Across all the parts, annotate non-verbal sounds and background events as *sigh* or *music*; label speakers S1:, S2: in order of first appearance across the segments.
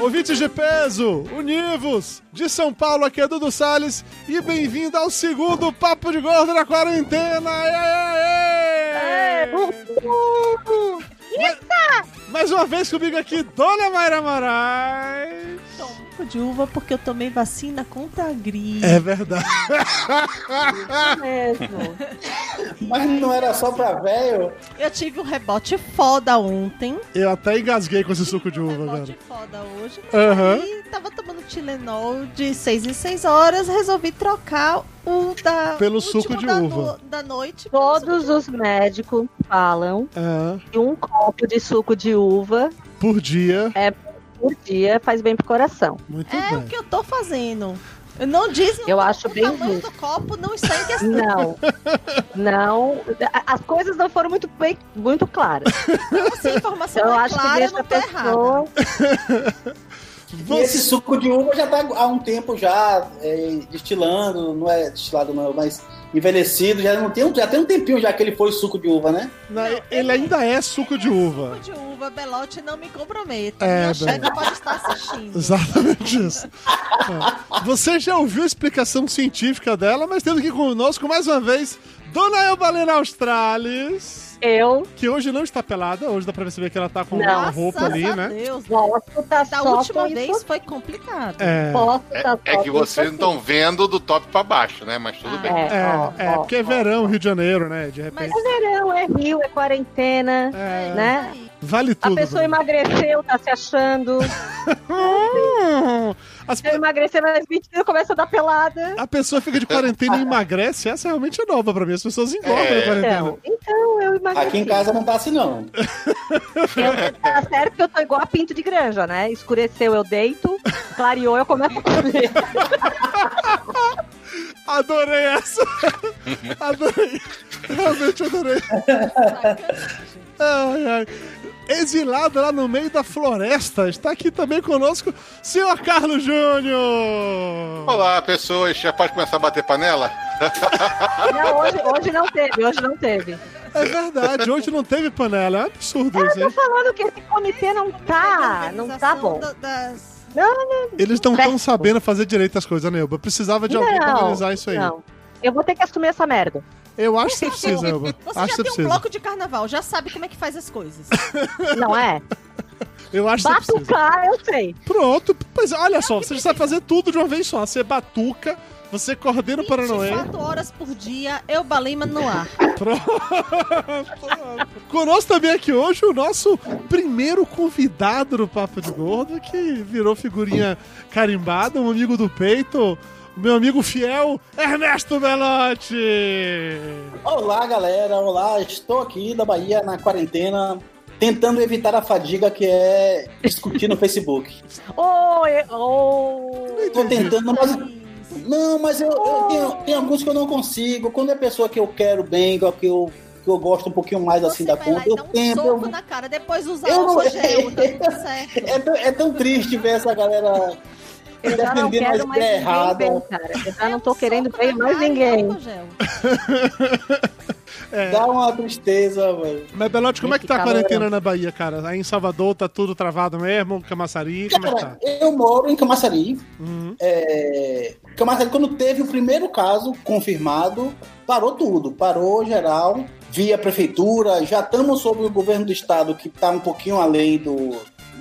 S1: ouvintes de peso, univos, de São Paulo, aqui é Dudu Salles e bem-vindo ao segundo Papo de Gordo na Quarentena! Aê, aê, aê! Ma- Mais uma vez comigo aqui, Dona Mayra Moraes!
S2: suco Tipo de uva porque eu tomei vacina contra a gripe.
S1: É verdade.
S3: mesmo.
S4: *laughs* Mas não era só pra velho?
S2: Eu tive um rebote foda ontem.
S1: Eu até engasguei com esse
S2: tive
S1: suco Tipo de
S2: um
S1: uva,
S2: rebote
S1: cara.
S2: foda hoje.
S1: Aham.
S2: E tava tomando Tilenol de 6 em 6 horas. Resolvi trocar o da.
S1: Pelo
S2: o último
S1: suco de
S2: da
S1: uva.
S2: no- da noite. pelo
S3: Todos os médicos falam
S1: Ah,
S3: que um copo de suco de uva
S1: por dia.
S3: por dia faz bem pro coração.
S1: Muito
S2: suco- É o
S1: bem.
S2: que eu tô fazendo. Eu não diz no
S3: Eu
S2: copo,
S3: acho
S2: o
S3: bem
S2: tamanho
S3: justo.
S2: do copo não está em questão.
S1: *laughs*
S3: Não, não. A- As coisas não foram muito bem, muito claras. *laughs*
S2: Se a informação
S3: Então, eu
S2: não é
S3: acho que
S2: clara, eu
S3: deixa
S2: não
S3: a
S2: tô errada.
S3: pessoa.
S4: E esse suco de uva já tá há um tempo já é, destilando, não é destilado não, mas envelhecido, já, não tem, um- já tem um tempinho já que ele foi suco de uva, né?
S1: Na- ele ainda é suco de uva.
S2: Suco de uva, Belote, não me comprometa.
S1: É,
S2: Minha
S1: Bel-
S2: chefe pode estar assistindo.
S1: Exatamente isso. É. Você já ouviu a explicação científica dela, mas temos aqui conosco mais uma vez Dona Eubalena Australis,
S3: Eu,
S1: que hoje não está pelada, hoje dá pra perceber que ela tá com uma
S3: Graças
S1: roupa ali,
S2: a
S1: né?
S2: Deus.
S3: gosto tá
S2: Da
S3: só
S2: última
S3: com isso.
S2: vez foi complicado.
S1: É,
S3: Posso tá
S5: É
S3: só
S5: que
S3: com
S5: vocês
S3: isso
S5: não estão vendo do top pra baixo, né? Mas tudo
S2: Ah,
S5: bem.
S3: É,
S1: é,
S3: ó,
S1: é,
S3: ó,
S1: porque é verão, Rio de Janeiro, né? De repente.
S2: Mas
S3: É verão, é rio, é quarentena,
S1: É.
S3: né?
S1: Vale
S3: A
S1: tudo. né?
S3: pessoa
S1: Dona.
S3: emagreceu, tá se achando.
S1: Hum, as
S3: Se eu
S1: pe-
S3: emagrecer mais 20 quilos, começa a dar pelada.
S1: a pessoa fica de quarentena e emagrece, essa realmente é nova pra mim. As pessoas engordam
S5: É.
S1: na quarentena.
S3: Então, então eu emagreci.
S4: Aqui em casa não tá assim não.
S3: Tá certo que eu tô igual a pinto de granja, né? Escureceu, eu deito. Clareou, eu começo a comer.
S1: Adorei essa! adorei! Realmente adorei! Ai, ai. Exilado lá no meio da floresta, está aqui também conosco senhor Carlos Júnior!
S5: Olá, pessoas. Já pode começar a bater panela?
S3: Não, hoje, hoje não teve, hoje não teve.
S1: É verdade, hoje não teve panela, é um absurdo isso, hein?
S3: Falando que esse comitê não tá, não tá bom.
S2: Da- das-
S1: Eles não estão sabendo fazer direito as coisas, Neuba. Precisava de alguém para organizar isso aí.
S3: não. Eu vou ter que assumir essa merda.
S1: Eu acho que você precisa, Neuba.
S2: Você
S1: Acho que você
S2: já tem um
S1: precisa.
S2: bloco de carnaval, já sabe como é que faz as
S1: *laughs*
S2: coisas.
S3: Não é?
S1: Eu acho que você precisa.
S3: Batucar, eu sei.
S1: Pronto, pois olha só, você já sabe fazer tudo de uma vez só. Você é batuca, você coordena o É Paranoia.
S2: 24 horas por dia, eu baleima no ar.
S1: Conosco também aqui hoje o nosso primeiro convidado do Papo de Gordo, que virou figurinha carimbada, um amigo do peito, o meu amigo fiel, Ernesto Belotti!
S4: Olá galera, olá, estou aqui da Bahia na quarentena. Tentando evitar a fadiga que é
S2: *laughs*
S4: discutir no Facebook.
S3: Oi, oi.
S4: Tô tentando, mas
S2: Isso.
S4: Não, mas eu, eu tenho, tem alguns que eu não consigo. Quando é pessoa que eu quero bem, que eu, que eu, que eu gosto um pouquinho mais
S2: Você
S4: assim da
S2: vai lá
S4: conta,
S2: e
S4: eu
S2: dá um
S4: tento. eu-
S2: soco na cara, depois usa
S4: Eu
S2: álcool
S4: não-
S2: gel, tá tudo certo.
S4: É, tão, é tão triste ver essa galera
S3: Eu já não
S4: defendendo as
S3: quero mais
S4: ideias
S3: ninguém
S4: erradas.
S3: bem, cara. Eu já
S2: É um
S3: não tô querendo
S2: soco na
S3: bem mais
S2: cara e
S3: ninguém.
S2: álcool gel.
S4: Dá uma tristeza, velho.
S1: Mas Belotti, como é que tá a
S3: Esse calor.
S1: quarentena na Bahia, cara? Aí em Salvador tá tudo travado mesmo, Camaçari, como é que tá?
S4: Cara, eu moro em Camaçari.
S1: Uhum.
S4: É, Camaçari, quando teve o primeiro caso confirmado, parou tudo, parou geral, via prefeitura, já estamos sob o governo do estado que está um pouquinho além do,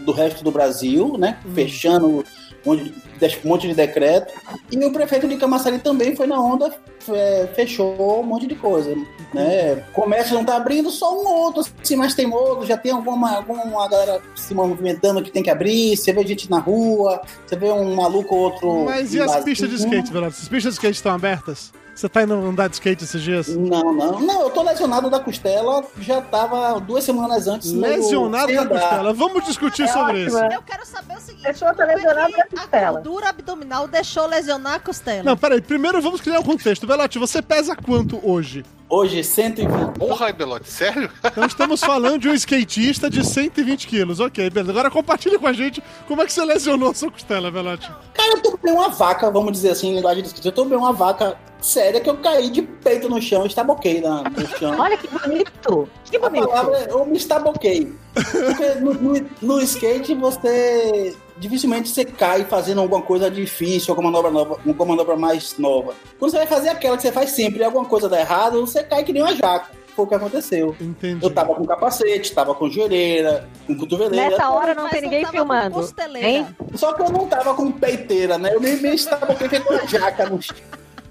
S4: do resto do Brasil, né?
S1: Hum.
S4: Fechando um monte, de- um monte de decreto. E o prefeito de Camaçari também foi na onda, é, fechou um monte de coisa. Né? Comércio não tá abrindo, só um outro, assim, mas tem outro, já tem alguma, alguma galera se movimentando que tem que abrir, você vê gente na rua, você vê um maluco ou outro.
S1: Mas e as
S4: embaixo.
S1: pistas de skate, Belotti? As pistas de skate estão abertas? Você tá indo andar de skate esses dias?
S4: Não, não. Não, eu tô lesionado da costela, já tava duas semanas antes. meio
S1: Lesionado
S4: sem
S1: da
S4: andar.
S1: costela. Vamos discutir
S3: É
S1: sobre
S3: ótimo,
S1: isso.
S2: Eu quero saber o seguinte:
S3: Deixou eu
S2: como é
S3: lesionar
S2: que
S3: a costela.
S2: A gordura abdominal deixou lesionar a costela.
S1: Não, peraí. Primeiro vamos criar um contexto. Belotti, você pesa quanto hoje?
S4: Hoje, 120.
S5: Porra, Belote, sério?
S1: Então estamos falando de um skatista de 120 quilos. Ok, beleza. Agora compartilha com a gente como é que você lesionou a sua costela, Belotti.
S4: Cara, eu tomei uma vaca, vamos dizer assim, em linguagem de escrita. Eu tomei uma vaca séria que eu caí de peito no chão, estaboquei na, no chão.
S3: Olha que bonito. Que
S4: A
S3: bonito.
S4: palavra é eu me estaboquei. Porque no, no- no skate você dificilmente você cai fazendo alguma coisa difícil, alguma manobra nova, alguma manobra mais nova. Quando você vai fazer aquela que você faz sempre e alguma coisa dá errado, você cai que nem uma jaca. Foi o que aconteceu.
S1: Entendi.
S4: Eu tava com capacete, tava com joelheira, com cotoveleira.
S3: Nessa hora não
S2: Mas
S3: tem ninguém
S2: tava com
S3: filmando.
S2: costeleira.
S3: Hein?
S4: Só que eu não tava com peiteira, né? Eu nem me estaboquei
S3: *laughs*
S4: fiquei com a jaca no chão.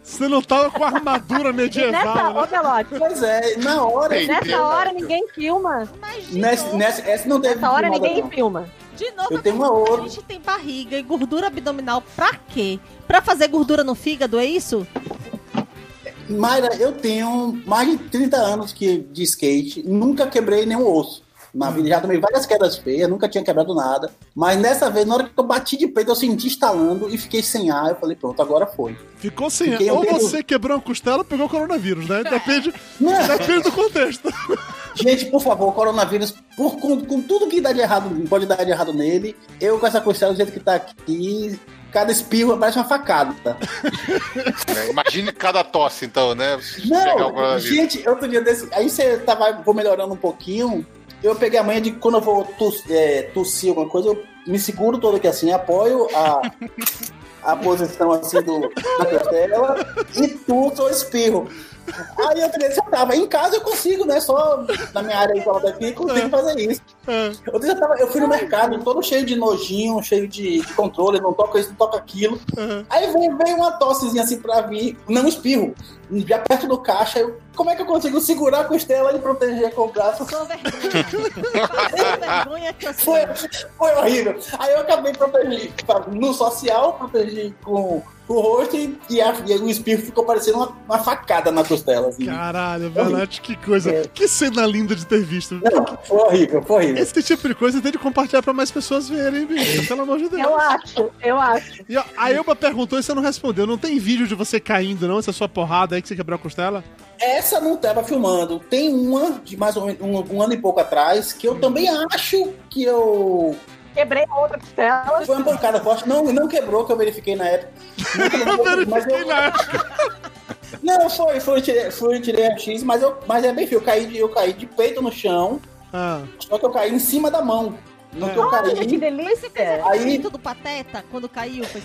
S1: Você não tava com armadura
S3: Nessa,
S1: medieval,
S3: ô
S1: né?
S3: Belote,
S4: Pois é, na hora.
S5: Ei, Entendi.
S3: nessa hora ninguém filma.
S2: Mas de
S4: Nessa,
S2: novo,
S4: nessa, essa não teve.
S3: Nessa hora
S4: filmada,
S3: ninguém
S4: não.
S3: filma.
S2: de novo,
S4: eu tenho uma
S2: a
S4: outra.
S2: gente tem barriga e gordura abdominal pra quê? Pra fazer gordura no fígado, é isso?
S4: Mayra, eu tenho mais de 30 anos que, de skate, nunca quebrei nenhum osso. Na vida já tomei várias quedas feias, nunca tinha quebrado nada. Mas nessa vez, na hora que eu bati de peito, eu senti estalando e fiquei sem ar. Eu falei, pronto, agora foi.
S1: Ficou sem.
S4: Fiquei
S1: Ou
S4: ouvindo-
S1: você quebrou uma costela ou pegou coronavírus, né? Depende,
S4: Não,
S1: depende do contexto.
S4: gente, por favor, coronavírus, por, com, com tudo que dá de errado, pode dar de errado nele, eu com essa costela do jeito que tá aqui, cada espirro parece uma
S5: *laughs*
S4: facada.
S5: né? Imagine cada tosse, então, né? Pegar o
S4: Não,
S5: coronavírus.
S4: gente, outro dia desse. Aí você tava, vou melhorando um pouquinho. Eu peguei a manha de que quando eu vou tos- é, tossir alguma coisa, eu me seguro todo aqui assim, apoio a, a posição assim do, da costela e tudo eu espirro. Aí eu falei, eu tava em casa, eu consigo, né? Só na minha área igual daqui, tá consigo fazer isso.
S1: É.
S4: Eu, disse, eu tava- eu fui no mercado todo cheio de nojinho, cheio de, de controle, não toca isso, não toca aquilo.
S1: Uhum.
S4: Aí veio, veio uma tossezinha assim pra mim, não espirro, já perto do caixa. Eu, como é que eu consigo segurar a costela e proteger com o braço?
S2: Sou
S4: *laughs*
S2: vergonha. Sou vergonha que eu sou.
S4: Foi, foi horrível. Aí eu acabei protegendo no social, protegi com, com o rosto e, e, a- e o espirro ficou parecendo uma, uma facada na costela. Assim.
S1: Caralho, verdade, que coisa. Que cena linda de ter visto.
S4: É. Não, é. foi horrível, foi horrível.
S1: Esse tipo de coisa tem de compartilhar pra mais pessoas verem, bicho. Pelo amor de Deus.
S3: Eu acho, eu acho.
S1: E ó, a Elba perguntou e você não respondeu. Não tem vídeo de você caindo, não? Essa é sua porrada aí que você quebrou a costela?
S4: Essa não tava filmando. Tem uma de mais ou menos um, um ano e pouco atrás que eu também acho que eu
S3: Quebrei a outra costela.
S4: foi uma pancada forte. Não, não quebrou que eu verifiquei na época.
S1: *laughs*
S4: Não quebrou, mas eu-
S1: Verifiquei na época.
S4: Não, foi, foi, tirei, foi, tirei a X, mas, eu, mas é bem feio. Eu caí, de- eu caí de peito no chão,
S1: Ah,
S4: só que eu caí em cima da mão. Não que eu
S3: É. Olha que
S4: caí.
S3: delícia.
S2: Aí...
S4: Aí-
S2: O grito do Pateta, quando caiu, foi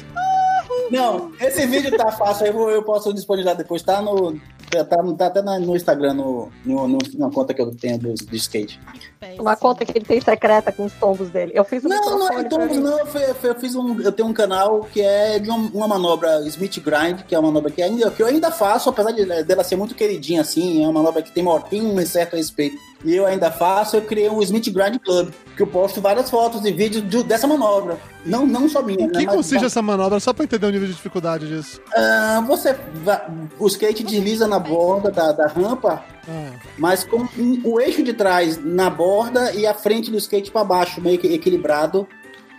S4: Não, esse vídeo tá fácil, eu, vou- eu posso disponibilizar depois. Tá no. Tá, tá- tá até na- no Instagram, no, no, no- na conta que eu tenho do, de skate.
S2: assim,
S3: Uma conta que ele tem secreta com os tombos dele. Eu fiz um
S4: Não, não,
S1: é
S3: microfone
S4: então,
S3: pra mim.
S4: não, eu, fe- eu fiz um. Eu tenho um canal que é de uma, uma manobra Smith Grind, que é uma manobra que, ainda, que eu ainda faço, apesar de, dela ser muito queridinha assim, é uma manobra que tem, maior- tem um certo respeito. E eu ainda faço, eu criei o Smith Grind Club, que eu posto várias fotos e vídeos do- dessa manobra. Não, não só minha.
S1: em que
S4: né, mas-
S1: consiste essa manobra? Só pra entender o nível de dificuldade disso.
S4: Ah, você. va- O skate desliza na borda da, da rampa,
S1: Ah,
S4: mas com um- o eixo de trás na borda e a frente do skate para baixo, meio que equilibrado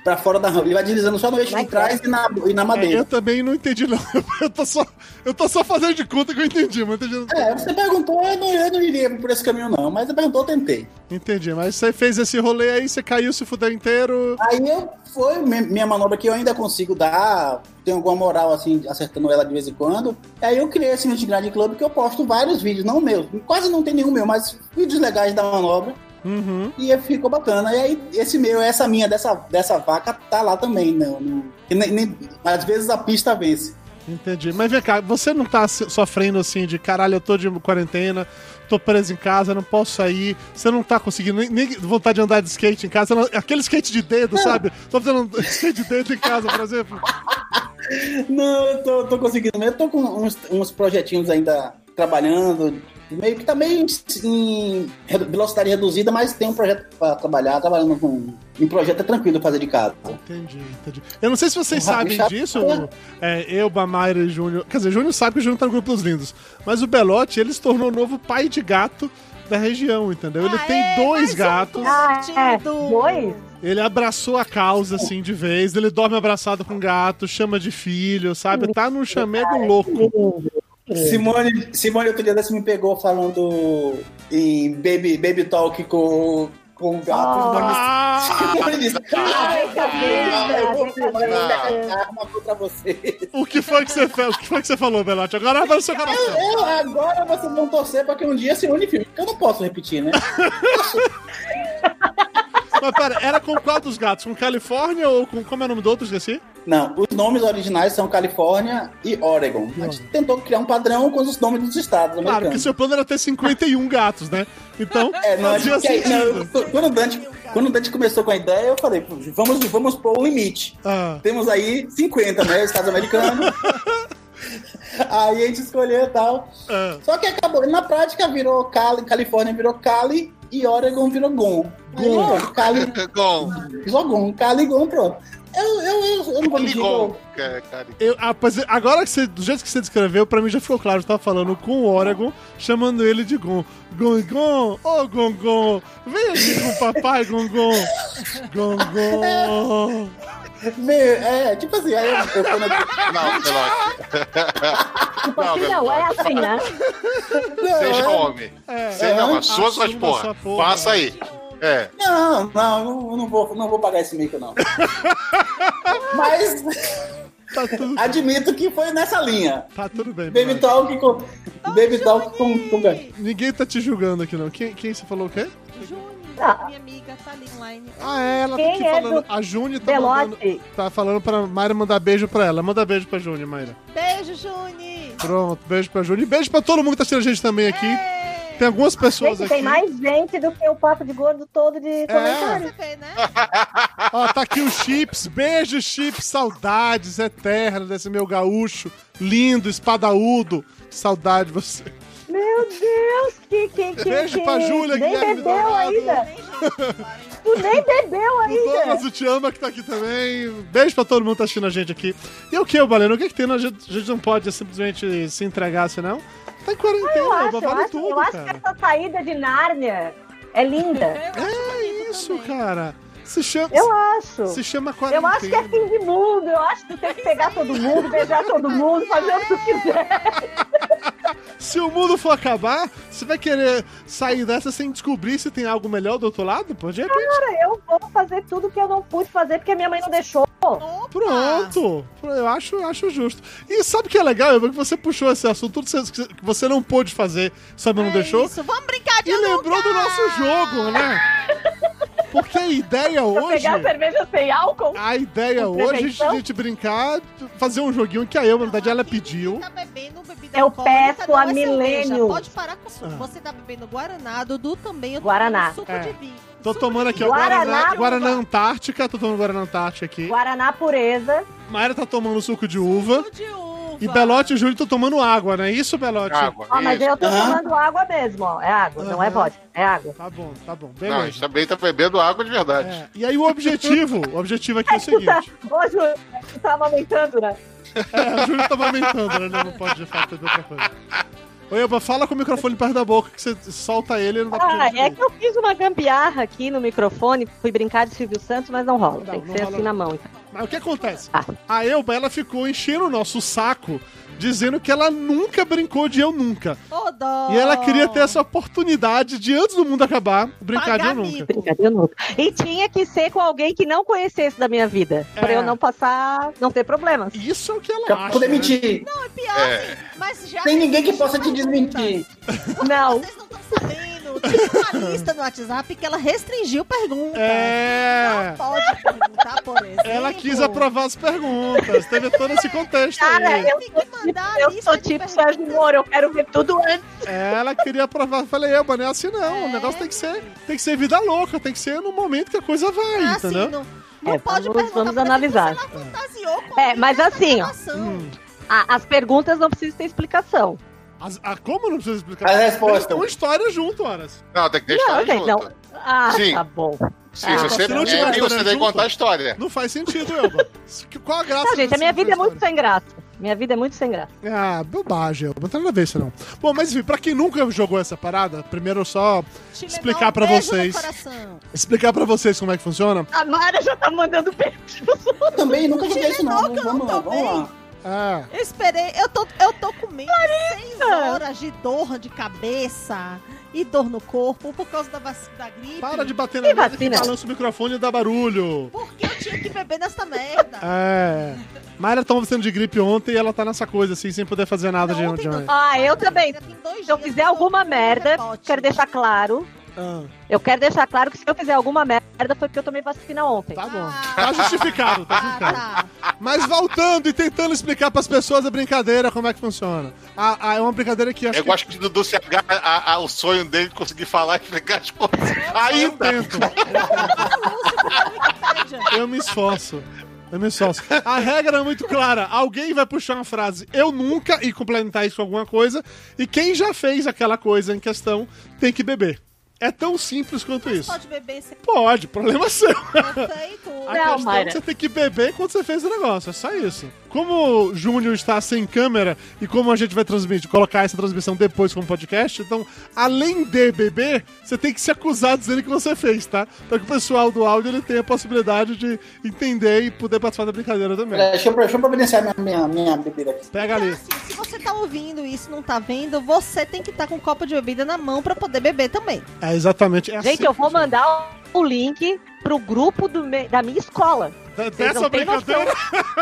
S4: para fora da rampa. Ele vai deslizando só no eixo de trás e na, e na
S1: É, eu
S4: madeira.
S1: também não entendi, não. *laughs* Eu tô só, eu tô só fazendo de conta que eu entendi, mas eu entendi.
S4: É, você perguntou, eu não, eu não iria por esse caminho, não. Mas você perguntou, eu tentei.
S1: Entendi, mas você fez esse rolê aí, você caiu, se fudeu inteiro.
S4: Aí eu, foi mi- minha manobra que eu ainda consigo dar, tenho alguma moral assim, acertando ela de vez em quando. Aí eu criei esse Mint Grande Club que eu posto vários vídeos, não meus. Quase não tem nenhum meu, mas vídeos legais da manobra.
S1: Uhum.
S4: E é, ficou bacana. E aí, esse meu, essa minha dessa, dessa vaca tá lá também, não. não- que nem- nem- às vezes a pista vence.
S1: Entendi. Mas vem cá, você não tá se- sofrendo assim de caralho, eu tô de quarentena, tô preso em casa, não posso sair, você não tá conseguindo nem, nem vontade de andar de skate em casa, não- aquele skate de dedo, sabe? Tô fazendo *laughs* skate de dedo em casa, por exemplo.
S4: Não, eu tô, tô conseguindo. Eu tô com uns, uns projetinhos ainda trabalhando. Meio que tá meio em, em redu- velocidade reduzida, mas tem um projeto pra trabalhar, trabalhando com. Em projeto é tranquilo fazer de casa.
S1: Entendi, entendi. Eu não sei se vocês
S4: Porra,
S1: sabem
S4: bicha,
S1: disso,
S4: porra.
S1: é, eu, Bamaira e Júnior. Quer dizer, Júnior sabe que o Júnior tá no grupo dos lindos. Mas o Belote, ele se tornou o novo pai de gato da região, entendeu? Ele tem
S2: Aê,
S1: dois
S2: mais um
S1: gatos.
S3: Ah, é.
S2: curtido.
S3: Dois?
S1: Ele abraçou a causa, assim, de vez. Ele dorme abraçado com gato, chama de filho, sabe? Tá num chamego louco.
S3: É.
S4: Simone, Simone outro dia desse me pegou falando em Baby, baby Talk com, com gatos
S1: Ah,
S3: Oh.
S4: na mistura. Ele disse, "Ah,
S3: Ai, cabeça,
S4: eu vou filmar
S5: cabeça.
S4: essa arma contra você.
S1: O que foi que você, fe- o que foi que você falou, Belate? Agora abre o seu coração.
S4: Eu, agora vocês vão torcer pra que um dia se une filme. porque Eu não posso repetir, né?
S1: Mas pera, era com qual dos gatos? Com Califórnia ou com. Como é o nome do outro? Esqueci?
S4: Não, os nomes originais são Califórnia e Oregon. A gente tentou criar um padrão com os nomes dos estados
S1: Claro, porque
S4: americanos.
S1: seu plano era ter 51 gatos, né? Então,
S4: É, não, a
S1: fazia
S4: gente, que- não,
S1: sentido.
S4: eu- quando, o Dante, quando o Dante começou com a ideia, eu falei, "Pô, vamos, vamos pôr o limite.
S1: Ah,
S4: Temos aí 50, né?
S1: *laughs*
S4: Estados americanos. aí a gente escolheu e tal.
S1: ah.
S4: Só que acabou. Na prática virou Cali, Califórnia virou Cali e Oregon virou Gon. Aí,
S1: Gon.
S4: pronto, Cali
S5: Bom,
S4: virou Gon. Cali e Gon, pronto. Eu, eu, eu, eu não vou mentir.
S5: ligou.
S4: eu-
S5: É, cara.
S1: Eu, ah, pois é, agora que você, do jeito que você descreveu, pra mim já ficou claro. Você tava falando com o Oregon, chamando ele de Gon. Gon, Gon, ô Gon, Gon, vem aqui com o papai, Gon, Gon. Gon, Gon.
S4: Meu, É, tipo assim, aí eu, eu, quando eu
S5: Não, Belote.
S3: Tipo assim, não, é
S1: *laughs*
S3: assim, né?
S4: Não,
S5: Seja
S4: é-
S5: homem.
S1: É.
S5: Seja
S4: é,
S5: uma sua, suas
S1: assuma
S5: porra.
S1: sua porra.
S5: Faça aí. É.
S4: Não, não, não, não vou, não vou pagar esse mico, não. Mas
S1: Tá tudo,
S4: admito que foi nessa linha.
S1: tá tudo bem.
S4: Baby
S1: Belate.
S4: Talk com. Baby Talk com. com...
S1: Ninguém tá te julgando aqui, não. Quem, quem você falou o quê?
S2: Juni,
S3: Ah.
S2: minha amiga, tá ali online.
S1: Ah, é, ela tá
S3: Quem
S1: aqui
S3: é
S1: falando.
S3: do-
S1: A Juni tá mandando,
S3: Belote.
S1: tá falando pra Mayra mandar beijo pra ela. Manda beijo pra Juni, Mayra.
S2: Beijo, Juni!
S1: Pronto, beijo pra Juni. Beijo pra todo mundo que tá assistindo a gente também aqui.
S2: Ei!
S1: Tem algumas pessoas
S3: Gente, tem
S1: aqui. É?
S3: mais gente do que o papo de gordo todo de comentário.
S2: Você vê, né?
S1: Ó, tá aqui o Chips. Beijo, Chips. Saudades eternas desse meu gaúcho. Lindo, espadaúdo. Saudade de você.
S3: Meu Deus, que que que
S1: Beijo
S3: que...
S1: pra Júlia,
S3: Nem
S1: Guilherme
S3: bebeu
S1: Dourado.
S3: ainda.
S2: Nem gente, tá claro.
S3: Tu nem bebeu
S1: O
S3: ainda.
S1: Douglas, o Te Ama, que tá aqui também. Beijo pra todo mundo que tá assistindo a gente aqui. E o que, Baleno? O que, que tem? A gente, a gente não pode simplesmente se entregar, senão. Tá em
S3: Ah, Eu
S1: quarentena,
S3: acho, eu
S1: vale
S3: acho,
S1: tudo,
S3: eu acho que é assim
S1: cara.
S3: essa saída de Nárnia é linda.
S2: Eu acho bonito
S1: Isso,
S2: também.
S1: cara. Se chama,
S3: Eu acho.
S1: se chama
S3: Eu
S1: quarentena.
S3: acho que é fim de mundo. Eu acho que tem que pegar todo mundo, beijar todo mundo, fazer o que tu quiser.
S1: Se o mundo for acabar, você vai querer sair dessa sem descobrir se tem algo melhor do outro lado? Pô, de repente,
S3: Cara, eu vou fazer tudo que eu não pude fazer porque minha mãe não deixou.
S2: Opa!
S1: pronto.
S3: Ah.
S1: Eu acho, eu acho justo. E sabe o que é legal? É que você puxou esse assunto, tudo que que você não pôde fazer, sabe, não
S2: É
S1: deixou.
S2: Isso. Vamos brincar de
S1: E lembrou do
S2: Alucard!
S1: nosso jogo, né? Porque a ideia
S3: Se eu
S1: hoje.
S3: pegar a cerveja sem álcool,
S1: A ideia hoje
S3: Com
S1: é a gente- a
S3: prevenção?
S1: gente brincar, fazer um joguinho que a eu, na verdade, ela
S2: Aqui ninguém
S1: pediu.
S2: tá bebendo bebida
S3: Eu
S2: alcoólica,
S3: peço
S2: não
S3: a
S2: é cerveja.
S3: Milênio.
S2: Pode parar com isso.
S1: Ah.
S2: Você tá bebendo Guaraná, Dudu também. Eu tô
S3: Guaraná.
S2: tomando Suco
S1: É.
S2: de vinho.
S1: Tô
S2: Suco
S1: tomando
S2: de
S1: aqui, ó,
S2: vinho.
S1: Guaraná,
S3: Guaraná,
S1: Guaraná Antártica. Tô tomando Guaraná Antártica aqui.
S3: Guaraná pureza.
S1: Mayra tá tomando suco de uva.
S2: Suco de uva.
S1: E Belote e Júlio estão tomando água, não é isso, Belote?
S5: Água.
S3: Ó, mas
S5: isso.
S3: eu tô
S4: Aham.
S3: tomando água mesmo, ó. É água, não é
S1: Aham.
S3: vodka, é água.
S1: Tá bom, tá bom.
S5: Não, a gente
S1: Beleza.
S5: também tá bebendo água de verdade.
S1: É, e aí o objetivo, o objetivo aqui é o
S3: Tu tá,
S1: seguinte.
S3: *laughs* ô, Júlio, tu tá amamentando, né?
S1: É, o Júlio tá amamentando, né? Não, não pode de fato beber outra coisa. Ô, Eba, fala com o microfone perto da boca, que você solta ele e não dá pra
S3: Ah,
S1: gente
S3: é
S1: ouvir.
S3: que eu fiz uma gambiarra aqui no microfone, fui brincar de Silvio Santos, mas não rola.
S1: Não,
S3: Tem que
S1: não
S3: ser
S1: rola.
S3: assim na mão. então.
S1: Mas o que acontece?
S3: Ah.
S1: A Elba, ela ficou enchendo o nosso saco, dizendo que ela nunca brincou de Eu Nunca.
S2: Ô, dó.
S1: E ela
S3: Oh.
S1: queria ter essa oportunidade de, antes do mundo acabar, brincar
S2: Pagar
S1: de Eu Nunca.
S2: mico.
S3: Brincadeira nunca. E tinha que ser com alguém que não conhecesse da minha vida.
S1: É.
S3: Pra eu não passar, não ter problemas.
S1: Isso é o que ela
S4: Pra
S1: acha.
S4: poder
S1: né?
S4: mentir.
S2: É pior,
S5: É.
S2: assim, Mas já
S4: Tem ninguém que
S2: existe
S4: possa te
S2: perguntas.
S4: desmentir.
S3: *laughs* Não.
S2: Vocês não estão sabendo. Tem
S1: *laughs*
S2: uma lista no WhatsApp que ela restringiu perguntas.
S1: É...
S2: Não pode perguntar, por exemplo.
S1: Ela quis aprovar as perguntas. Teve todo esse contexto
S3: Cara,
S1: aí.
S3: eu,
S2: Tem que mandar a
S3: eu
S2: lista
S3: sou
S2: de
S3: tipo
S2: perguntas.
S3: Sérgio Moro, eu quero ver tudo antes.
S1: Ela queria aprovar. Falei, eu, mano, é assim não. O
S2: É.
S1: negócio tem que ser, tem que ser vida louca, tem que ser no momento que a coisa vai,
S2: Ah, assim,
S1: entendeu?
S2: não, não
S3: É,
S2: pode
S3: vamos-
S2: perguntar,
S3: vamos
S2: por exemplo,
S3: analisar.
S2: se Ela fantasiou com
S3: É, mas
S2: alguém
S3: assim, ó.
S2: dessa
S1: Hum.
S3: A- as perguntas não precisam ter explicação.
S1: As- ah, como não precisa explicar?
S4: A
S1: Eles
S4: resposta.
S1: têm uma história junto, horas.
S5: Não, tem que
S3: Não,
S5: deixar
S3: gente,
S5: junto.
S3: não. Ah,
S5: Sim.
S3: tá bom.
S5: Sim,
S3: Ah,
S5: você,
S1: se não tiver
S5: é, e você
S1: história
S5: tem que
S1: junto.
S5: contar a história.
S1: Não faz sentido,
S4: *laughs*
S1: Elba. Que- Qual a graça?
S3: Não, gente,
S1: dessa-
S3: a minha vida é
S1: dessa
S3: muito
S1: história?
S3: sem graça. Minha vida é muito sem graça.
S1: Ah, bobagem, Elba. Não tem nada a ver isso, não. Bom, mas enfim, pra quem nunca jogou essa parada, primeiro eu só
S2: Te levar
S1: Explicar
S2: um
S1: pra
S2: beijo
S1: vocês.
S2: no coração.
S1: explicar pra vocês como é que funciona.
S3: A Mara já tá mandando beijo.
S4: Eu também nunca joguei isso, não.
S2: Tilenol, que eu
S4: Vamos lá,
S2: não
S4: vamos lá.
S1: Ah,
S2: Eu esperei, eu tô, eu tô com medo. Seis horas de dor de cabeça. e dor no corpo por causa da vacina da gripe.
S1: Para de bater na mesa que
S3: vacina.
S1: balança o microfone e dá barulho.
S2: Por que eu tinha que beber
S1: *laughs*
S2: nessa merda?
S1: É. Mayra tava sendo de gripe ontem e ela tá nessa coisa, assim, sem poder fazer nada de
S2: Não, ontem
S1: de
S2: não.
S3: Ah, eu também.
S2: Tem dois
S3: Se eu
S2: dias
S3: fizer
S2: que
S3: alguma
S2: tomei
S3: merda,
S2: um rebote.
S3: quero deixar claro.
S1: Ah,
S3: Eu quero deixar claro que se eu fizer alguma merda foi porque eu tomei vacina ontem.
S1: tá bom.
S2: Ah.
S1: Tá justificado, tá
S2: Ah,
S1: justificado.
S2: tá.
S1: *laughs* Mas voltando e tentando explicar pras pessoas a brincadeira, como é que funciona. Ah, ah, é uma brincadeira que eu acho
S5: Eu
S1: que
S5: acho que do Dudu se agarra a- a- o sonho dele de conseguir falar e explicar as coisas.
S1: eu
S5: Ainda!
S1: tento.
S2: Veja,
S1: *laughs* Eu me esforço. Eu me esforço. A regra é muito clara. Alguém vai puxar uma frase eu nunca e complementar isso com alguma coisa. E quem já fez aquela coisa em questão tem que beber. É tão simples quanto isso.
S2: Pode beber sem
S1: Pode, problema seu.
S2: você e tudo.
S1: A
S3: Não,
S1: questão é
S3: Mayra.
S1: que você tem que beber quando você fez o negócio, é só isso. Como o Júnior está sem câmera e como a gente vai transmitir, colocar essa transmissão depois como podcast, então, além de beber, você tem que se acusar dizendo que você fez, tá? Para que o pessoal do áudio ele tenha a possibilidade de entender e poder participar da brincadeira também.
S3: É.
S4: Peraí, Deixa eu, deixa eu providenciar minha, minha, minha bebida aqui.
S1: Pega
S2: Então,
S1: ali.
S2: assim, se você tá ouvindo isso e não tá vendo, você tem que estar com um copo de bebida na mão pra poder beber também.
S1: É exatamente. É
S3: Gente,
S1: assim
S3: eu vou
S1: que funciona.
S3: mandar o link pro grupo do me- da minha escola.
S1: De-
S3: Vocês
S1: Dessa
S3: não têm noção.
S1: brincadeira,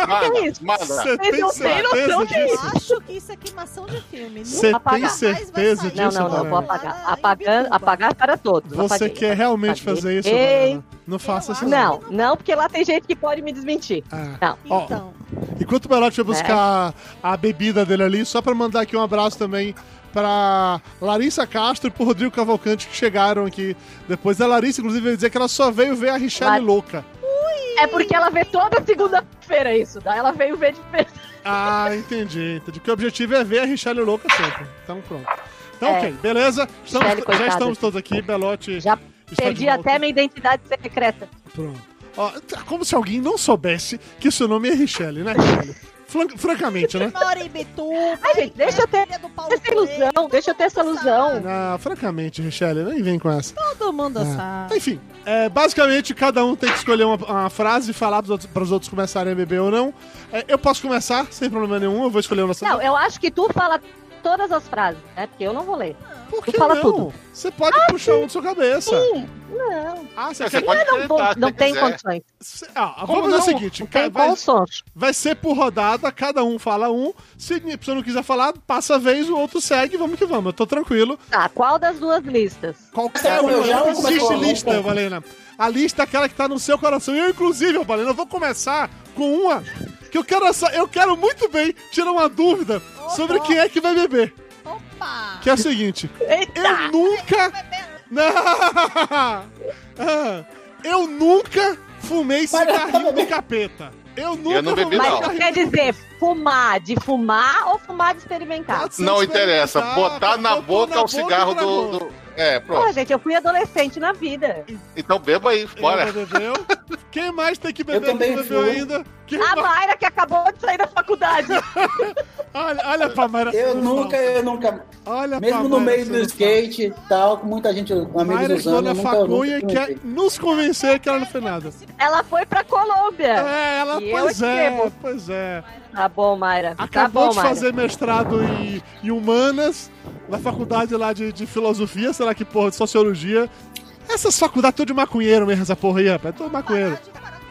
S5: Manda,
S3: isso?
S5: manda.
S1: você
S3: Vocês
S1: tem
S3: não têm
S1: certeza
S3: noção
S1: disso?
S2: Eu acho que isso é queimação de filme. é?
S1: Você
S2: Nunca
S1: tem
S3: apagar.
S1: certeza
S2: Mas vai sair.
S3: Não,
S1: disso?
S3: não, não,
S1: Mariana?
S3: eu vou apagar.
S2: Lá em
S3: Apagando,
S2: Bituba.
S3: apagar para todos.
S1: Você
S3: Apaguei,
S1: quer realmente
S3: apaguei.
S1: fazer isso?
S3: Ei.
S1: Mariana? Não faça isso.
S3: Não, não, porque lá tem gente que pode me desmentir.
S1: Ah.
S3: Não.
S1: Ó,
S2: Então,
S1: Enquanto o Belote vai
S3: Né?
S1: buscar a bebida dele ali, só pra mandar aqui um abraço também pra Larissa Castro e pro Rodrigo Cavalcante que chegaram aqui depois. A Larissa, inclusive, veio dizer que ela só veio ver a Richelle
S3: Lar-
S1: louca.
S3: É porque ela vê toda segunda-feira isso. Daí ela veio ver de perto.
S1: Ah, entendi. entendi. Porque o objetivo é ver a Richelle louca sempre. Então pronto. Então,
S3: É.
S1: ok, beleza. Estamos-
S3: Richelle,
S1: já
S3: coitada.
S1: estamos todos aqui. Belote.
S3: Já
S1: está tá de
S3: Perdi
S1: volta.
S3: até minha identidade secreta.
S1: Pronto. Ó, tá como se alguém não soubesse que seu nome é Richelle, né, Richelle? Fran- Francamente, né?
S2: mora em Bituba.
S3: Ai, gente, deixa eu ter
S2: filha do Paulo
S3: essa ilusão, deixa eu ter essa ilusão.
S1: Ah, francamente, Richelle, nem vem com essa.
S2: Todo mundo
S1: Ah.
S2: sabe.
S1: Enfim, é, basicamente cada um tem que escolher uma, uma frase e falar para os outros, pros outros começarem a beber ou não. É, eu posso começar, sem problema nenhum, eu vou escolher o nosso.
S3: Não, eu acho que tu fala todas as frases, né? Porque eu não vou ler.
S1: Por que
S3: tu fala
S1: não?
S3: tudo. Ah,
S1: Você pode puxar um de sua cabeça.
S3: Sim, não.
S1: Ah, você
S5: Você
S1: quer...
S5: pode
S3: Não, vou,
S5: tentar, se
S3: não tem
S5: quiser.
S3: condições.
S1: Cê- Ah,
S5: Como
S1: vamos fazer
S5: não?
S1: o seguinte, ca-
S3: Tem
S1: vai,
S3: condições.
S1: vai ser por rodada, cada um fala um. Se a pessoa não quiser falar, passa a vez, o outro segue, vamos que vamos. Eu tô tranquilo.
S3: Tá, qual das duas listas?
S1: Qualquer um,
S4: Você comeu já
S1: Não
S4: ou começou
S1: existe
S4: agora?
S1: lista, Valena. A lista é aquela que tá no seu coração. Eu, inclusive, Valena, eu vou começar com uma que eu quero, essa- eu quero muito bem tirar uma dúvida sobre quem é que vai beber.
S2: Opa!
S1: Que é a seguinte. Eu
S4: Tá.
S3: Eita!
S1: nunca... *laughs*
S2: Beber-
S1: Não! Ah, Eu nunca fumei cigarrinho do capeta. Eu nunca
S5: não bebi,
S1: fumei
S5: não.
S3: Mas
S1: cigarrinho
S3: quer dizer, fumar de fumar ou fumar de experimentar?
S1: Pode ser
S5: Não interessa.
S1: experimentar,
S5: Botar na
S1: botou
S5: boca é
S1: na
S5: o cigarro
S1: e
S5: do,
S1: travou.
S5: do- É,
S3: Pô,
S5: pronto.
S3: gente, eu fui adolescente na vida.
S1: *laughs*
S5: Então beba aí,
S1: Ela
S5: bora.
S1: bebeu. Quem mais tem que
S4: Eu
S1: beber?
S4: também
S1: Quem bebeu
S4: fui. Ah,
S1: ainda? Quem
S3: A
S1: mais...
S3: Mayra que acabou de sair da faculdade.
S1: Olha, olha pra Mara.
S4: Eu nunca, eu nunca.
S1: Olha
S4: Mesmo
S1: pra
S4: no
S1: Mara,
S4: meio
S1: você
S4: do
S1: não fala.
S4: skate e tal, com muita gente, amigos
S1: Mayra estudou
S4: usando,
S1: na
S4: eu nunca,
S1: facunha é e
S4: nunca
S1: quer nos convencer que ela não fez nada.
S3: Ela foi pra Colômbia.
S1: É, ela,
S3: E eu
S1: pois é,
S3: escrevo.
S1: pois é.
S3: Tá bom, Mayra.
S1: Acabou
S3: tá bom,
S1: de
S3: Mayra.
S1: fazer mestrado em, em humanas, na faculdade lá de, de filosofia, sei lá que porra, de sociologia. Essas faculdades tudo de maconheiro mesmo, essa porra aí, rapaz. É tudo maconheiro.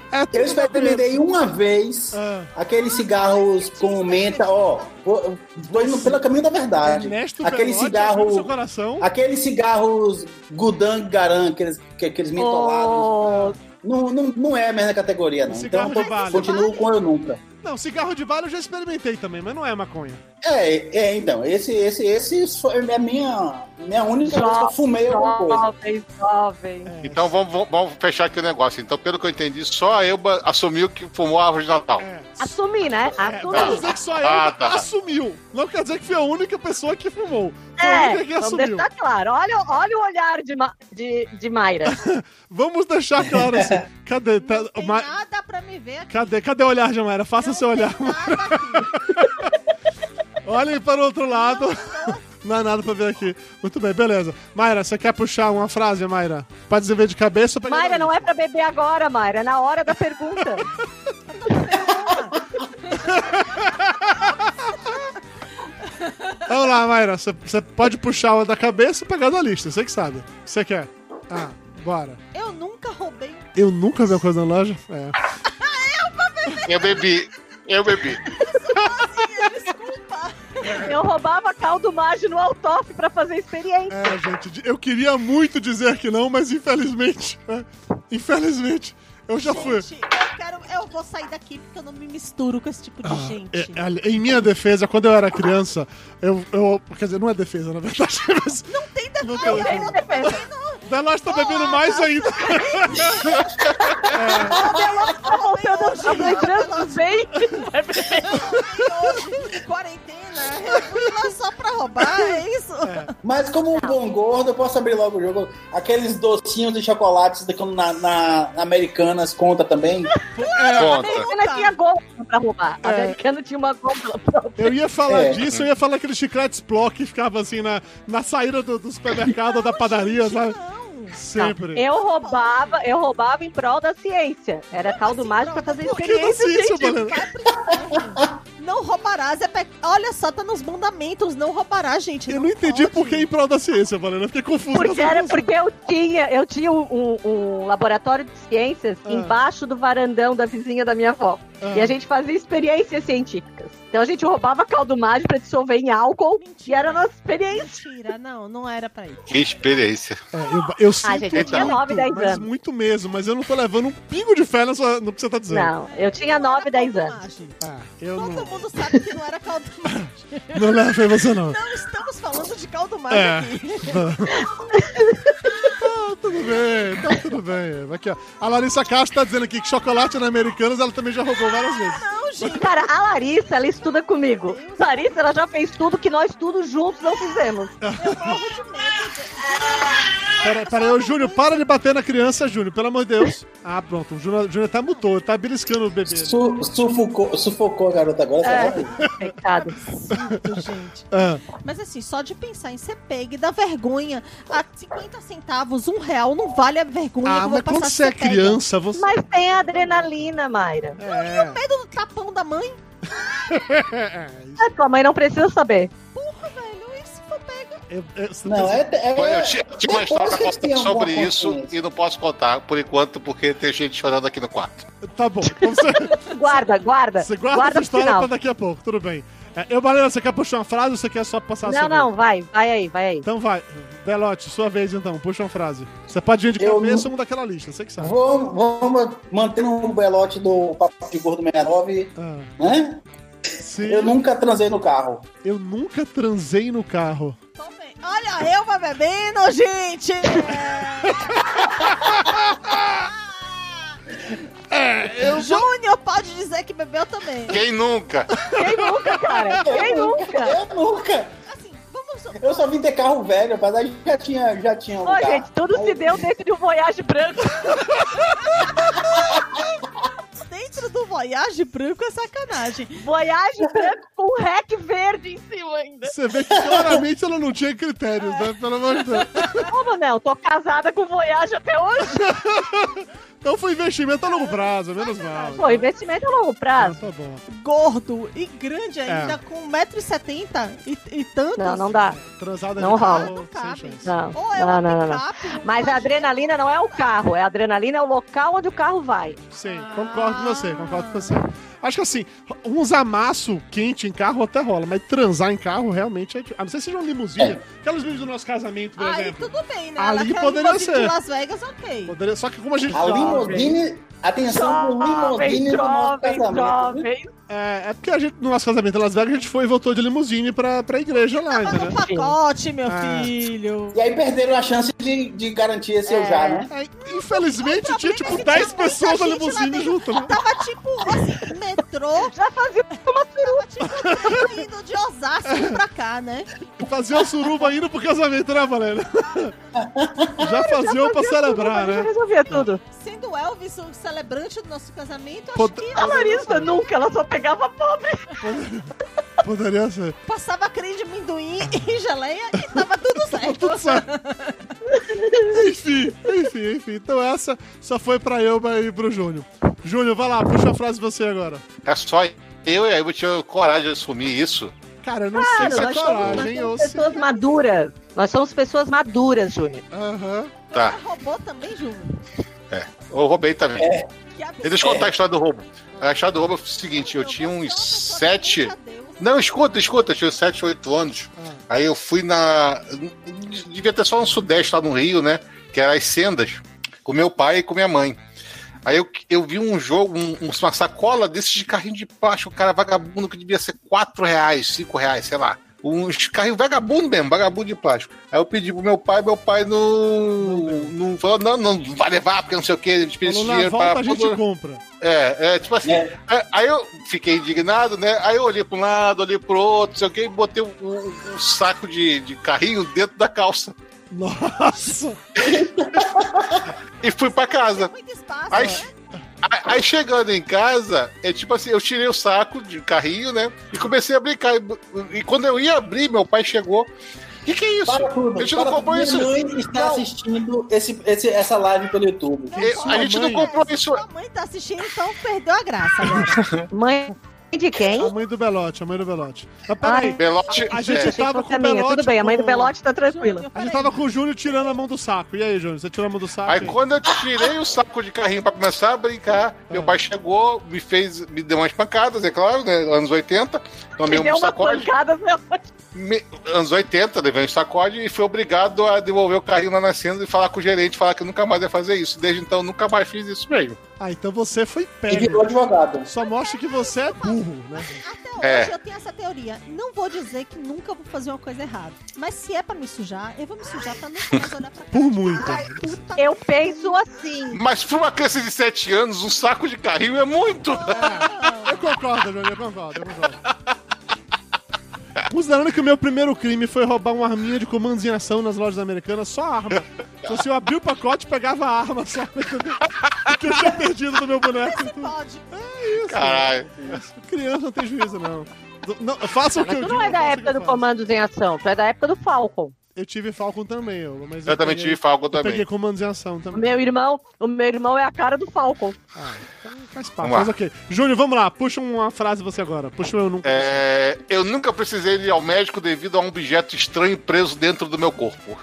S1: É tudo
S4: Eu experimentei um uma vez
S1: Ah.
S4: aqueles cigarros com menta, ó. vou- Tô indo pelo caminho da verdade.
S1: Ernesto
S4: Aquele
S1: Belotti, abriu seu
S4: cigarro.
S1: coração.
S4: Aqueles cigarros Gudang Garan, aqueles, que- aqueles
S1: Oh.
S4: mentolados.
S3: Ô,
S4: Não, não, não é a mesma categoria, não.
S1: Cigarro
S4: Então,
S1: de bala.
S4: continuo com eu nunca.
S1: Não, cigarro de bala eu já experimentei também, mas não é maconha.
S4: É, é, então, esse, esse, esse foi a minha, minha única vez que eu fumei alguma coisa.
S3: jovem, jovem.
S1: É.
S5: Então vamos, vamos- vamos fechar aqui o negócio. Então, pelo que eu entendi, só a Elba assumiu que fumou a árvore de Natal.
S1: É.
S3: Assumi, né?
S1: É, vamos
S3: Assumi.
S1: dizer que só ele
S5: Ah, tá.
S1: assumiu. Não quer dizer que foi a única pessoa que fumou. Foi a
S3: É,
S1: única que
S3: vamos
S1: assumiu.
S3: deixar claro. Olha, olha o olhar de, Ma- de,
S1: *laughs*
S3: de Mayra.
S1: Vamos deixar claro
S3: *laughs*
S1: assim. Cadê? Tá-
S2: Não tem
S1: Ma-
S2: nada pra me ver aqui.
S1: Cadê? Cadê o olhar, Jamaira? Faça
S2: Não
S1: seu
S2: tem
S1: olhar. *laughs*
S2: nada aqui.
S1: Olhem para o outro lado. *laughs* Não há nada pra ver aqui. Muito bem, beleza. Mayra, você quer puxar uma frase, Mayra? Pra desenvolver de cabeça ou pra
S3: Mayra, não é pra beber agora, Mayra. É na hora da pergunta.
S1: Vamos lá, Mayra. Você- Você pode puxar uma da cabeça e pegar da lista. Você que sabe. Você quer. Ah, bora.
S2: Eu nunca roubei. um
S1: Eu nunca vi uma coisa na loja? É.
S5: Eu bebi. Eu bebi.
S2: Desculpa.
S3: Eu roubava caldo mágico no Altoff pra fazer experiência.
S1: É, gente, eu queria muito dizer que não, mas infelizmente, né? infelizmente, *laughs* eu já fui.
S2: Gente, eu quero. Eu vou sair daqui porque eu não me misturo com esse tipo de gente.
S1: É, ali- em minha defesa, quando eu era criança, eu, eu- Quer dizer, não é defesa, na verdade, *laughs* mas.
S2: Não tem defesa.
S1: Não
S2: eu
S1: tem
S2: não
S1: Da loja tá bebendo mais ainda.
S3: Tá
S2: um
S3: voltando a lembrança dos dentes.
S2: tenho hoje, quarentena. Eu fui lá tá só pra roubar, é isso?
S4: Mas como um bom gordo, eu posso abrir logo o jogo. Aqueles docinhos de chocolates da- como na, na- na Americanas conta também.
S5: Conta.
S3: Americana tinha gôndola pra roubar. A
S1: É.
S3: Americana tinha uma gôndola pra
S1: Eu ia falar
S4: É.
S1: disso, eu ia falar aquele chiclete Splock que ficava assim na, na saída do, do supermercado ou da padaria, sabe?
S2: Não.
S1: Sempre.
S3: Eu roubava, eu roubava em prol da ciência. Era caldo
S2: assim,
S3: mágico pra
S2: prova?
S3: fazer
S1: Por que da ciência,
S3: experiência, gente.
S1: Malena?
S2: Não roubarás é pe... Olha só, tá nos mandamentos. Não roubarás, gente.
S1: Eu não entendi
S2: pode.
S1: por que em prol da ciência, Valena. Fiquei confuso.
S3: Porque
S1: com
S3: era
S1: essa
S3: porque eu tinha, eu tinha um, um laboratório de ciências
S1: Ah.
S3: embaixo do varandão da vizinha da minha avó.
S1: Ah.
S3: E a gente fazia experiências científicas. Então a gente roubava caldo mágico pra dissolver em álcool e
S2: Mentira.
S3: era a nossa experiência.
S2: Mentira, não, não era pra isso.
S5: Que experiência.
S1: É, eu, eu sinto
S3: gente, eu tinha
S1: muito,
S3: nove, dez
S1: Então, mas
S3: anos.
S1: muito mesmo, mas eu não tô levando um pingo de fé na sua- no que você tá dizendo.
S3: Não, eu tinha
S2: Não era
S3: 9, 10
S2: caldo
S3: anos.
S2: mágico.
S1: Ah, eu
S2: Todo
S1: não,
S2: mundo sabe que não era caldo mágico.
S1: *laughs* não levo em você, não.
S2: Não estamos falando de caldo
S1: É.
S2: mágico aqui.
S1: Tá tudo bem, tá tudo bem. Aqui, ó. A Larissa Castro tá dizendo aqui que chocolate na Americanas ela também já roubou várias vezes.
S2: Não, gente.
S3: Cara, a Larissa, ela estuda comigo.
S2: Meu Deus.
S3: Larissa, ela já fez tudo que nós todos juntos não fizemos.
S2: Eu morro de medo.
S1: Pera, pera aí, ô Júnior, para de bater na criança, Júnior, pelo amor de Deus. Ah, pronto, o Júnior, o Júnior tá mutou, ele tá beliscando o bebê.
S4: Su- sufocou, sufocou a garota agora, sabe?
S3: É. Coitado.
S2: Absurdo, gente.
S1: Ah,
S2: Mas assim, só de pensar em ser peg dá vergonha. A 50 centavos, um real, não vale a vergonha que
S1: ah,
S2: eu vou
S1: mas
S2: passar
S1: quando você é
S2: ser pega.
S1: criança, você.
S3: Mas tem a adrenalina, Mayra.
S1: *laughs* É,
S2: Medo do tapão da mãe,
S3: É, A tua mãe não precisa saber.
S2: Ah, velho. Isso foi pega.
S1: é, é, você
S4: Não, é.
S5: Olha,
S4: é
S5: eu ti- eu tinha uma
S4: depois
S5: história
S4: que
S5: pra
S4: tem
S5: contar
S4: alguma
S5: sobre isso
S4: consciência.
S5: e não posso contar por enquanto porque tem gente chorando aqui no quarto.
S1: Tá bom, então você,
S3: Guarda, guarda.
S1: você guarda, essa
S3: pro
S1: história
S3: final.
S1: pra daqui a pouco, tudo bem. É, eu, Balena, você quer puxar uma frase ou você quer só passar a
S3: Não,
S1: sua
S3: não, vai, vai aí, vai aí.
S1: Então vai, Belote, sua vez então, puxa uma frase. Você pode ir de
S4: Eu
S1: cabeça ou um daquela lista, você que sabe.
S4: Vamos, vamos manter o belote do Papo de Gordo 69,
S1: Ah,
S4: né?
S1: sim,
S4: Eu nunca transei no carro.
S1: eu nunca transei no carro.
S2: Tô bem. Olha, eu vou bebendo,
S1: *laughs*
S2: gente! É... Júnior pode dizer que bebeu também.
S5: Quem nunca?
S3: Quem nunca, cara? Quem nunca?
S4: Eu nunca!
S2: Assim, vamos.
S4: Eu só vim ter carro velho, mas aí já tinha, já tinha um
S3: Ô,
S4: carro.
S3: gente, tudo se deu dentro de um voyage branco.
S2: Dentro do Voyage Branco é sacanagem.
S3: Voyage branco com um rec verde em cima ainda.
S1: Você vê que claramente ela não tinha critérios, né? Pelo amor de Deus.
S3: Como não? Tô casada com voyage até hoje.
S1: Então foi investimento a longo prazo, menos mal.
S3: Pô, investimento a longo
S1: Ah,
S3: prazo.
S1: tá bom.
S2: Gordo e grande ainda,
S1: É.
S2: com 1,70m e, e tantos.
S3: Não, não dá.
S1: Transada
S3: Não
S1: no
S3: rola.
S1: carro,
S2: Não cabe.
S1: sem chance.
S3: Não,
S2: Ou é uma
S3: não, não, não. não.
S2: picape, uma
S3: Mas a adrenalina não é o carro, é a adrenalina é o local onde o carro vai.
S1: Sim, concordo com você, concordo com você. Acho que assim, uns amasso quente em carro até rola, mas transar em carro realmente é difícil. A não ser que seja uma limusine. Aquelas vídeos do nosso casamento, por
S2: Aí
S1: exemplo.
S2: tudo bem, né?
S1: Ali
S2: Naquela
S1: poderia
S2: limusine
S1: ser.
S2: de Las Vegas, ok.
S1: Poderia- só que como a gente.
S4: A limusine. Atenção pro limusine do nosso
S3: jovem,
S4: casamento. viu?
S3: jovem.
S1: É, é porque a gente, no nosso casamento em Las Vegas, a gente foi e voltou de limusine pra, pra igreja lá,
S2: Tava no
S1: entendeu?
S2: Tá um pacote, meu
S1: Ah.
S2: filho.
S4: E aí perderam a chance de, de garantir esse eu já, né?
S1: Aí,
S2: O
S1: É, infelizmente, tinha
S2: problema é
S1: tipo
S2: que
S1: 10
S2: tinha muita
S1: pessoas na
S2: gente lá
S1: limusine
S2: dentro.
S1: junto, né?
S2: Tava tipo, assim, metrô,
S3: Já fazia uma suruba.
S2: tava tipo o trem indo de Osasco pra cá, né?
S1: Fazia o suruba indo pro casamento, né,
S2: *laughs*
S1: Valéria? Já fazia o pra celebrar,
S3: Já
S1: né?
S3: resolvia tudo.
S2: Sendo o Elvis o celebrante do nosso casamento, acho
S1: Pod-
S2: que
S3: A Larissa nunca, ela só pegava pobre.
S1: Poderia ser.
S2: passava creme de amendoim e geleia e tava tudo certo.
S1: Tudo certo. *laughs* enfim, enfim, enfim. Então essa só foi pra Elba e pro Júnior. Júnior, vai lá, puxa a frase você agora.
S5: É só eu e aí eu tinha coragem de assumir isso.
S1: Cara, eu não
S3: Cara,
S1: sei se é
S3: nós somos-
S1: coragem ou
S3: somos
S1: se.
S3: pessoas maduras. Nós somos pessoas maduras, Júnior.
S1: Aham.
S5: Tá.
S2: Ah, roubou também, Júnior.
S5: Eu roubei também.
S2: Que absurdo.
S5: Deixa eu contar a história do roubo. A história do roubo é o seguinte, eu tinha uns sete... Não, escuta, escuta, eu tinha uns 7, 8 anos.
S1: É.
S5: Aí eu fui na. Devia ter só no Sudeste, lá no Rio, né? Que era as sendas, com meu pai e com minha mãe. Aí eu, eu vi um jogo, um- uma sacola desses de carrinho de plástico, cara vagabundo que devia ser 4 reais, 5 reais, sei lá. Uns carrinhos vagabundo mesmo, vagabundo de plástico. Aí eu pedi pro meu pai, meu pai não. Não falou, não, não vai levar, porque não sei o que, a gente pediu esse
S1: Falou, na
S5: dinheiro
S1: volta
S5: pra.
S1: a gente compra.
S5: É, é, tipo assim.
S4: É.
S5: é, Aí eu fiquei indignado, né? Aí eu olhei pra um lado, olhei pro outro, não sei o quê, e botei um, um- um saco de, de carrinho dentro da calça. *laughs*
S1: Nossa!
S5: E fui pra casa.
S2: é Muito espaço,
S5: Aí,
S2: né?
S3: É.
S5: aí- aí chegando em casa, é tipo assim, eu tirei o saco de carrinho, né? E comecei a brincar. E, e quando eu ia abrir, meu pai chegou. O que, que é isso?
S4: Para tudo.
S5: a gente
S4: para
S5: não
S4: tudo.
S5: comprou isso.
S4: Minha mãe está
S5: Não.
S4: assistindo esse, esse- essa live pelo YouTube.
S5: É, a gente não
S1: Mamãe.
S5: comprou isso.
S2: Sua mãe tá assistindo, então perdeu
S1: *laughs*
S2: a graça agora.
S3: Mãe de quem?
S1: A mãe do Belote, a mãe do Belote. Mas
S3: Ai,
S1: peraí,
S5: Belote.
S1: A
S5: é.
S1: gente-
S3: Achei que
S1: tava
S3: fosse
S1: com
S3: a minha.
S1: Belote
S3: Tudo bem, a mãe do
S1: com-
S3: Belote tá tranquila.
S2: Júnior,
S1: a
S2: peraí.
S1: gente tava com o Júnior tirando a mão do saco. E aí, Júnior, você tirou a mão do saco?
S5: Aí
S1: hein?
S5: quando eu tirei o saco de carrinho pra começar a brincar, meu
S4: É.
S5: pai chegou, me fez, me deu umas pancadas, é claro, né? Anos 80, tomei
S3: Me deu
S5: um
S3: uma
S5: sacode,
S3: pancada, meu.
S5: me- anos 80, levei um sacode e fui obrigado a devolver o carrinho lá na nascenda e falar com o gerente, falar que eu nunca mais ia fazer isso. Desde então, nunca mais fiz isso mesmo.
S1: Ah, então você foi
S4: E
S1: pego.
S4: virou advogado.
S1: Só mostra que você é burro, né?
S2: Até hoje
S5: É.
S2: eu tenho essa teoria. Não vou dizer que nunca vou fazer uma coisa errada. Mas se é pra me sujar, eu vou me sujar pra nunca mais olhar pra cara.
S1: Por muito.
S2: Ai, puta
S3: Eu
S2: merda.
S3: penso assim.
S5: Mas pra uma criança de 7 anos, um saco de carrinho é
S1: *laughs*
S5: muito!
S2: Não,
S1: Eu concordo, Júnior, eu concordo, eu concordo. Considerando que o meu primeiro crime foi roubar uma arminha de comandos em ação nas lojas americanas, só arma. Então, se eu abrir o pacote, pegava a arma só. Porque eu tinha perdido do meu boneco.
S2: não pode.
S1: Isso,
S5: Caralho.
S1: Criança não tem juízo, não. Do- não faça o que
S3: Mas
S1: eu
S3: tu
S1: digo.
S3: não é da
S1: faça o que
S3: época
S1: eu
S3: do
S1: faço.
S3: Comandos em Ação, tu é da época do Falcon.
S1: Eu tive Falcon também, eu. Mas
S5: Eu também
S1: peguei-
S5: tive Falco
S1: Eu peguei
S5: também.
S1: comandos em ação
S3: O
S1: também.
S3: meu irmão, o meu irmão é a cara do Falcon.
S1: Ah, então faz parte.
S5: Vamos lá.
S1: Mas ok. Júnior, vamos lá. Puxa uma frase você agora. Puxa um eu nunca.
S5: É, eu nunca precisei ir ao médico devido a um objeto estranho preso dentro do meu corpo.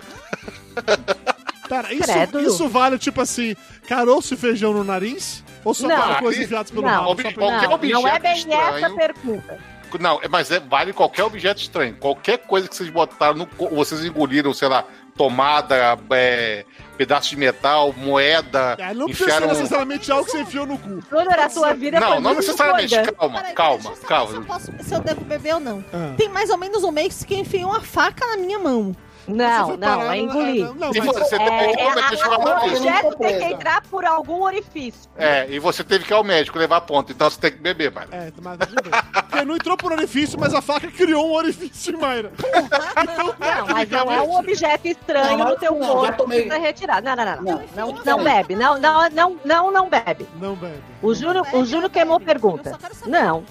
S1: Pera, isso,
S3: Credo.
S1: isso vale tipo assim, caroço e feijão no nariz? Ou só
S3: Não.
S1: para coisas enfiadas pelo
S3: Não.
S1: rabo?
S5: Obje-
S1: Só pra-
S5: Qualquer um.
S3: Não, não é
S5: objeto
S3: bem
S5: estranho.
S3: essa pergunta.
S5: Não, é- mas é, vale qualquer objeto estranho. Qualquer coisa que vocês botaram no corpo, vocês engoliram, sei lá, tomada, é, pedaço de metal, moeda.
S1: É, não precisa ser
S5: enfiaram... um-
S1: necessariamente algo que você enfiou no cu.
S3: Júnior, a sua vida foi
S5: Não, não
S3: muito
S5: necessariamente.
S3: doida.
S5: Calma,
S2: Peraí, deixa
S5: calma,
S2: eu saber Se eu,
S5: calma.
S2: posso, se eu devo beber ou não.
S1: Ah.
S2: Tem mais ou menos um mês que eu enfiei uma faca na minha mão.
S1: Você
S3: Não,
S1: foi
S3: não,
S1: parar
S3: é
S1: no-
S3: engolir.
S1: não,
S5: E
S1: mas-
S5: você teve que
S3: É, a-
S5: cometer a jogar
S3: o
S5: na mesa.
S3: objeto tem que entrar por algum orifício.
S5: É, e você teve que ir ao médico levar ponto, então você tem que beber, mano.
S1: É, mas tudo bem. Porque não entrou por orifício, mas a faca criou um orifício em Mayra. Então,
S3: Não, mas não é um
S1: tecnicamente-
S3: objeto estranho
S4: Não,
S3: no teu
S4: não, já
S3: corpo
S4: tomei.
S3: que precisa retirar. Não, não, não, não.
S4: Não,
S3: Não, não bebe. Não, não, não, não, não bebe.
S1: Não, bebe.
S3: O Júnior, o
S2: Bebe,
S3: Júnior
S2: não
S3: queimou
S2: bebe. Eu
S3: pergunta.
S2: só quero saber.
S3: Não.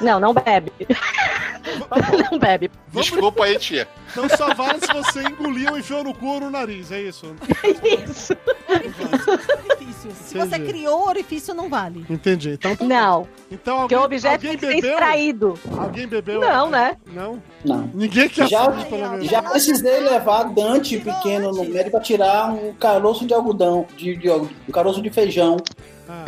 S3: Não, não bebe. não bebe.
S1: Vamos-
S5: Desculpa aí,
S4: *laughs*
S5: tia.
S1: Então só vale se você engoliu ou enfiou no cu ou no nariz, é isso.
S3: Isso.
S2: Orifício. Se você
S1: Entendi.
S2: criou orifício, não vale.
S1: Entendi. Então,
S3: Não.
S1: então
S3: Porque
S1: alguém,
S3: o objeto
S1: alguém
S3: tem que ser
S1: bebeu?
S3: extraído.
S1: Alguém bebeu?
S3: Não, né?
S1: Não?
S4: Não.
S1: Ninguém quer
S4: Já-
S1: saber, pelo menos.
S4: Já precisei levar Dante pequeno no médico pra tirar um caroço de algodão, de, de, um caroço de feijão
S1: Ah,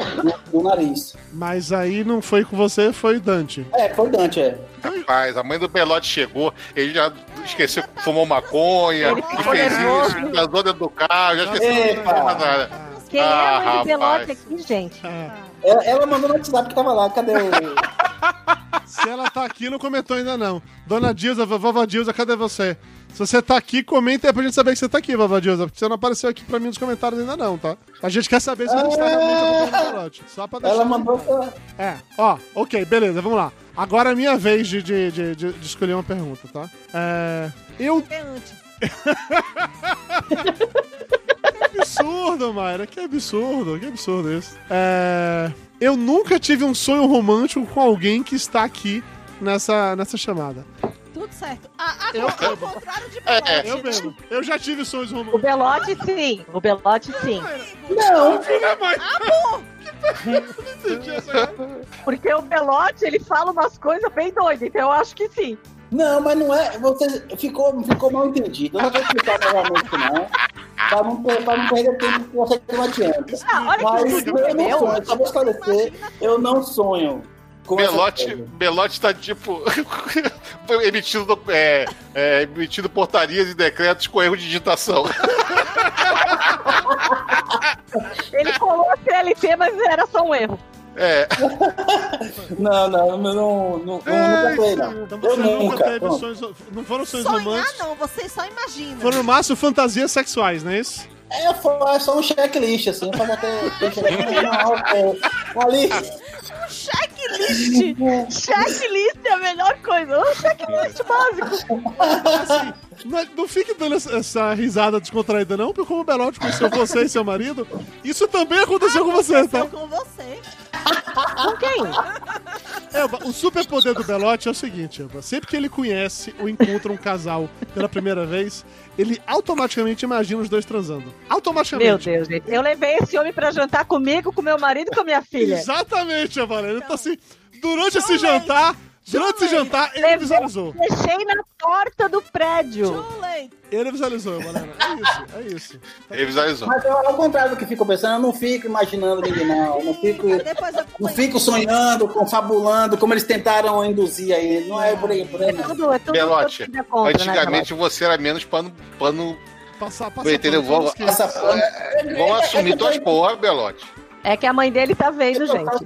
S4: no, no nariz.
S1: mas aí não foi com você, foi o Dante.
S4: É, foi Dante, é.
S5: Rapaz, a mãe do Belote chegou, ele já esqueceu
S2: tá
S5: que fumou maconha,
S3: Ele
S5: que
S3: ficou
S5: fez
S3: nervoso.
S5: isso, das ondas do carro, já esqueceu que não tinha mais nada.
S2: Tá transcrito.
S3: Quem
S5: Ah,
S3: é o Andy
S5: rapaz.
S3: Belotti aqui, gente?
S1: É,
S4: Ela, ela mandou no WhatsApp que tava lá, cadê
S5: *laughs*
S4: o.
S1: se ela tá aqui, não comentou ainda não. Dona Dilza, vo- vovó Dilza, cadê você? Se você tá aqui, comenta aí pra gente saber que você tá aqui, vovó Dilza, porque você não apareceu aqui pra mim nos comentários ainda não, tá? A gente tá quer saber se você está realmente acompanhando o Belote. um Só pra deixar...
S4: Ela mandou.
S1: É, ó, ok, beleza, vamos lá. Agora é minha vez de, de, de, de- de escolher uma pergunta, tá? É... Eu...
S2: Até antes.
S1: Que absurdo, Mayra, que absurdo, que absurdo isso. É... Eu nunca tive um sonho romântico com alguém que está aqui nessa, nessa chamada.
S2: Tudo certo. Ah,
S1: Eu-
S2: agora ao contrário de né?
S5: É,
S1: Eu mesmo. Eu já tive sonhos
S3: O
S1: românticos.
S3: Belotti, sim. O Belotti, sim.
S4: Não,
S3: Porque o Belotti, ele fala umas coisas bem doidas, então eu acho que sim.
S4: Não, mas não é. Você ficou, ficou mal entendido. Eu não vou explicar novamente, não. Pra não, per- pra não perder tempo que você não adianta.
S3: Ah, olha que
S4: mas
S3: tudo,
S4: eu não
S3: meu.
S4: sonho, só vou esclarecer, eu não sonho. com essa
S5: Belote,
S4: coisa.
S5: Belote tá tipo. *laughs* emitindo, do- é, é, emitindo portarias e decretos com erro de digitação. *laughs*
S3: Ele colou a CLT, mas era só um erro.
S5: É,
S4: Não, não, eu não, não, não, nunca sonhei, não.
S1: Então
S4: Eu
S1: você nunca
S4: nunca.
S1: teve
S4: não.
S1: sonhos. Não foram sonhos
S2: Sonhar
S1: românticos.
S2: não, vocês só imaginam.
S1: Foram no máximo fantasias sexuais, não é isso?
S4: É, foi só um checklist, assim, pra bater. ter checklist, não, pô. Ali,
S2: Um
S3: Checklist! Checklist é a melhor coisa. Um checklist *laughs* básico.
S1: Não, é, não fique dando essa, essa risada descontraída, não, porque como o Belote conheceu você e seu marido, isso também aconteceu com você, tá?
S2: Ah, Aconteceu com você.
S3: Com quem?
S1: Elba, o superpoder do Belote é o seguinte, Elba. Sempre que ele conhece ou encontra um casal pela primeira vez, ele automaticamente imagina os dois transando. Automaticamente.
S3: Meu Deus, gente. Eu levei esse homem pra jantar comigo, com meu marido e com minha filha.
S1: Exatamente, Elba. Ele tá assim. Durante esse
S2: Too late.
S1: jantar, durante esse
S2: late.
S1: jantar, ele
S3: Levou-
S1: visualizou.
S3: Deixei na porta do prédio.
S2: Too late.
S1: Ele visualizou, Elba. Helena. É isso, é isso.
S5: ele visualizou.
S4: mas eu, ao contrário do que fico pensando, eu não fico imaginando ninguém, não. Eu Não fico,
S2: Aí Depois eu
S4: não fico sonhando, confabulando, como eles tentaram induzir aí. Não é por aí, por aí,
S3: É
S4: não.
S3: tudo, é tudo
S5: Belote,
S3: tudo contra, né,
S5: Antigamente você era menos pano. pano
S1: Passar, passar.
S5: Eu entendeu,
S1: pano, pano
S5: vou-
S1: esquerdo.
S4: Essa fama.
S5: É, vão assumir
S4: *laughs*
S5: tuas porras, Belote.
S3: Belote? É que a mãe dele tá vendo, gente.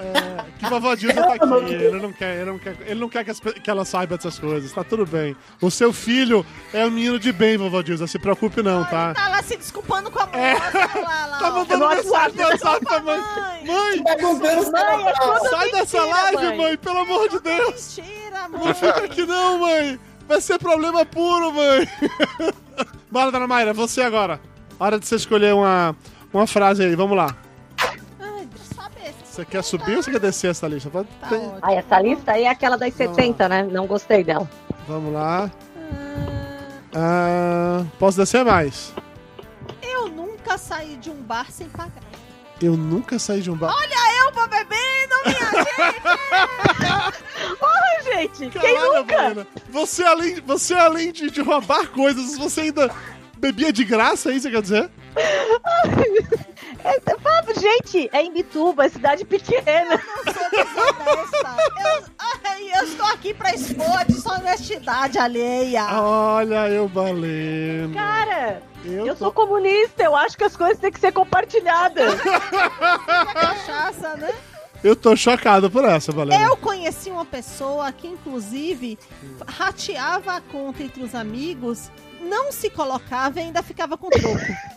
S1: É, que vovó Dilda tá aqui, ele não quer, ele não quer, ele não quer que, as pe- que ela saiba dessas coisas, tá tudo bem. O seu filho é um menino de bem, vovó Dilda, se preocupe não, tá?
S2: Tá lá se desculpando com a mãe. olha Lá, lá,
S1: Tá
S2: ó.
S1: mandando
S3: no
S1: mensagem
S3: WhatsApp.
S1: no WhatsApp pra mãe.
S2: Mãe.
S1: Mãe,
S4: Perguntando se
S3: Mãe,
S4: ela
S3: é
S4: tá-
S3: tudo
S1: sai
S3: mentira,
S1: dessa live, mãe.
S3: mãe.
S1: pelo amor de Deus.
S2: Mentira, mãe.
S1: Não fica aqui não, mãe. Vai ser problema puro, mãe. *laughs* Bora, dona Mayra, você agora. Hora de você escolher uma, uma frase aí, vamos lá.
S2: Ai, deixa eu saber.
S1: Você quer subir ou você quer descer essa lista? Pode-
S2: Tá
S1: tem-
S2: ótimo.
S3: Ah, essa lista aí é aquela das 70, né? Não gostei dela.
S1: Vamos lá. Ah, posso descer mais?
S2: Eu nunca saí de um bar sem pagar.
S1: Eu nunca saí de um bar.
S2: Eu vou bebendo, minha
S3: Porra, gente! Quem nunca?
S1: Marina, Você além, você, além de, de roubar coisas, você ainda bebia de graça, é isso que quer dizer?
S3: É, fala, gente, é em Bituba, é cidade pequena.
S2: dessa. Eu, ai, eu estou aqui pra expor a desonestidade alheia.
S1: Ah. Olha, eu baleno.
S3: *laughs* Cara,
S1: eu,
S3: eu
S1: tô...
S3: sou comunista, eu acho que as coisas têm que ser *laughs* compartilhadas.
S2: A cachaça, né?
S1: eu tô chocado por essa, Balena.
S2: Eu conheci uma pessoa que, inclusive, rateava a conta entre os amigos, não se colocava e ainda ficava com troco.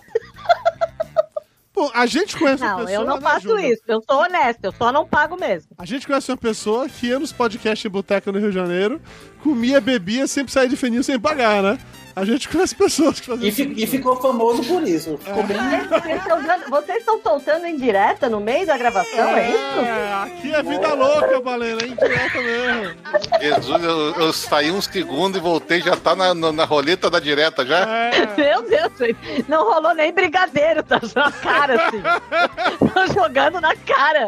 S1: Bom, a gente conhece uma
S3: Não,
S1: pessoa.
S3: eu não
S1: né,
S3: faço
S1: Júlia?
S3: isso, eu sou honesta, eu só não pago *laughs* mesmo.
S1: A gente conhece uma pessoa que ia nos podcasts em boteca no Rio de Janeiro, comia, bebia, sempre saía de fininho sem pagar, né? A gente conhece pessoas que fazem
S4: E,
S1: isso.
S4: fi- e ficou famoso por isso. Ficou bem.
S3: Vocês estão dando- Vocês estão soltando em direta no meio da gravação, é isso?
S1: É, aqui é vida louca, Balena, é indireta mesmo.
S5: Jesus, eu, eu saí um segundo e voltei, já tá na, na, na roleta da direta já.
S1: É.
S3: *laughs* Meu Deus, gente, não rolou nem brigadeiro, tá na
S1: *laughs*
S3: cara, assim. Tô jogando na cara.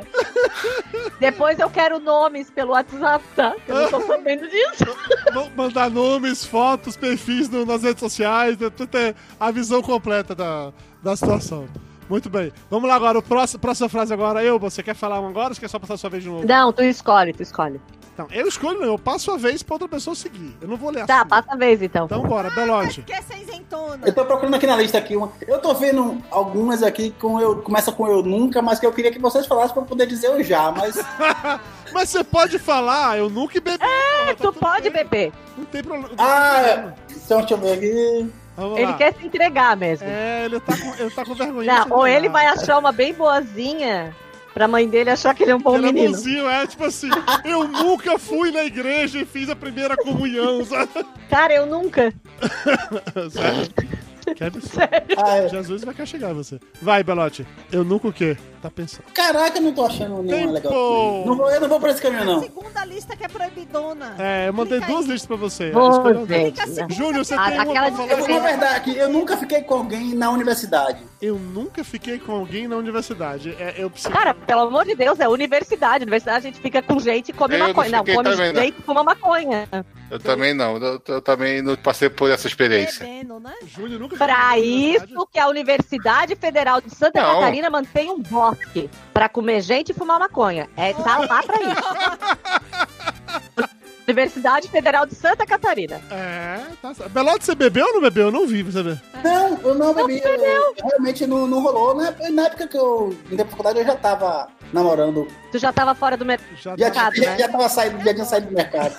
S3: Depois eu quero nomes pelo WhatsApp, tá? Eu não tô sabendo disso.
S1: Vão mandar nomes, fotos, perfis no- nas redes sociais, né, pra ter a visão completa da, da situação. Muito bem. Vamos lá agora, o próximo, próxima frase agora. Eu, você quer falar uma agora ou você quer só passar a sua vez de novo?
S3: Não, tu escolhe, tu escolhe.
S1: Não, Então, eu escolho não, eu passo a vez pra outra pessoa seguir. Eu não vou ler a
S3: Tá,
S1: sua.
S3: passa a vez então.
S1: Assim. Então bora, Belote.
S2: Quer ser isentona?
S4: Eu tô procurando aqui na lista aqui. uma- Eu tô vendo algumas aqui com eu. Começa com eu nunca, mas que eu queria que vocês falassem pra eu poder dizer eu já, mas.
S1: Mas você pode falar, eu nunca bebi. É,
S3: Tu pode beber.
S1: Não tem problema. não tem
S4: Ah!
S1: problema.
S4: Então deixa eu ver aqui.
S1: Vamos
S3: Ele
S1: lá.
S3: quer se entregar mesmo.
S1: É, ele tá com, ele tá com vergonha. de se
S3: Não, ou
S1: entregar.
S3: ele vai achar uma bem boazinha pra mãe dele achar que ele é um bom
S1: Ele é
S3: menino.
S1: bonzinho, é tipo assim, eu nunca fui na igreja e fiz a primeira comunhão, *laughs* sabe?
S3: Cara, eu nunca.
S1: Sério? Que absurdo.
S4: Ah, é. Ah,
S1: Jesus vai castigar você. Vai, Belote. Eu nunca o quê? tá pensando.
S4: Caraca, eu não tô achando nenhuma legal. Não vou, eu não vou pra esse caminho, não.
S2: Segunda lista que é proibidona.
S1: É, eu mandei
S2: Clica
S1: duas
S2: aí.
S1: listas pra você.
S3: Ô,
S1: Esperando.
S3: gente.
S2: Clica a segunda
S1: Júnior, você
S2: que-
S1: tem uma
S3: Ah, aquela
S1: pra
S4: Eu
S1: falar?
S4: vou conversar aqui. Eu nunca fiquei com alguém na universidade.
S1: Eu nunca fiquei com alguém na universidade. É, eu preciso...
S3: Cara, pelo amor de Deus, é universidade. Universidade a gente fica com gente e come
S5: Eu não
S3: maconha. Não,
S5: fiquei
S3: come
S5: também, não.
S3: gente e fuma maconha.
S5: Eu também não, eu, eu também não passei por essa experiência.
S2: Bebendo, né?
S1: Júnior nunca ficou na
S3: Pra
S1: universidade.
S3: isso que a Universidade Federal de Santa
S5: Não.
S3: Catarina mantém um bosque pra comer gente e fumar maconha. É, tá lá pra
S5: *laughs*
S3: isso. Universidade Federal de Santa Catarina.
S1: É, tá certo. Belote, você bebeu ou não bebeu? Eu não vi pra saber.
S4: Não, eu não bebi. eu- realmente não, não rolou. Na, na época que eu entrei pra faculdade, eu já tava namorando.
S3: Tu já tava fora do mercado.
S1: Já
S4: Já,
S1: tá...
S3: Mercado,
S4: já,
S3: né?
S4: já tava saindo, já tinha saído do mercado.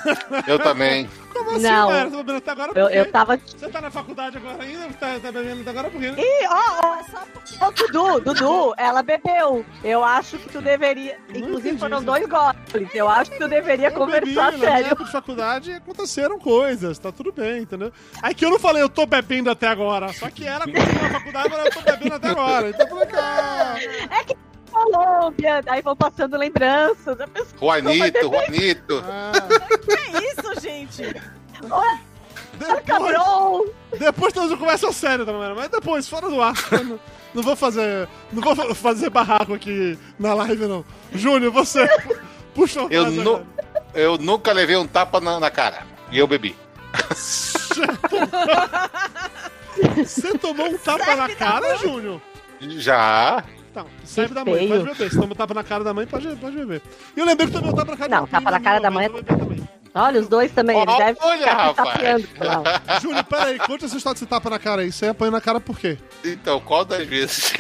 S5: Eu também.
S1: Como assim,
S3: Não.
S1: cara? Você tá bebendo até agora
S3: Eu,
S1: por quê?
S3: eu tava.
S1: Você tá na faculdade agora ainda? Tá, tá bebendo até agora por quê?
S3: Ih, ó,
S2: Não, é só porque
S3: ó, Dudu, Dudu, ela bebeu. Eu acho que tu deveria.
S1: entendi,
S3: Inclusive foram
S1: gente.
S3: dois goles. Eu acho que tu deveria
S1: Eu bebi,
S3: conversar
S1: na minha
S3: sério.
S1: época de faculdade aconteceram coisas, tá tudo bem, entendeu? Aí que eu não falei, eu tô bebendo até agora, só que ela aconteceu na faculdade, mas eu tô bebendo até agora. Então eu falei, ah,
S3: Colômbia, daí vão passando lembranças. A pessoa
S5: Juanito, Juanito.
S1: ah.
S2: é isso, gente.
S1: Depois,
S3: cabrou.
S1: depois nós conversa sério, tá, galera? Mas depois, fora do ar. eu Não, não vou fazer. Não vou fa- fazer barraco aqui na live, não. Júnior, você. Puxa o
S5: Eu, nu, eu nunca levei um tapa na, na cara. E eu bebi.
S1: Você tomou um tapa na cara, Júnior?
S5: Já.
S1: Então, serve da mãe,
S3: feio.
S1: pode beber. Se toma um tapa na cara da mãe, pode, pode beber. E eu lembrei que também um tapa na cara
S3: Não,
S1: da
S3: tapa na cara da mãe é- Olha, os dois também. Ele
S5: Olha,
S3: deve ficar
S5: rapaz.
S3: se tapeando por lá.
S1: *laughs* Júlio, peraí, conta essa história desse tapa na cara aí. Você apanha na cara por quê?
S5: Então, qual das vezes?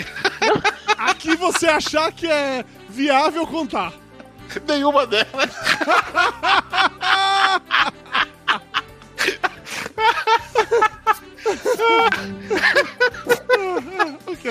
S5: *laughs*
S1: Aqui você achar que é viável contar.
S5: Nenhuma delas.
S1: *laughs* Ok.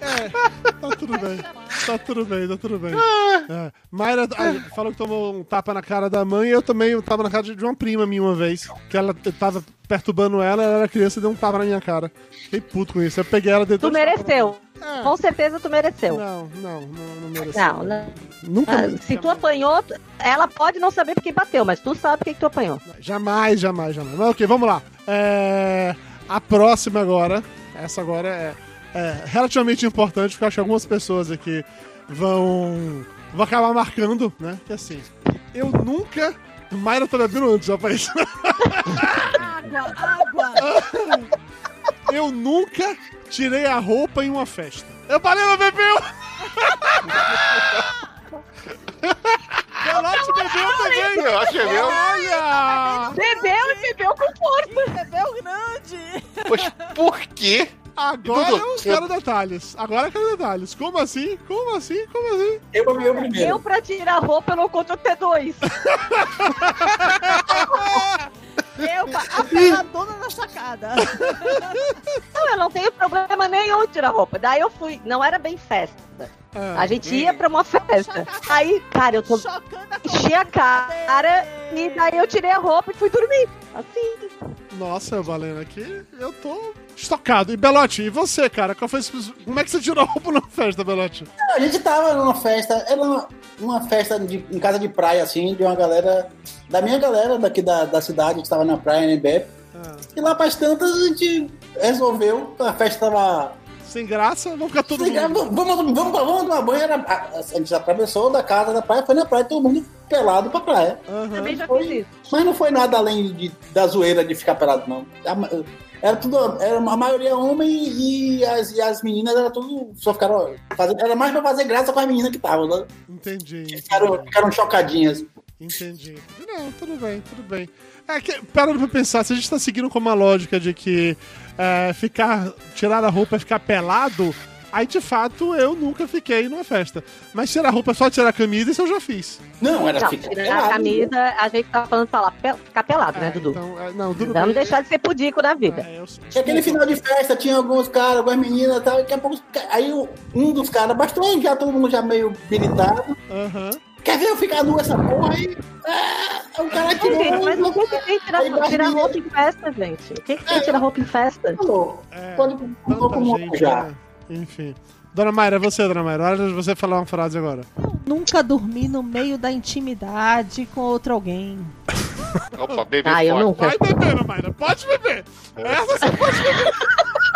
S1: É, tá tudo bem. Tá tudo bem, tá tudo bem. É. Mayra a- falou que tomou um tapa na cara da mãe e eu também um tapa na cara de uma prima minha uma vez. Que ela eu tava perturbando ela, ela era criança e deu um tapa na minha cara. Fiquei puto com isso. Eu peguei ela dentro
S3: Tu mereceu. Com certeza tu mereceu.
S1: Ah. Não, não, não, não mereci.
S3: Não, não.
S1: Nunca.
S3: Ah,
S1: mereci.
S3: Se tu apanhou, tu- ela pode não saber porque bateu, mas tu sabe porque que tu apanhou.
S1: Jamais, jamais, jamais. Mas ok, vamos lá. É, A próxima agora, essa agora é, é relativamente importante, porque eu acho que algumas pessoas aqui vão, vão acabar marcando, né? Que assim, eu nunca. Mayra tá bebendo antes, rapaz.
S2: Água, água.
S1: *laughs* Eu nunca tirei a roupa em uma festa. Eu parei, ela bebeu! *laughs* Belote bebeu também!
S5: Eu acho que é meu.
S1: Olha!
S3: Bebeu e bebeu com força.
S2: Bebeu grande.
S5: Mas por quê?
S1: Agora
S5: Dudu,
S1: eu quero detalhes. Agora eu quero detalhes. Como assim? Como assim? Como assim?
S4: Eu bebi o
S3: Eu,
S4: primeiro.
S3: pra tirar roupa, eu não conto até dois.
S2: Eu, a pegadona na sacada.
S3: Não, eu não tenho problema nenhum de tirar roupa. Daí eu fui. Não era bem festa.
S1: Ah,
S3: A gente ia pra uma festa. Aí, cara, eu tô.
S2: Chocando a
S3: Enchi a cara e daí eu tirei a roupa e fui dormir. Assim.
S1: Nossa, Valena, aqui eu tô estocado. E Belote, e você, cara? Qual foi esse- Como é que você tirou a roupa na festa, Belote?
S4: A gente tava numa festa, era uma, uma festa de- em casa de praia, assim, de uma galera, da minha galera daqui da, da cidade, que tava na praia, em Bep.
S1: Ah,
S4: E lá pras tantas a gente resolveu, a festa tava
S1: sem graça, vamos ficar todo
S4: Sim, cara,
S1: mundo.
S4: vamos, vamos, vamos, vamos tomar banho. Era, a, a gente atravessou da casa da praia, foi na praia, todo mundo pelado pra praia.
S1: Aham.
S3: Também já
S4: Foi.
S3: fiz isso.
S4: Mas não foi nada além de, da zoeira de ficar pelado, não. A ma- era tudo, era a maioria homem e as, e as meninas era tudo, só ficaram fazendo, era mais pra fazer graça com as meninas que estavam, né?
S1: Entendi.
S4: ficaram, ficaram chocadinhas.
S1: Entendi. Não, tudo bem, tudo bem. É que, parando pra pensar, se a gente tá seguindo com uma lógica de que é, ficar, tirar a roupa é ficar pelado, aí de fato eu nunca fiquei numa festa. Mas tirar a roupa é só tirar a camisa, isso eu já fiz.
S4: Não, era
S3: Não,
S4: ficar
S3: tirar a camisa, a gente tá falando falar, pel- ficar pelado, né,
S1: É,
S3: Dudu?
S1: Então, é, não, tudo
S3: Vamos
S1: bem.
S3: deixar de ser pudico na vida.
S1: É, eu sei.
S4: E aquele final de festa tinha alguns caras, algumas meninas e tal, e daqui a pouco, os ca- aí o- um dos caras bastou, já todo mundo já meio habilitado.
S1: Aham.
S4: Quer ver eu ficar nu essa porra aí? Ah, o cara
S3: Ai,
S4: tirou.
S3: gente, mas não tem que ter tirar,
S4: Aí vai
S3: tirar
S4: menina.
S3: roupa em festa, gente. O que, que tem que tirar roupa em festa?
S4: Falou.
S1: É,
S4: Quando
S1: tanta
S4: mudou com o mundo
S1: gente,
S4: já.
S1: né? Enfim. Dona Mayra, você, Dona Mayra, hora de você falar uma frase agora.
S2: Nunca dormi no meio da intimidade com outro alguém.
S5: Opa, bebê
S3: Ah, eu
S5: forte.
S3: nunca.
S1: Vai beber, Dona Mayra, pode beber. Essa você pode beber.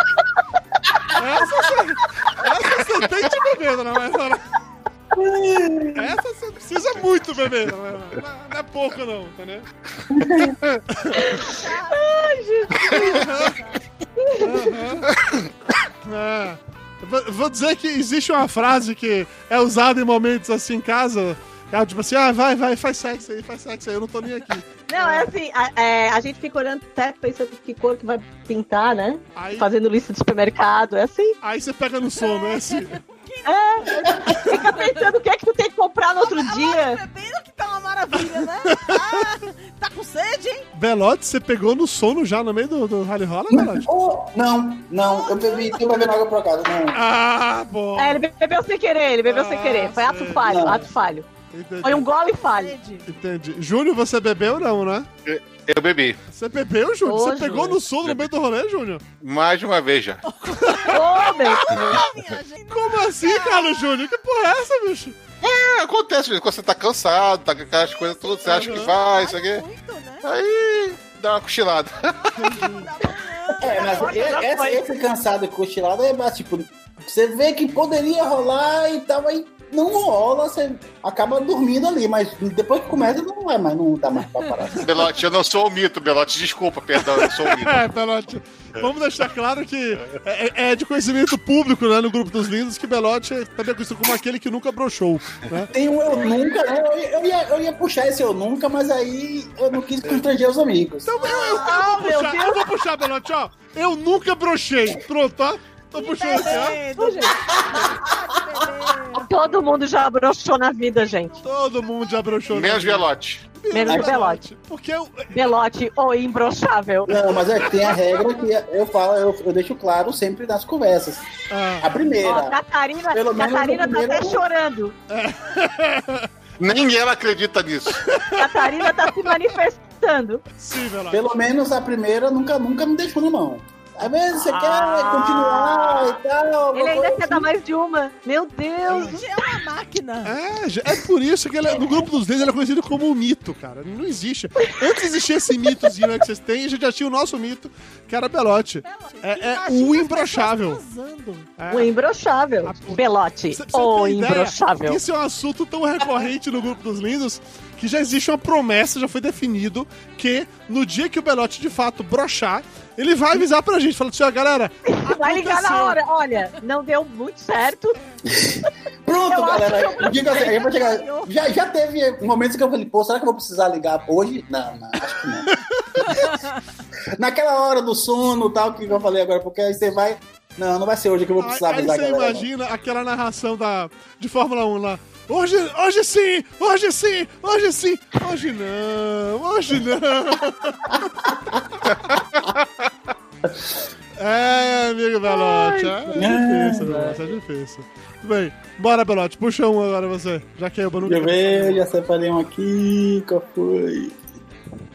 S1: Essa você, essa você tem que beber, Dona Mayra. Essa você precisa muito beber. Dona Mayra. Não, não é pouco, não, entendeu? É. V- Vou dizer que existe uma frase que é usada em momentos assim em casa. que É tipo assim, ah, vai, vai, faz sexo aí, faz sexo aí, eu não tô nem aqui.
S3: Não, é assim, a, é, a gente fica olhando até pensando que cor que vai pintar, né?
S1: Aí,
S3: Fazendo lista de supermercado, é assim.
S1: aí você pega no sono, é assim.
S3: Fica pensando o que é *laughs* que tu tem que comprar no outro dia.
S2: Bebendo que tá uma maravilha, né? Ah, tá com sede, hein?
S1: Belote, você pegou no sono já no meio do, do rally rola, Belote?
S4: Oh, não, não, eu bebi, tô bebendo água por acaso, não.
S1: Ah, bom.
S3: É, ele bebeu sem querer, ele bebeu sem
S1: Ah,
S3: querer. Foi ato
S1: sei.
S3: falho,
S4: Não.
S3: ato falho.
S1: Entendi.
S3: Foi um gole falho.
S2: Sede.
S1: Entendi. Júnior, você bebeu ou não, né?
S5: Eu bebi.
S1: Você bebeu, Júnior?
S3: Ô,
S1: Você pegou
S3: Júnior.
S1: no sono no meio do rolê, Júnior?
S5: Mais de uma vez já.
S3: Ô, meu Deus.
S2: Ah, minha gente.
S1: Como assim, Carlos Júnior? Que porra é essa, bicho?
S5: É, acontece, gente, quando você tá cansado, tá com aquelas coisas todas, você acha que vai, Ah, isso aqui.
S2: Muito, né?
S5: Aí dá uma cochilada. *laughs*
S2: Da manhã.
S4: É, mas eu-
S3: já
S4: essa,
S3: foi.
S4: esse cansado e cochilado é mais tipo, você vê que poderia rolar e tal, aí não rola, você acaba dormindo ali, mas depois que começa não vai mais, não dá mais pra parar.
S5: Belote, eu não sou o mito, Belote, desculpa, perdão, eu sou o mito.
S1: É, Belote. Vamos deixar claro que é, é de conhecimento público, né, no grupo dos lindos, que Belote tá bem acostumado como aquele que nunca broxou, né?
S4: Tem um eu nunca, né? Eu, eu ia, eu ia puxar esse eu nunca, mas aí eu não quis constranger os amigos.
S1: Então eu, eu, eu
S3: Ah,
S1: vou
S3: meu
S1: puxar,
S3: Deus.
S1: eu vou puxar, Belote, ó. Eu nunca brochei. Pronto, ó. Tô puxando aqui, ó.
S2: Bebendo,
S3: Ô, gente,
S2: bebendo.
S3: Todo mundo já broxou na vida, gente.
S1: Todo mundo já broxou. né?
S5: Menos Belote.
S3: Menos o Belote.
S1: Porque eu,
S3: Belote, o imbroxável.
S4: Não, mas é que tem a regra que eu falo, eu, eu deixo claro sempre nas conversas.
S1: ah,
S4: A primeira.
S3: Ó, Catarina,
S4: Pelo menos
S3: Catarina
S4: no
S3: tá até
S4: primeiro-
S3: chorando.
S5: Nem ela acredita nisso.
S3: Catarina tá se manifestando.
S1: sim, Belote.
S4: Pelo menos a primeira nunca, nunca me deixou na mão. Às vezes você quer continuar e tal.
S3: Ah. Ele ainda quer
S4: coisa
S3: dar mais de uma. Meu Deus.
S2: Gente, é uma máquina.
S1: É, já- é por isso que ele é- no grupo dos deuses ele é conhecido como o mito, cara. Não existe. Antes existia esse mitozinho aí que vocês têm, a gente já tinha o nosso mito, que era Belote. É- é
S2: Imagina
S1: o
S2: as
S1: imbrochável.
S2: pessoas transando.
S1: É.
S3: O imbroxável. Belote,
S1: Ah, Cê- cê
S3: o
S1: tem ideia?
S3: imbroxável.
S1: Esse é um assunto tão recorrente no grupo dos lindos que já existe uma promessa, já foi definido que no dia que o Belote de fato brochar, ele vai avisar pra gente, falando assim, ó, galera,
S3: Vai ligar na
S1: aconteceu.
S3: hora. Olha, não deu muito certo.
S4: assim. Pronto,
S3: Eu acho que
S4: galera.
S3: eu
S4: Diga assim, aí eu vou chegar.
S3: ganhou.
S4: Já, já teve momentos que eu falei, pô, será que eu vou precisar ligar hoje? Não, não, acho que não.
S3: *laughs*
S4: Naquela hora do sono tal, que eu falei agora, porque aí você vai. Não, não vai ser hoje que eu vou
S1: Aí,
S4: precisar
S1: aí
S4: avisar a
S1: você
S4: galera.
S1: imagina aquela narração da, de Fórmula 1 lá. Hoje, hoje sim, hoje sim, hoje sim, hoje não, *laughs* hoje não. é, amigo Belote, é difícil, Belote, é difícil. Tudo bem, bora Belote, puxa um agora você, já que eu
S4: Deixa
S1: nunca...
S4: eu ver, já separei um aqui. Qual foi?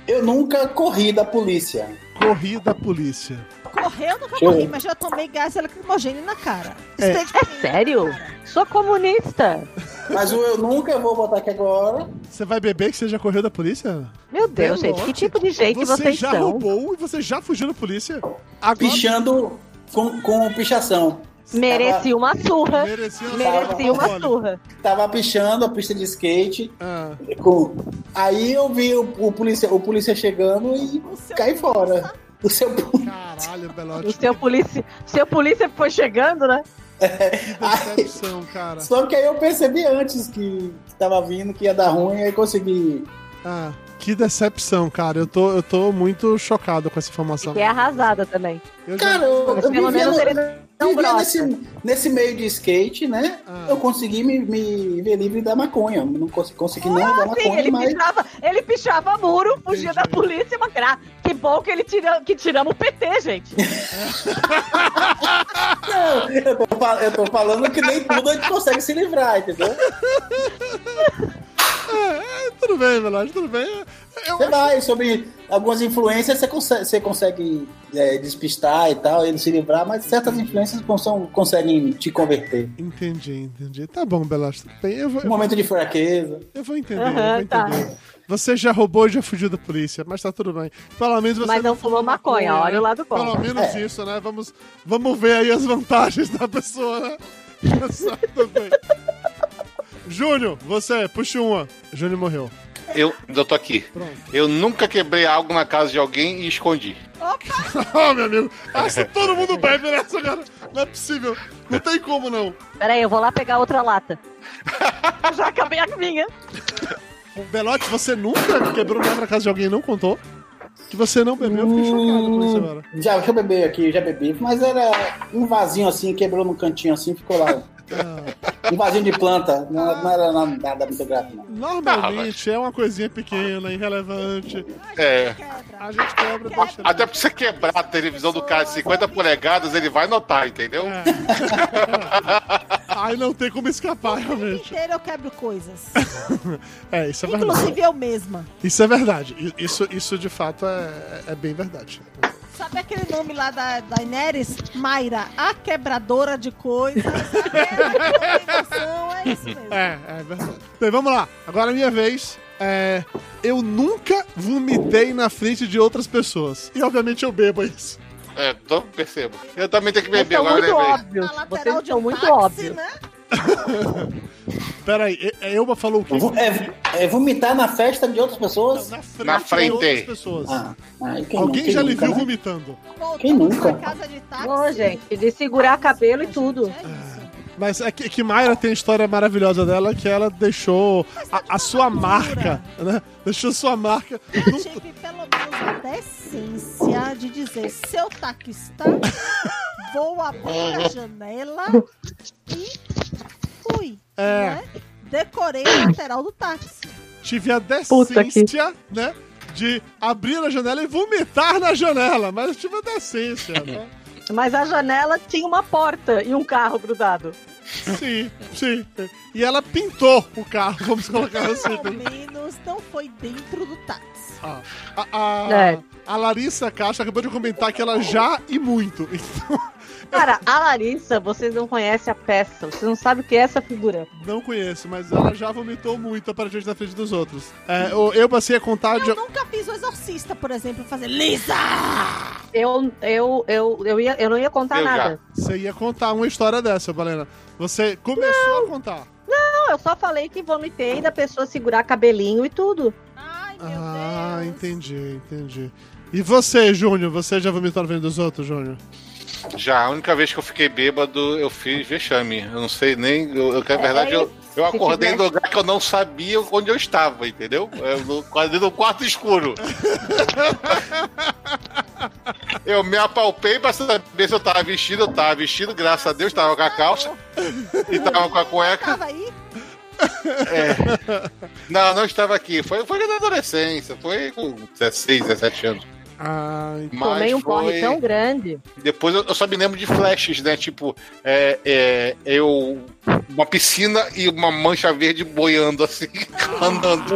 S4: Eu nunca corri da polícia.
S1: Corri da polícia.
S2: Correu, nunca
S4: Eu-
S2: morri, mas já tomei gás lacrimogêneo na cara.
S1: É.
S2: Isso tem
S3: É
S2: de-
S3: sério? Sou comunista.
S4: Mas o eu nunca eu vou botar aqui agora.
S1: Você vai beber que você já correu da polícia?
S3: Meu Deus, gente, que tipo de gente
S1: é você
S3: vocês
S1: já
S3: são?
S1: roubou e você já fugiu da polícia? Agora
S4: Pichando com, com pichação.
S3: Mereci uma surra.
S1: merecia
S3: Mereci uma surra.
S4: Tava pichando a pista de skate.
S1: Ah.
S4: Com- Aí eu vi o, o polícia, o polícia chegando e
S2: O seu
S4: caí
S3: né?
S4: fora. O seu pu-
S1: Caralho,
S3: O
S1: Belote,
S3: seu polícia, seu polícia foi chegando, né? *laughs*
S1: que
S4: Aí,
S1: decepção, cara.
S4: só que aí eu percebi antes que tava vindo, que ia dar ruim, aí consegui.
S1: Ah, que decepção, cara. Eu tô, eu tô muito chocado com essa informação.
S3: Que é arrasada também.
S1: Eu já-
S4: Cara, eu,
S3: Mas
S4: eu
S3: pelo
S4: vivia,
S3: menos
S4: no-
S3: ele não é
S4: vivia
S3: brocha.
S4: nesse, nesse meio de skate, né?
S1: Ah.
S4: Eu consegui me, me ver livre da maconha. Não cons- consegui não da
S3: Ah, Sim,
S4: maconha,
S3: ele
S4: mas.
S3: pichava, ele pichava muro, fugia da
S1: Entendi.
S3: polícia, mas gra- que bom que ele tira, que tiramos o PT, gente.
S4: Não, *laughs* eu tô, fal- eu tô falando que nem tudo a gente consegue se livrar, entendeu?
S1: É, é, tudo bem, Veloz, tudo bem. É,
S5: eu
S4: Você
S5: acho-
S4: vai, sobre algumas influências você consegue, você consegue é, despistar e tal, ele se livrar, mas certas influências não são- conseguem te converter.
S1: Entendi, entendi. Tá bom, Belastro. Bem, eu vou,
S4: Um momento de fraqueza.
S1: eu vou entender, eu vou
S3: Aham, tá.
S1: entender. Você já roubou e já fugiu da polícia, mas tá tudo bem. Pelo menos você
S3: Mas não fumou maconha, olha
S1: né?
S3: o lado bom. É.
S1: Pelo menos isso, né? Vamos, vamos ver aí as vantagens da pessoa, né? *laughs* Exato, bem. Júnior, você, puxa uma. Júnior morreu.
S5: Eu, eu tô aqui.
S1: Pronto.
S5: Eu nunca quebrei algo na casa de alguém e escondi.
S1: *laughs* Ah, meu amigo, essa todo mundo bebe nessa, cara. Não é possível. Não tem como, não.
S3: Peraí, eu vou lá pegar outra lata. Eu Já acabei a minha.
S1: O Belote, você nunca quebrou nada na casa de alguém e não contou? Que você não bebeu, eu
S4: Uh.
S1: fiquei chocado com isso agora.
S4: Hum, Já, já bebi aqui, já bebi, mas era um vasinho assim, quebrou num cantinho assim, ficou lá. Um vasinho de planta, não, não era nada muito grave, não.
S1: Normalmente é uma coisinha pequena, irrelevante.
S5: É.
S1: A gente quebra, deixa.
S5: Até pra você quebrar a televisão do cara de 50 polegadas, ele vai notar, entendeu?
S1: É. Aí não tem como escapar,
S2: O tempo
S1: realmente. *laughs*
S2: inteiro eu quebro coisas.
S1: É, isso é verdade.
S2: Inclusive eu mesma.
S1: Isso é verdade. I- Isso, isso de fato é, é bem verdade.
S2: Sabe aquele nome lá da, da Ineres? Mayra, a quebradora de coisas. aquela que não tem noção, é isso mesmo.
S1: É, é verdade. Bem, vamos lá. Agora é minha vez. É, eu nunca vomitei na frente de outras pessoas. E obviamente eu bebo isso.
S5: É, tô, percebo. Eu também tenho que
S3: Vocês
S5: beber
S3: são
S5: agora,
S1: é
S3: muito
S5: né? velho?
S3: óbvios.
S2: Na lateral
S3: Vocês
S2: de
S3: são
S2: um
S3: muito
S2: táxi,
S3: óbvios.
S2: né?
S1: Peraí, e- a Elba falou o quê?
S4: Vo- É, é vomitar na festa de outras pessoas?
S1: frente,
S5: Na frente.
S1: de outras pessoas.
S4: Ah, aí quem
S1: Alguém
S4: nunca,
S1: já
S4: quem
S1: lhe viu
S4: nunca, né?
S1: vomitando.
S2: Voltamos
S4: Quem nunca?
S2: pra casa de táxi.
S3: Não, gente, de segurar cabelo e tudo.
S2: Gente, é isso.
S1: Mas é que, que Mayra tem a história maravilhosa dela, que ela deixou a, a sua marca, né? Deixou sua marca.
S2: Eu tive pelo menos a decência de dizer, seu taquista, vou abrir a janela e fui.
S1: É.
S2: né? Decorei a lateral do táxi.
S1: Tive a
S3: Puta que-
S1: decência, né? De abrir a janela e vomitar na janela. Mas eu tive a decência, né?
S3: Mas a janela tinha uma porta e um carro grudado.
S1: Sim, sim. E ela pintou o carro, *laughs* vamos colocar assim.
S2: Pelo menos não foi dentro do táxi.
S1: Ah, a, a-
S3: É.
S1: a Larissa Caixa acabou de comentar que ela já e muito. *laughs* Então,
S3: Cara, a Larissa, vocês não conhecem a peça. Vocês não sabem o que é essa figura.
S1: não conheço, mas ela já vomitou muito para gente na frente dos outros. É, eu, eu passei a contar de.
S2: Eu nunca fiz o exorcista, por exemplo, fazer Lisa!
S3: Eu, eu, eu, eu, ia, eu não ia contar
S5: Eu já.
S3: nada.
S1: Você ia contar uma história dessa, Balena. Você começou a contar.
S3: Não, eu só falei que vomitei da pessoa segurar cabelinho e tudo.
S2: Ai, meu
S1: Ah,
S2: Deus.
S1: entendi, entendi. E você, Júnior? Você já vomitou na frente dos outros, Júnior?
S5: Já, a única vez que eu fiquei bêbado, eu fiz vexame. Eu não sei nem. Eu, eu, na
S3: É
S5: verdade, eu, eu
S3: Se
S5: acordei
S3: tivesse-
S5: em lugar que eu não sabia onde eu estava, entendeu? Eu, no, quase no quarto escuro.
S3: *laughs*
S5: Eu me apalpei pra saber se eu tava vestido, eu tava vestido, graças a Deus, tava com a calça e tava com a cueca.
S2: Tava aí?
S5: Não, não estava aqui. Foi, foi na adolescência, foi com 16, 17 anos.
S1: Ah,
S5: Mas
S3: Tomei um
S5: foi...
S3: corre tão grande.
S5: Depois eu, eu só me lembro de flashes, né? Tipo, é, é, eu. Uma piscina e uma mancha verde boiando assim, *laughs* andando.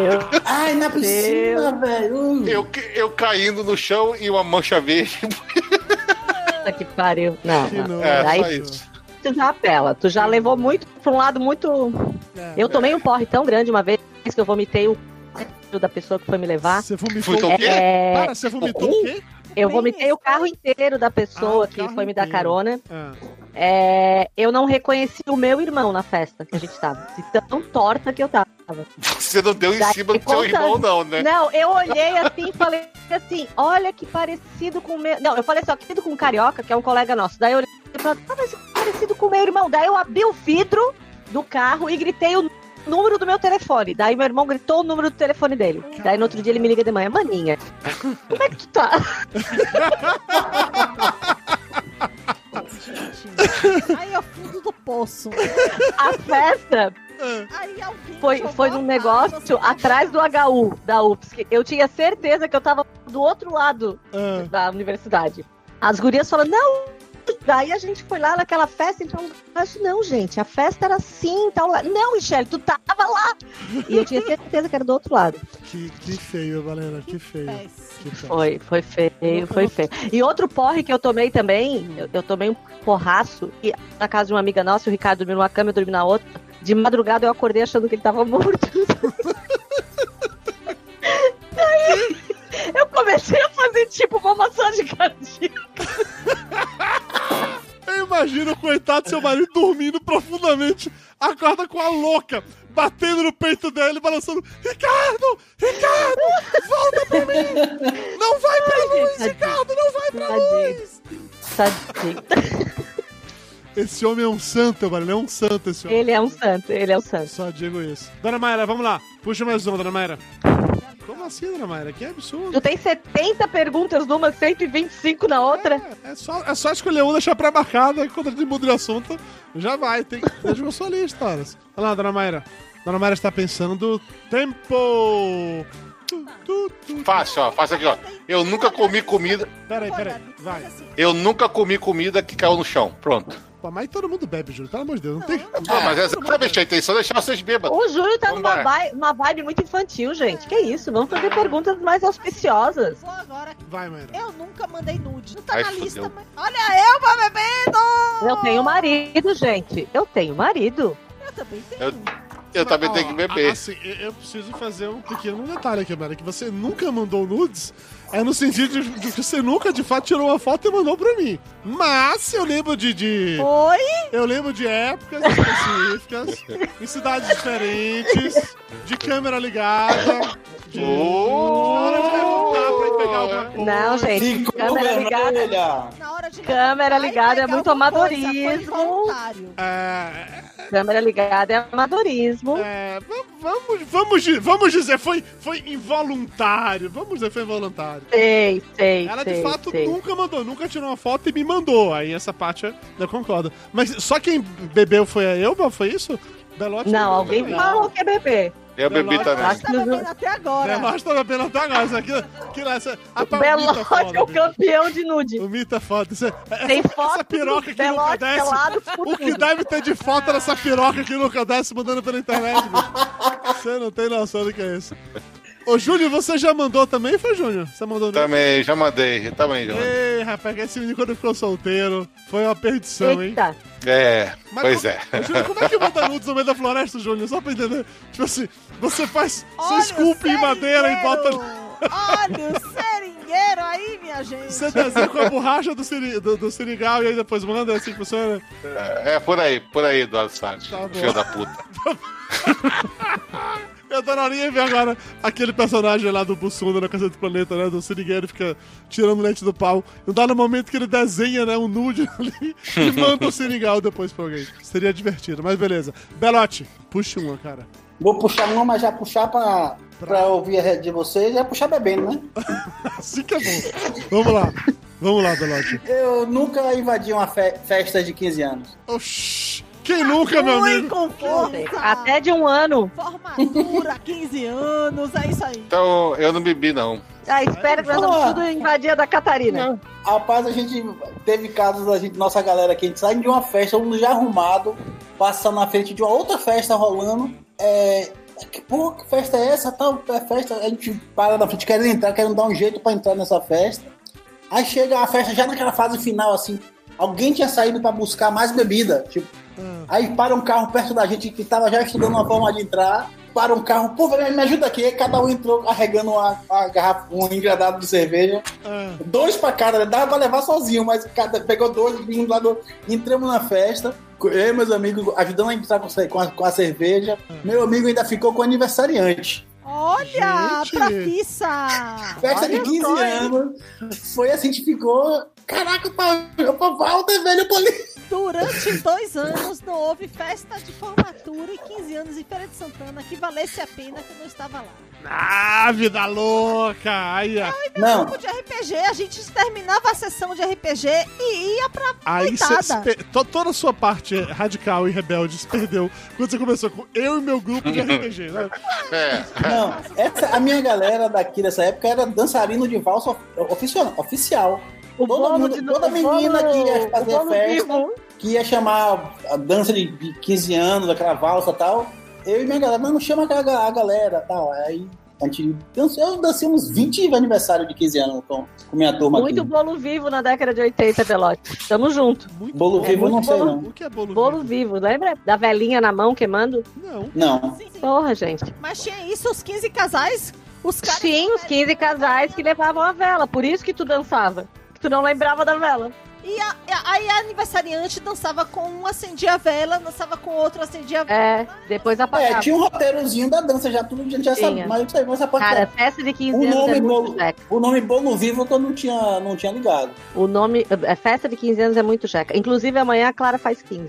S4: Ai, na piscina, velho.
S5: Eu, ca- eu caindo no chão e uma mancha verde.
S3: Puta que pariu. Não,
S1: que
S3: não.
S1: não.
S5: É,
S3: Daí-
S5: só isso.
S3: Tu já apela. Tu já levou muito pra um lado muito.
S1: É.
S3: Eu tomei um porre tão grande uma vez que eu vomitei o c- da pessoa que foi me levar.
S1: Você vomitou
S5: Foi o
S1: o quê?
S5: quê?
S3: É,
S1: Para, você vomitou o quê?
S3: eu
S2: Bem
S3: vomitei o
S2: isso.
S3: carro inteiro da pessoa
S1: Ah, o
S3: que
S1: carro
S3: foi me dar
S1: inteiro.
S3: carona.
S1: Ah,
S3: É, eu não reconheci o meu irmão na festa que a gente tava. De tão torta que eu tava.
S5: Você não deu em
S3: Daí
S5: cima do seu
S3: conta-
S5: irmão, não, né?
S3: Não, eu olhei assim e falei assim: olha que parecido com o meu. Não, eu falei assim, ó, parecido com o Carioca, que é um colega nosso. Daí eu olhei e falei, ah, mas parecido com o meu irmão. Daí eu abri o vidro do carro e gritei o número do meu telefone. Daí meu irmão gritou o número do telefone dele. Daí no outro dia ele me liga de manhã: Maninha, como é que tu tá? *laughs*
S2: Gente, aí ao fundo do poço.
S3: A festa
S2: Aí alguém
S3: foi,
S2: jogou
S3: foi
S2: a
S3: num
S2: pá,
S3: negócio
S2: você-
S3: atrás do HU, da UFSC. Eu tinha certeza que eu tava do outro lado
S1: ah,
S3: da universidade. As gurias falam, não, Daí a gente foi lá naquela festa, então, mas não, gente, a festa era assim, tal. lá. Não, Michelle, tu tava lá. E eu tinha certeza que era do outro lado.
S1: Que, que feio, Valera, que feio.
S2: Péssimo.
S1: Que feio.
S3: Foi, foi feio, foi feio. E outro porre que eu tomei também, eu, eu tomei um porraço, e na casa de uma amiga nossa, o Ricardo dormiu numa cama, eu dormi na outra. De madrugada eu acordei achando que ele tava morto. Aí eu comecei a fazer tipo uma massagem cardíaca.
S1: Eu imagino o coitado do seu marido dormindo profundamente, acorda com a louca, batendo no peito dela e balançando: Ricardo! Ricardo! Volta pra mim! Não vai pra luz,
S3: tadinho.
S1: Ricardo! Não vai pra
S3: Tadinho.
S1: luz!
S3: Tadinho.
S1: Esse homem é um santo, Valera, é um santo esse homem.
S3: Ele é um santo, ele é um santo.
S1: Só digo isso. Dona Mayra, vamos lá. Puxa mais uma, Dona Mayra. Como assim, Dona Mayra? Que absurdo.
S3: Tu tem 70 perguntas numa, 125 na outra.
S1: É, é só, é só escolher um, deixar pré-marcada, e quando a gente muda de assunto, já vai. Tem que deixa eu sua lista, olha. Olha lá, Dona Mayra. Dona Mayra está pensando do tempo. Tu, tu, tu.
S5: Fácil, ó, fácil aqui, ó. Eu nunca comi comida,
S1: Peraí, peraí. Vai.
S2: assim,
S5: eu nunca comi comida que caiu no chão. Pronto.
S1: Pô, mas todo mundo bebe, Júlio. Pelo amor de Deus, não tem...
S5: Não, mas é exatamente a intenção é deixar vocês bêbados.
S3: O Júlio tá
S5: Vamos
S3: numa
S5: embora.
S3: vibe, uma vibe muito infantil, gente. Que isso? Vamos fazer perguntas mais auspiciosas.
S2: Vou agora.
S1: Vai, Mayra.
S2: Eu nunca mandei nude. Não tá
S5: Ai,
S2: na
S5: fudeu.
S2: lista, mas. Olha, eu vou bebendo!
S3: Eu tenho marido, gente. Eu tenho marido.
S2: Eu também tenho.
S5: Eu- Eu também
S1: Ó,
S5: tenho que beber.
S1: Assim, eu, eu preciso fazer um pequeno detalhe aqui, Mayra, que você nunca mandou nudes, é no sentido de, de que você nunca, de fato, tirou uma foto e mandou pra mim. Mas eu lembro de... de...
S2: Oi?
S1: Eu lembro de épocas específicas, em cidades diferentes, de câmera ligada, de
S5: Oh!
S1: hora de levantar pra ir pegar alguma coisa.
S3: Não, gente.
S4: Ficou
S3: Câmera ligada.
S4: vermelha.
S2: Na hora de
S3: Câmera
S2: levantar e
S3: ligada é
S2: pegar
S3: muito
S2: alguma coisa, foi
S3: amadorismo.
S2: voluntário.
S1: É,
S3: Câmera ligada é amadorismo.
S1: é, va- vamos, vamos, di- vamos dizer, foi, foi involuntário. Vamos dizer, foi involuntário.
S3: Sei, sei.
S1: Ela
S3: sei,
S1: de fato
S3: sei.
S1: nunca mandou, nunca tirou uma foto e me mandou. Aí essa parte eu- eu concordo. Mas só quem bebeu foi a Elba, foi isso? Belote
S3: Não,
S1: bebeu
S3: alguém
S1: também.
S3: falou que é bebê.
S5: Eu bebi também.
S3: Acho
S2: Tá
S3: que o Júlio-
S2: bebendo até agora.
S1: Belote tá bebendo até agora. Isso aqui, aquilo, essa, a palmita é
S3: Belote é o
S1: foda,
S3: campeão de nude.
S1: O mito é foda. Isso é-
S3: Tem
S1: essa
S3: foto do
S1: piroca que nunca
S3: Belote
S1: desce. *laughs*
S3: pelado por
S1: O que
S3: tudo.
S1: deve ter de foto nessa piroca que nunca desce mandando pela internet, bicho. Você não tem noção do que é isso. Ô, Júlio, você já mandou também, foi, Júnior? Você mandou não?
S5: Também, já mandei. Eu também, já mandei.
S1: Ei, rapaz, que esse menino quando ficou solteiro foi uma perdição, hein?
S3: Eita.
S5: É, pois
S1: como,
S5: é.
S1: Ô, Júnior, como é que manda nudes no meio da floresta, Júnior? Só pra entender. Tipo assim, você faz. Você
S2: Olha o
S1: esculpe em madeira e bota.
S2: seringueiro. Olha o seringueiro aí, minha gente.
S1: Você desenha com a borracha do, siri, do, do seringal e aí depois manda, é assim que funciona.
S5: É por aí, por aí, Eduardo Salles.
S1: Tá bom.
S5: filho da puta.
S1: Eu adoraria ver agora aquele personagem lá do Bussunda na Casa do Planeta, né? Do Sirigueiro fica tirando leite do pau. Não dá no momento que ele desenha, né? Um nude *laughs* ali e manda o Sirigal depois pra alguém. Seria divertido, mas beleza. Belote, puxa uma, cara. *laughs*
S4: Vou puxar uma, mas já puxar pra, pra ouvir a rede de vocês, já puxar bebendo, né?
S1: Assim que é bom. Vamos lá. Vamos lá, Belote.
S4: Eu nunca invadi uma fe- festa de 15 anos.
S1: Oxi. Quem nunca, meu
S2: Ui,
S1: amigo?
S2: com força.
S3: Até de um ano.
S2: Formatura, 15 anos, é isso aí.
S5: Então, eu não bebi, não.
S3: Ah, espera que nós vamos
S4: Boa.
S3: tudo invadir a da Catarina.
S4: Rapaz, a gente teve casos da gente, nossa galera aqui, a gente sai de uma festa, um já arrumado, passando na frente de uma outra festa rolando. É. Que porra, que festa é essa? Tal é festa, a gente para na frente, querendo entrar, querendo dar um jeito pra entrar nessa festa. Aí chega a festa já naquela fase final, assim. Alguém tinha saído pra buscar mais bebida. Tipo, aí para um carro perto da gente que tava já estudando uma forma de entrar. Para um carro, pô, velho, me ajuda aqui. Aí cada um entrou carregando uma, uma garrafa, um engradado de cerveja.
S1: Ah,
S4: Dois pra cada, né? dava pra levar sozinho, mas cada, pegou dois, vim lá do. Entramos na festa, eu e meus amigos ajudando a entrar com, ce- com a, com a cerveja. Meu amigo ainda ficou com o aniversariante.
S2: Olha,
S1: Gente.
S2: profissa!
S4: Festa de 15 anos. Foi assim, a gente ficou. Caraca, o pau- o pau volta, velho, eu tô ali.
S2: Durante dois anos não houve festa de formatura e 15 anos em Feira de Santana que valesse a pena que eu não estava lá.
S1: Ah, vida louca! Aí,
S4: Não,
S2: Grupo de RPG, a gente terminava a sessão de RPG e ia pra
S1: aí cê
S2: Coitada.
S1: se per- to- toda a sua parte radical e rebelde se perdeu quando você começou com eu e meu grupo de RPG, né?
S5: É,
S4: não. Essa, a minha galera daqui dessa época era dançarino de valsa of- oficial. oficial.
S3: O
S4: Todo
S3: bolo
S4: mundo-
S3: de
S4: toda
S3: o bolo-
S4: menina que ia fazer
S3: o bolo
S4: festa.
S3: vivo.
S4: que ia chamar a dança de 15 anos, aquela valsa e tal. Eu e minha galera, não, não chama a ga- a galera tal. Aí a gente dançou, eu dancei uns 20 aniversário de 15 anos com, com minha turma
S3: Muito
S4: aqui.
S3: bolo vivo na década de 80, Pelote. Tamo junto.
S1: Muito
S4: Bolo
S1: bom.
S4: vivo eu não sei,
S1: Bolo-
S4: não.
S1: O que é bolo,
S3: Bolo vivo, lembra? Da velhinha na mão queimando?
S1: Não.
S4: Não.
S2: Sim, sim.
S3: Porra, gente.
S2: Mas tinha isso, os 15 casais, os caras.
S3: Sim, os 15 casais que levavam a vela. Por isso que tu dançava. Que tu não lembrava da vela.
S2: E a- e a- É, aí a aniversariante dançava com um, acendia a vela, dançava com outro, acendia a vela.
S3: É, depois
S4: É,
S3: apagava.
S4: tinha um roteirozinho da dança já, tudo a gente já
S3: Tinha.
S4: sabia, mas eu sabia essa parte.
S3: Cara, festa de 15
S4: O
S3: anos é
S4: nome
S3: muito
S4: bolo-
S3: jeca.
S4: O nome Bolo Vivo que eu não tinha, não tinha ligado.
S3: O nome. é, Festa de 15 anos é muito jeca. Inclusive, amanhã a Clara faz 15.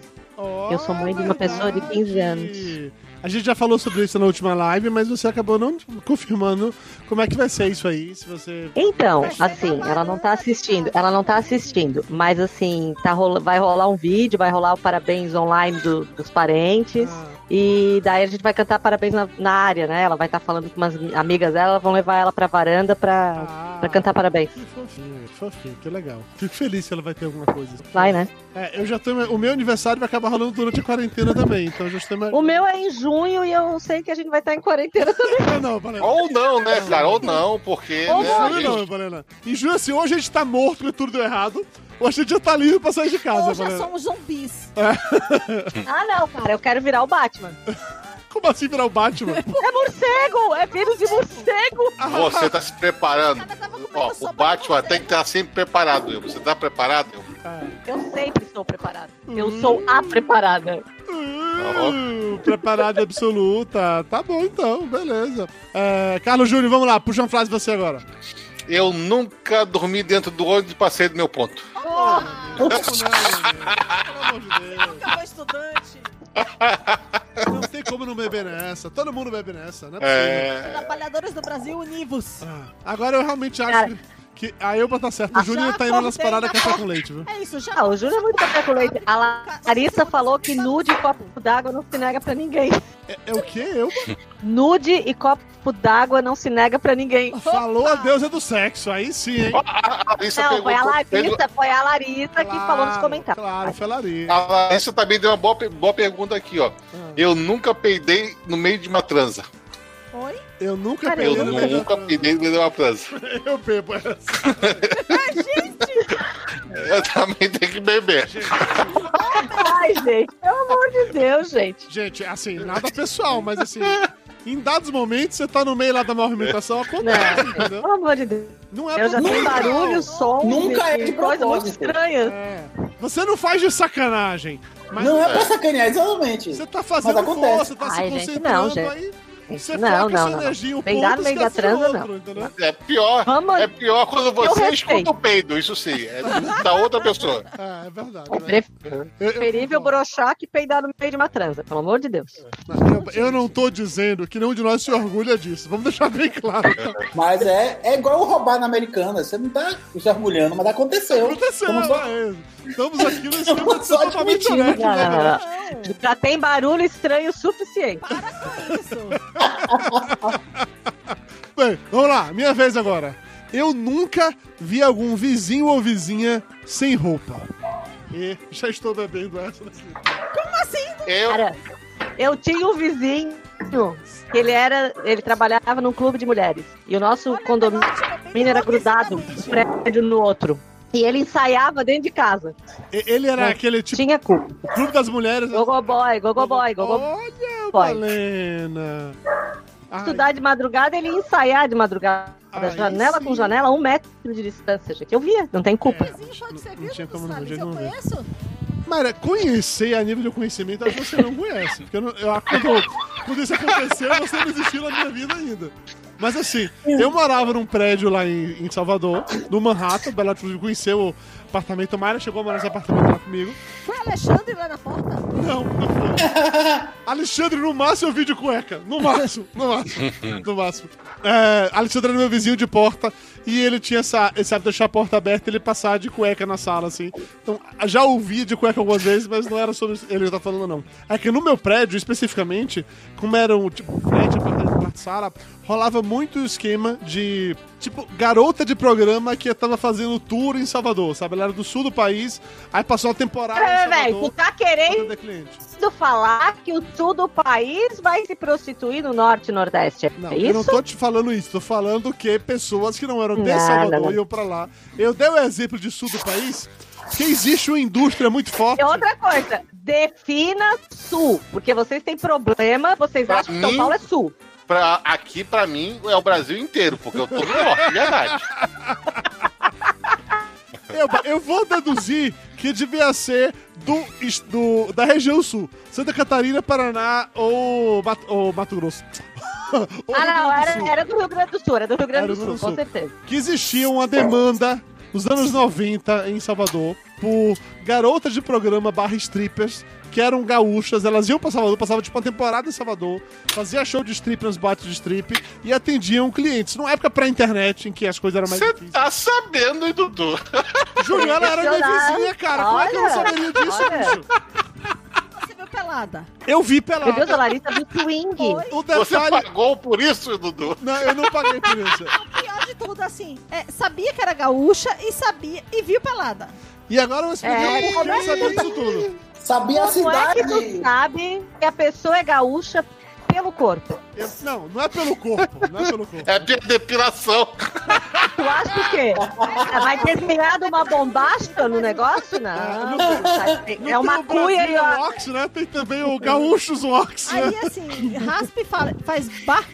S3: Eu sou mãe de uma pessoa de 15
S1: anos. A gente já falou sobre isso na última live, mas você acabou não confirmando como é que vai ser isso aí, se você...
S3: Então, assim, ela não tá assistindo, ela não tá assistindo, mas assim, tá rola, vai rolar um vídeo, vai rolar o parabéns online do- dos parentes,
S1: Ah,
S3: e daí a gente vai cantar parabéns na, na área, né? Ela vai estar falando com umas amigas dela, vão levar ela pra varanda pra,
S1: ah,
S3: pra cantar parabéns.
S1: Que fofinho, que fofinho, que legal. Fico feliz se ela vai ter alguma coisa.
S3: Vai, né?
S1: É, eu já tenho... O meu aniversário vai acabar rolando durante a quarentena também, então eu já estou...
S3: O meu é em junho e eu sei que a gente vai estar em quarentena também.
S1: Ah, Não, não, Balena.
S5: Ou não, né, cara? Ou não, porque.
S3: Ou
S1: Em
S5: né,
S3: não,
S5: a
S1: junho
S5: gente-
S1: *laughs* não, Balena. Em junho, assim, ou a gente tá morto porque tudo deu errado, ou a gente já tá livre pra sair de casa,
S2: Ou
S4: é
S2: já
S1: Balena.
S2: somos zumbis.
S3: *laughs* Ah, não, cara, eu quero virar o Batman.
S1: Como assim virar o Batman?
S3: É morcego! É vírus de morcego!
S5: Você tá se preparando.
S2: Cara, tava comendo
S5: Ó, o
S2: sopa
S5: Batman
S2: de
S5: tem que estar sempre preparado, eu. Você tá preparado, eu?
S3: Eu sempre estou preparada. Eu sou a preparada.
S1: Uh, Preparada absoluta. Tá bom então, beleza. É, Carlos Júnior, vamos lá, puxa uma frase você agora.
S5: Eu nunca dormi dentro do ônibus e passei do meu ponto.
S1: Como não,
S4: Então,
S1: meu Deus? Pelo amor de Deus.
S2: Acabou estudante,
S1: Não tem como não beber nessa. Todo mundo bebe nessa, né?
S5: É.
S2: trabalhadores do Brasil univos.
S1: Ah, agora eu realmente acho
S3: Cara.
S1: que, que a Elba tá certa. O Júnior tá indo nas
S2: acordei
S1: paradas
S2: na
S1: café com leite, viu?
S2: É isso, já.
S3: Ah, o Júlio é muito café com leite. A Larissa falou que nude e copo d'água não se nega pra ninguém.
S1: É, é o quê? Eu?
S3: Nude e copo d'água não se nega pra ninguém.
S1: Falou a deusa do sexo. Aí sim, hein?
S5: Ó, A a Larissa
S3: Não, foi
S5: perguntou-
S3: a
S5: pergu-
S3: Larissa, foi a Larissa que
S1: Claro,
S3: falou nos comentários.
S1: Claro, falaria.
S5: A Larissa também deu uma boa, pe- boa pergunta aqui, ó.
S1: Ah.
S5: Eu nunca peidei no meio de uma transa.
S2: Oi?
S1: Eu nunca
S3: Cara,
S1: peguei
S5: Eu
S3: Eu
S1: no
S3: nunca
S1: meio
S5: nunca
S1: da-
S5: peidei no meio de uma transa.
S1: *laughs* Eu bebo essa.
S5: Eu também tenho que beber.
S3: Ai, gente, pelo amor de Deus, gente.
S1: Gente, assim, nada pessoal, mas assim, em dados momentos você tá no meio lá da movimentação, acontece, entendeu?
S3: Pelo amor de Deus.
S1: Não é
S3: É. Eu já
S1: proposital.
S3: sei barulho, som,
S4: Nunca é de
S3: coisa muito
S4: propósito.
S3: estranha.
S1: É. Você não faz de sacanagem, mas
S4: não é, pra sacanear, exatamente.
S1: você tá fazendo
S4: Mas acontece.
S1: força, tá
S3: Ai,
S1: se
S3: gente,
S1: concentrando
S3: não, gente.
S1: aí. Você
S3: Não,
S1: foca
S3: não,
S1: essa
S3: não.
S1: energia, o
S3: Peidar no
S1: ponto
S3: meio da
S1: esquece o
S3: transa,
S1: outro, entendeu?
S5: É pior.
S3: Vamos.
S5: É pior quando você
S3: respeito.
S5: escuta o peido, isso sim. É da outra pessoa.
S1: É, é verdade.
S3: É
S1: né? Eu- eu- É.
S3: Preferível brochar que peidar no meio de uma transa, pelo amor de Deus.
S1: eu, eu não tô dizendo que nenhum de nós se orgulha disso. Vamos deixar bem claro. Tá
S4: Mas é, é igual roubar na americana. Você não tá se orgulhando, mas aconteceu.
S1: Aconteceu.
S4: Estamos só-
S1: é. Estamos aqui no esquema de ser
S4: só
S1: totalmente
S4: admitindo.
S1: honesto,
S3: Não,
S1: né?
S3: não, não,
S2: Não. é
S3: não. Já tem barulho estranho o suficiente.
S2: Isso.
S1: Bem, vamos lá, minha vez agora. Eu nunca vi algum vizinho ou vizinha sem roupa. E já estou bebendo essa daqui.
S5: Eu,
S3: Cara, eu tinha um vizinho que ele era. Ele trabalhava num clube de mulheres. E *laughs* o nosso
S2: Olha,
S3: condomínio
S2: Pelote, eu bem
S3: era grudado, um
S2: enlouquecidamente.
S3: prédio no outro. E ele ensaiava dentro de casa.
S1: E- Ele era
S3: É.
S1: aquele tipo
S3: Tinha culpa.
S1: clube das mulheres. né?
S3: Gogoboy, gogoboy, gogoboy.
S1: Olha,
S3: Boy.
S1: Malena. Ai,
S3: Estudar de madrugada, ele ia ensaiar de madrugada.
S1: Ah, Aí
S3: janela
S1: sim.
S3: com janela, um metro de distância, gente. Eu via, não tem culpa.
S1: É.
S2: Vizinho, pode ser,
S1: Não-
S2: viu,
S1: não tinha como não,
S2: Gustavo?
S1: gente,
S2: Isso eu
S1: não vê.
S2: conheço.
S1: Mara, conhecer a nível de conhecimento acho que você não conhece. Porque eu, não- eu- quando, quando isso aconteceu, você não existiu na minha vida ainda. Mas assim, eu morava num prédio lá em, em Salvador, no Manhattan. Bela inclusive conheceu o apartamento. Mara chegou a morar nesse apartamento lá comigo.
S2: Foi Alexandre lá na porta?
S1: Não, não foi. Alexandre, no máximo eu vi de cueca. No máximo, no máximo, no máximo. É, Alexandre era meu vizinho de porta e ele tinha essa, esse hábito de deixar a porta aberta e ele passar de cueca na sala, assim. Então, já ouvi de cueca algumas vezes, mas não era sobre ele que tá falando, não. um É que no meu prédio, especificamente, como era um tipo prédio, apartamento, quarto, sala, rolava muito o esquema de. Tipo, garota de programa que tava fazendo tour em Salvador, sabe? Ela era do sul do país, aí passou uma temporada. em
S3: Peraí, velho,
S1: Salvador,
S3: tu tá
S1: pra
S3: querendo
S1: atender cliente.
S3: falar que o sul do país vai se prostituir no norte e nordeste? É
S1: Não, eu
S3: isso?
S1: não tô te falando isso, tô falando que pessoas que não eram de
S3: Nada,
S1: Salvador
S3: não.
S1: iam pra lá. Eu dei o exemplo de sul do país, que existe uma indústria muito forte.
S3: E outra coisa, defina sul, porque vocês têm problema, vocês
S5: Pra
S3: acham que São
S5: mim?
S3: Paulo é sul.
S5: Pra, aqui, pra mim, é o Brasil inteiro, porque eu tô no norte, é verdade.
S1: *laughs* Eu, eu vou deduzir que devia ser do, es- do- da região sul. Santa Catarina, Paraná ou, Mat- ou Mato Grosso. *laughs* Ou
S3: ah,
S1: Rio Grande
S3: não,
S1: do
S3: era,
S1: é Sul.
S3: era do Rio Grande do Sul, era do Rio Grande
S1: Era
S3: do Sul, com certeza.
S1: Que existia uma demanda nos anos 90 em Salvador por garotas de programa barra strippers que eram gaúchas, elas iam pra Salvador, passavam tipo uma temporada em Salvador, fazia show de strip nas boates de strip e atendiam clientes. Numa época pré-internet em que as coisas eram mais
S5: Você
S1: difíceis.
S5: tá sabendo, hein, Dudu?
S1: Júlio, ela era minha
S3: Impressionante.
S1: vizinha, cara. Como é que eu não
S3: Olha,
S1: saberia disso,
S3: olha.
S1: bicho?
S2: Você viu pelada?
S1: Eu vi
S3: Meu Deus,
S1: pelada.
S3: a Larissa do swing.
S2: Foi.
S1: O
S5: Você
S1: detalhe.
S5: pagou por isso, Dudu?
S1: Não, eu não paguei por isso.
S2: Pior de tudo, assim, é, sabia que era gaúcha e sabia e viu pelada.
S1: E agora eu expliquei
S3: É,
S1: é, como eu sabia disso tudo.
S4: Sabia a
S3: Como é que tu
S4: cidade.
S3: sabe que a pessoa é gaúcha pelo corpo?
S1: Eu- não, não é pelo corpo. Não é pelo corpo.
S5: É de- depilação.
S3: Tu acha o quê? Vai ter desenhado uma bombacha no negócio? Não. É uma
S1: Não Ah, tem o
S3: cuia e
S1: Brasil
S3: ó.
S1: Ox, né? Tem também o Gaúchos Ox, né?
S2: Aí,
S1: *laughs*
S2: assim, raspa e fala, faz bar.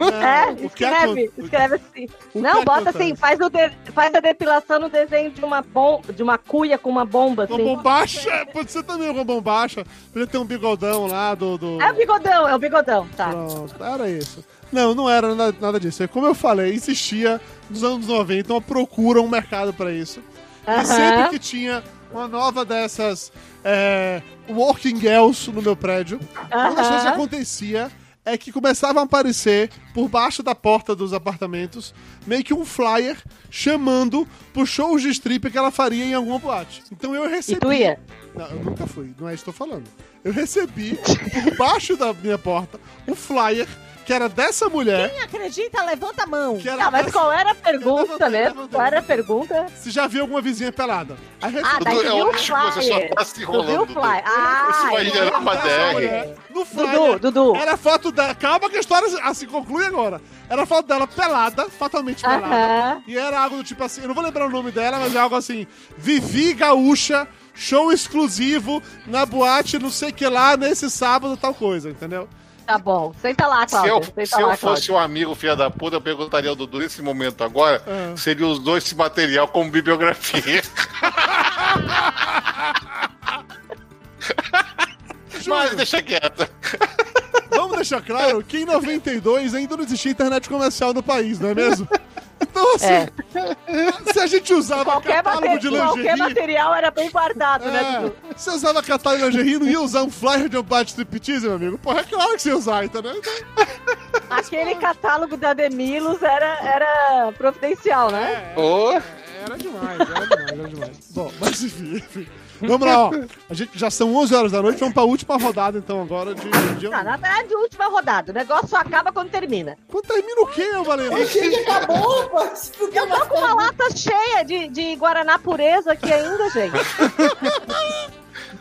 S3: É,
S1: o que
S3: escreve,
S1: acon-
S3: escreve assim.
S1: o
S3: Não,
S1: que é
S3: bota
S1: acontece?
S3: assim, faz, o de- faz a depilação no desenho de uma, bom, de uma cuia com uma bomba,
S1: Uma
S3: assim.
S1: bombacha, pode ser também uma bombacha. Podia ter um bigodão lá do. do...
S3: É o bigodão, é o bigodão, tá.
S1: Pronto, era isso. Não, não era nada, nada disso. É Como eu falei, existia nos anos 90 uma procura, um mercado pra isso. E sempre
S3: Aham.
S1: que tinha uma nova dessas é, Working Girls no meu prédio, uma das coisas que
S3: Aham.
S1: acontecia é que começava a aparecer por baixo da porta dos apartamentos meio que um flyer chamando pro shows de strip que ela faria em alguma boate. Então eu
S3: E
S1: recebi.
S3: tu ia?
S1: Não, eu nunca fui, não é isso que eu tô falando. Eu recebi por baixo da minha porta um flyer que era dessa mulher,
S2: Quem acredita, levanta a mão.
S1: que é era
S3: Não, mas
S1: dessa-
S3: qual era a pergunta
S1: levantei,
S3: mesmo?
S1: levantei.
S3: Qual era a pergunta?
S1: se já viu alguma vizinha pelada. Aí recebi
S3: Ah, daí
S5: Dudu,
S3: tu
S5: é
S3: viu o
S5: ótimo que você só
S3: flyer.
S5: tá se
S3: Tu viu
S5: enrolando.
S3: o
S5: Dudu.
S3: flyer? Ah,
S5: Isso vai
S1: um
S3: eu-
S5: gerar uma
S1: Essa
S5: DR.
S1: mulher, No
S3: Dudu,
S1: flyer,
S3: Dudu.
S1: Era foto dela. Calma que a história se, ah, se conclui agora. Era foto dela pelada, fatalmente pelada.
S3: Aham.
S1: E era algo do tipo assim, eu não vou lembrar o nome dela, mas é algo assim: Vivi Gaúcha, show exclusivo na boate, não sei que lá, nesse sábado, tal coisa, entendeu?
S3: Tá bom. Senta lá,
S5: Se
S3: Cláudia.
S5: eu,
S3: Senta
S5: se
S3: lá,
S5: eu fosse um amigo filha da puta, eu perguntaria ao Dudu nesse momento agora
S1: Ah.
S5: se ele usou esse material como
S1: *laughs*
S5: bibliografia. *laughs* Mas deixa quieto.
S1: Vamos deixar claro que em 92 ainda não existia internet comercial no país, não é mesmo? Então, assim,
S3: É.
S1: se a gente usava
S3: Qualquer,
S1: um catálogo
S3: mate-
S1: de
S3: qualquer
S1: lingerie.
S3: material era bem guardado, né, Dudu?
S1: É, você usava catálogo de lingerie, não ia usar um flyer de um bate striptease, meu amigo? Porra, é claro que você ia usar, entendeu? Então,
S3: Aquele catálogo da Demilos era, era providencial, né?
S5: Ô,
S1: Era demais, era demais, era demais. Bom, mas enfim, enfim. Vamos lá, ó. A gente, já são 11 horas da noite, vamos pra última rodada, então, agora de... de...
S3: Tá, na verdade, última rodada. O negócio só acaba quando termina.
S1: Quando termina o quê, ô,
S3: É
S1: Valente?
S4: Achei que acabou, rapaz. Por que mais
S3: Tô com uma lata cheia de, de Guaraná pureza aqui ainda, gente.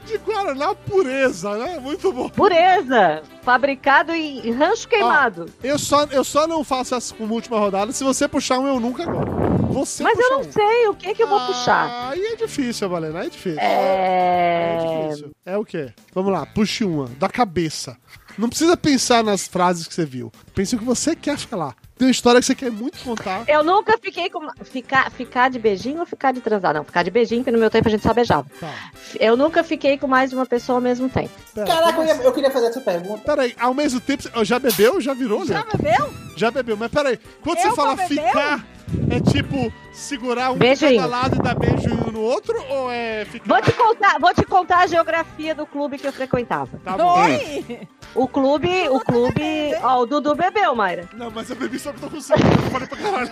S1: De Guaraná Pureza, né? Muito bom.
S3: Pureza! Fabricado em rancho queimado.
S1: Eu só, eu só não faço essa como última rodada se você puxar um eu nunca agora. Você
S3: Mas
S1: puxa
S3: eu
S1: um.
S3: não sei o que, que eu vou puxar.
S1: Aí é difícil, Valena, aí é difícil. Aí É...
S3: É...
S1: difícil. é o quê? Vamos lá, puxe uma, da cabeça. Não precisa pensar nas frases que você viu. Pense no que você quer falar. Tem uma história que você quer muito contar.
S3: Eu nunca fiquei com. Ficar, ficar de beijinho ou ficar de transar? Não, ficar de beijinho, porque no meu tempo a gente só beijava.
S1: Tá.
S3: Eu nunca fiquei com mais de uma pessoa ao mesmo tempo.
S1: Pera,
S4: Caraca, eu,
S1: como
S4: ia- eu queria fazer essa pergunta.
S1: Peraí, ao mesmo tempo. você- Já bebeu? Já virou, né?
S2: Já bebeu?
S1: Já bebeu, mas peraí, quando
S2: Eu
S1: você fala
S2: vou beber?
S1: ficar, é tipo segurar um
S3: Beijinho.
S1: de cada lado e dar beijo um no outro? Ou é ficar.
S3: Vou te contar, vou te contar a geografia do clube que eu frequentava.
S1: Tá bom.
S2: Oi!
S3: O clube, o clube. Ó, o Dudu bebeu, Mayra.
S1: Não, mas eu bebi só que eu tô com sede, eu falei pra caralho.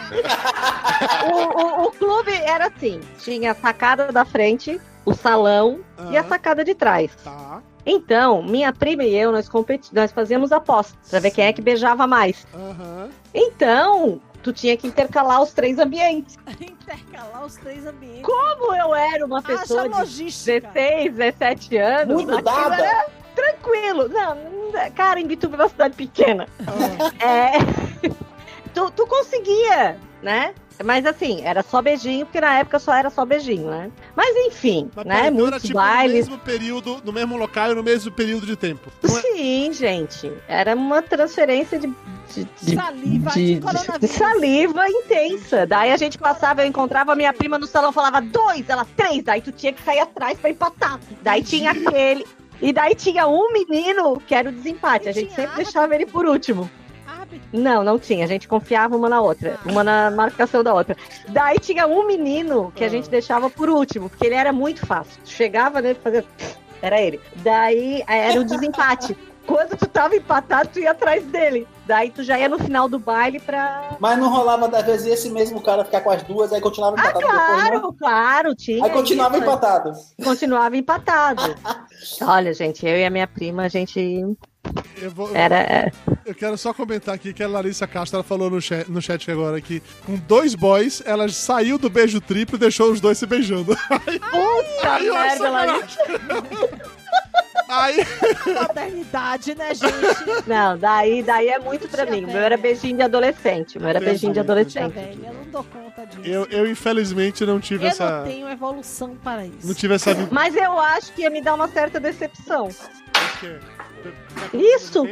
S3: O, o, o clube era assim: tinha a sacada da frente, o salão
S1: Ah,
S3: e a sacada de trás.
S1: Tá.
S3: Então, minha prima e eu, nós, competi nós fazíamos apostas pra ver quem é que beijava mais.
S1: Aham.
S3: Então, tu tinha que intercalar os três ambientes.
S2: Intercalar os três ambientes.
S3: Como eu era uma pessoa
S2: Haja
S3: de
S2: logística.
S3: 16, 17 anos,
S4: Muito
S3: aquilo
S4: dada.
S3: era tranquilo. Não, cara, em Bituba é uma cidade pequena.
S1: Ah,
S3: É. *laughs* tu, tu conseguia, né? Mas assim, era só beijinho, porque na época só era só beijinho, né? Mas enfim,
S1: mas
S3: né?
S1: peraí, então era
S3: Muitos
S1: tipo
S3: bailes.
S1: no mesmo período, no mesmo local e no mesmo período de tempo. Não é-
S3: Sim, gente. Era uma transferência de, de- de-
S2: Saliva
S4: de-
S2: de,
S4: de-
S3: de
S2: coronavírus.
S3: saliva intensa. Daí a gente passava, eu encontrava a minha prima no salão, falava dois, ela três. Daí tu tinha que sair atrás pra empatar. Daí tinha aquele. E daí tinha um menino que era o desempate. A gente
S2: Tinha
S3: sempre
S2: árbitro.
S3: deixava ele por último.
S2: Árbitro.
S3: Não, não tinha. A gente confiava uma na outra.
S2: Ah.
S3: Uma na marcação da outra. Daí tinha um menino que a
S1: Ah.
S3: gente deixava por último, porque ele era muito fácil. Tu chegava nele e fazia. Era ele. Daí eh, era o
S2: *laughs*
S3: desempate. Quando tu tava empatado, tu ia atrás dele. Daí tu já ia no final do baile pra.
S4: Mas não rolava, às vezes, esse mesmo cara ficar com as duas, aí continuava
S3: Ah,
S4: empatado depois,
S3: claro,
S4: não?
S3: claro, tinha.
S4: né? Aí continuava
S3: isso,
S4: empatado.
S3: Continuava
S4: *laughs*
S3: empatado. Olha, gente, eu e a minha prima, a gente
S1: Eu, vou-
S3: É. era.
S1: eu quero só comentar aqui que a Larissa Castro ela falou no chat, no chat agora que com dois boys, ela saiu do beijo triplo e deixou os dois se beijando. *laughs*
S3: Puta
S1: Aí eu acho
S3: tá merda, Larissa.
S1: Aí,
S2: Modernidade, né,
S3: *laughs*
S2: gente?
S3: Não, daí, daí é muito pra mim. O meu era beijinho de adolescente. O meu era beijinho de
S2: Já
S3: adolescente.
S2: velha, eu não dou conta disso.
S1: eu, eu infelizmente não tive
S2: Eu
S1: essa.
S2: não tenho evolução para isso.
S1: Não tive essa.
S3: Mas eu acho que ia me dar uma certa decepção.
S1: é, Isso!
S3: Isso!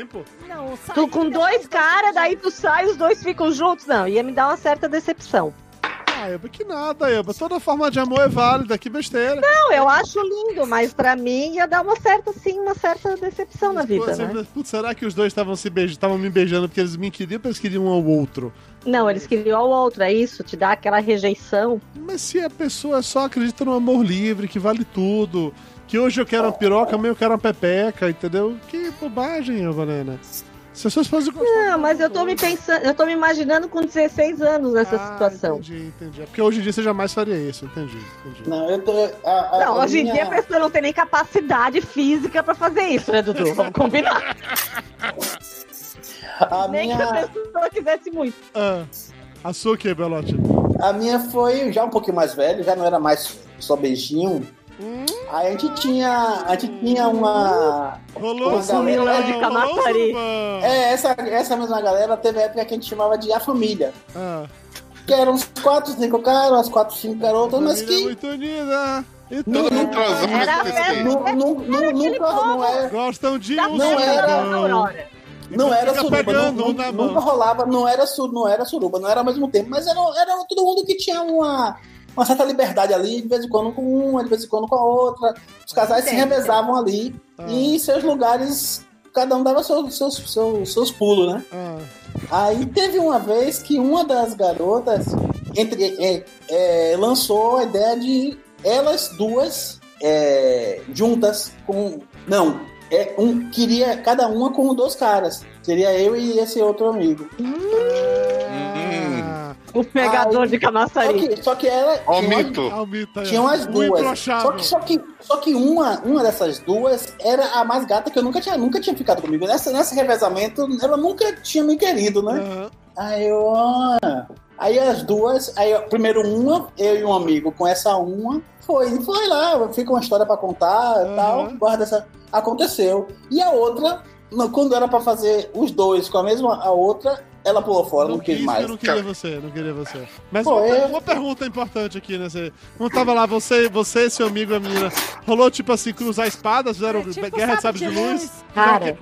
S2: Não, saí
S3: Tu com
S2: depois
S3: dois
S2: dos
S3: caras,
S2: anos.
S3: daí tu sai, os dois ficam juntos. Não, ia me dar uma certa decepção.
S1: Ah, Elba, que nada, Elba. Toda forma de amor é válida, que besteira.
S3: Não, eu acho lindo, mas pra mim ia dar uma certa, sim, uma certa decepção na vida, né?
S1: Putz, será que os dois estavam se beijando, estavam me beijando porque eles me queriam porque eles queriam um ao outro?
S3: Não, eles queriam ao outro, é isso? Te dá aquela rejeição.
S1: Mas se a pessoa só acredita no amor livre, que vale tudo, que hoje eu quero uma piroca, amanhã eu quero uma pepeca, entendeu? Que bobagem, Elba Helena. Se as pessoas fazem gostar.
S3: Não, Ah, mas eu tô me pensando, eu tô me imaginando com 16 anos nessa
S1: Ah,
S3: situação.
S1: Entendi, entendi. É Porque hoje em dia você jamais faria isso, entendi, entendi.
S4: Não, eu tô. a- a-
S3: Não,
S4: a
S3: hoje em
S4: minha-
S3: dia é a pessoa não tem nem capacidade física pra fazer isso, né, Dudu? Vamos combinar.
S4: A
S3: nem que
S4: minha,
S3: a pessoa quisesse muito.
S1: Ah, a sua o quê, Belote?
S4: a minha foi já um pouquinho mais velho, já não era mais só beijinho.
S3: Hum.
S4: Aí a gente tinha. A gente tinha uma.
S3: Hum.
S1: Rolou
S4: Um milão
S1: surubão,
S3: de
S1: rolou
S3: camatari.
S1: surubão.
S4: É, essa, essa mesma galera teve a época que a gente chamava de A Família.
S1: Ah.
S4: Que eram uns quatro, cinco caras, umas quatro, cinco garotas, mas
S3: é
S1: Família
S4: que.
S1: muito unida. E
S5: Todo
S1: tudo
S5: mundo transando
S3: Era
S5: nesse
S3: festa.
S5: desenho.
S4: nu- nu- nu- Nunca não era.
S1: Gostam de
S3: Da
S1: um
S4: Não
S3: Aurora,
S4: era-
S3: da Aurora.
S4: Não era
S1: Fica
S4: suruba,
S1: pegando
S4: nu-
S1: um
S4: nu-
S1: na mão.
S4: nunca rolava, não era, su- não era suruba, não era ao mesmo tempo, mas era, era todo mundo que tinha uma, uma certa liberdade ali, de vez em quando com uma, de vez em quando com a outra. Os casais se
S3: Entendo.
S4: revezavam ali
S1: Ah.
S4: e em seus lugares, cada um dava seus, seus, seus, seus pulos, né?
S1: Ah,
S4: Aí teve uma vez que uma das garotas entre, é, é, lançou a ideia de elas duas é, juntas com. Não, é, um, queria cada uma com dois caras. Seria eu e esse outro amigo.
S1: ah.
S3: O Um pegador de
S4: Só
S3: camaçari.
S4: que, só que ela.
S5: Hum. Ó o
S4: tinha uma-
S5: mito.
S1: Almita aí,
S4: Tinha
S1: ó.
S4: umas
S1: Um
S4: duas. Só
S1: imbrochável.
S4: que, só que, só que uma, uma dessas duas era a mais gata que eu nunca tinha, nunca tinha ficado comigo. Nessa, nesse revezamento, ela nunca tinha me querido, né?
S1: Aham.
S4: Aí eu, ah. aí as duas, aí eu- primeiro uma, eu e um amigo com essa uma, foi, foi lá, fica uma história pra contar e
S1: Uhum.
S4: tal, guarda essa, aconteceu. E a outra, no- quando era pra fazer os dois com a mesma, a outra, ela pulou fora, não,
S1: Não
S4: quis
S1: quis,
S4: mais.
S1: eu não queria você, não queria você. Mas
S4: Pô, é.
S1: uma,
S4: eu-
S1: uma pergunta importante aqui, né? Você, não tava lá, você, você, seu amigo e a menina, rolou tipo assim, cruzar espadas, fizeram
S2: É tipo
S1: guerra de sabres de luz?
S3: Cara,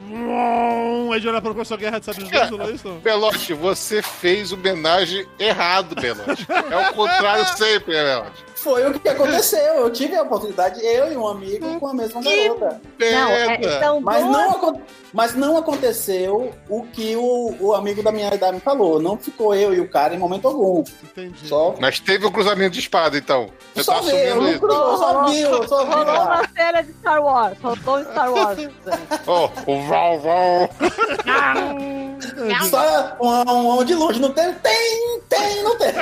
S1: Aí de olhar pra pessoa, guerra de sabres de luz, rolou isso? não?
S5: Belote, você fez homenagem errado, Belote. É o contrário sempre, Belote.
S4: Foi o que aconteceu, eu tive a oportunidade, eu e um amigo com a mesma
S5: Que-
S4: garota.
S3: não, é,
S5: Pera.
S3: são
S4: Mas
S3: duas.
S4: não, acon- mas não aconteceu o que o, o amigo da minha idade me falou, não ficou eu e o cara em momento algum,
S1: Entendi.
S4: só...
S5: Mas teve o cruzamento de espada, então. Você tá
S4: Só veio,
S5: assumindo
S4: não
S5: isso.
S4: cruzou, só viu, só viu.
S3: Rolou
S4: lá.
S3: uma cena de Star Wars. Rolou um Star Wars.
S5: Ó, Oh, o Val Val. *laughs*
S4: Ah, Só um, um, um de longe, não tem, tem, tem, não tem.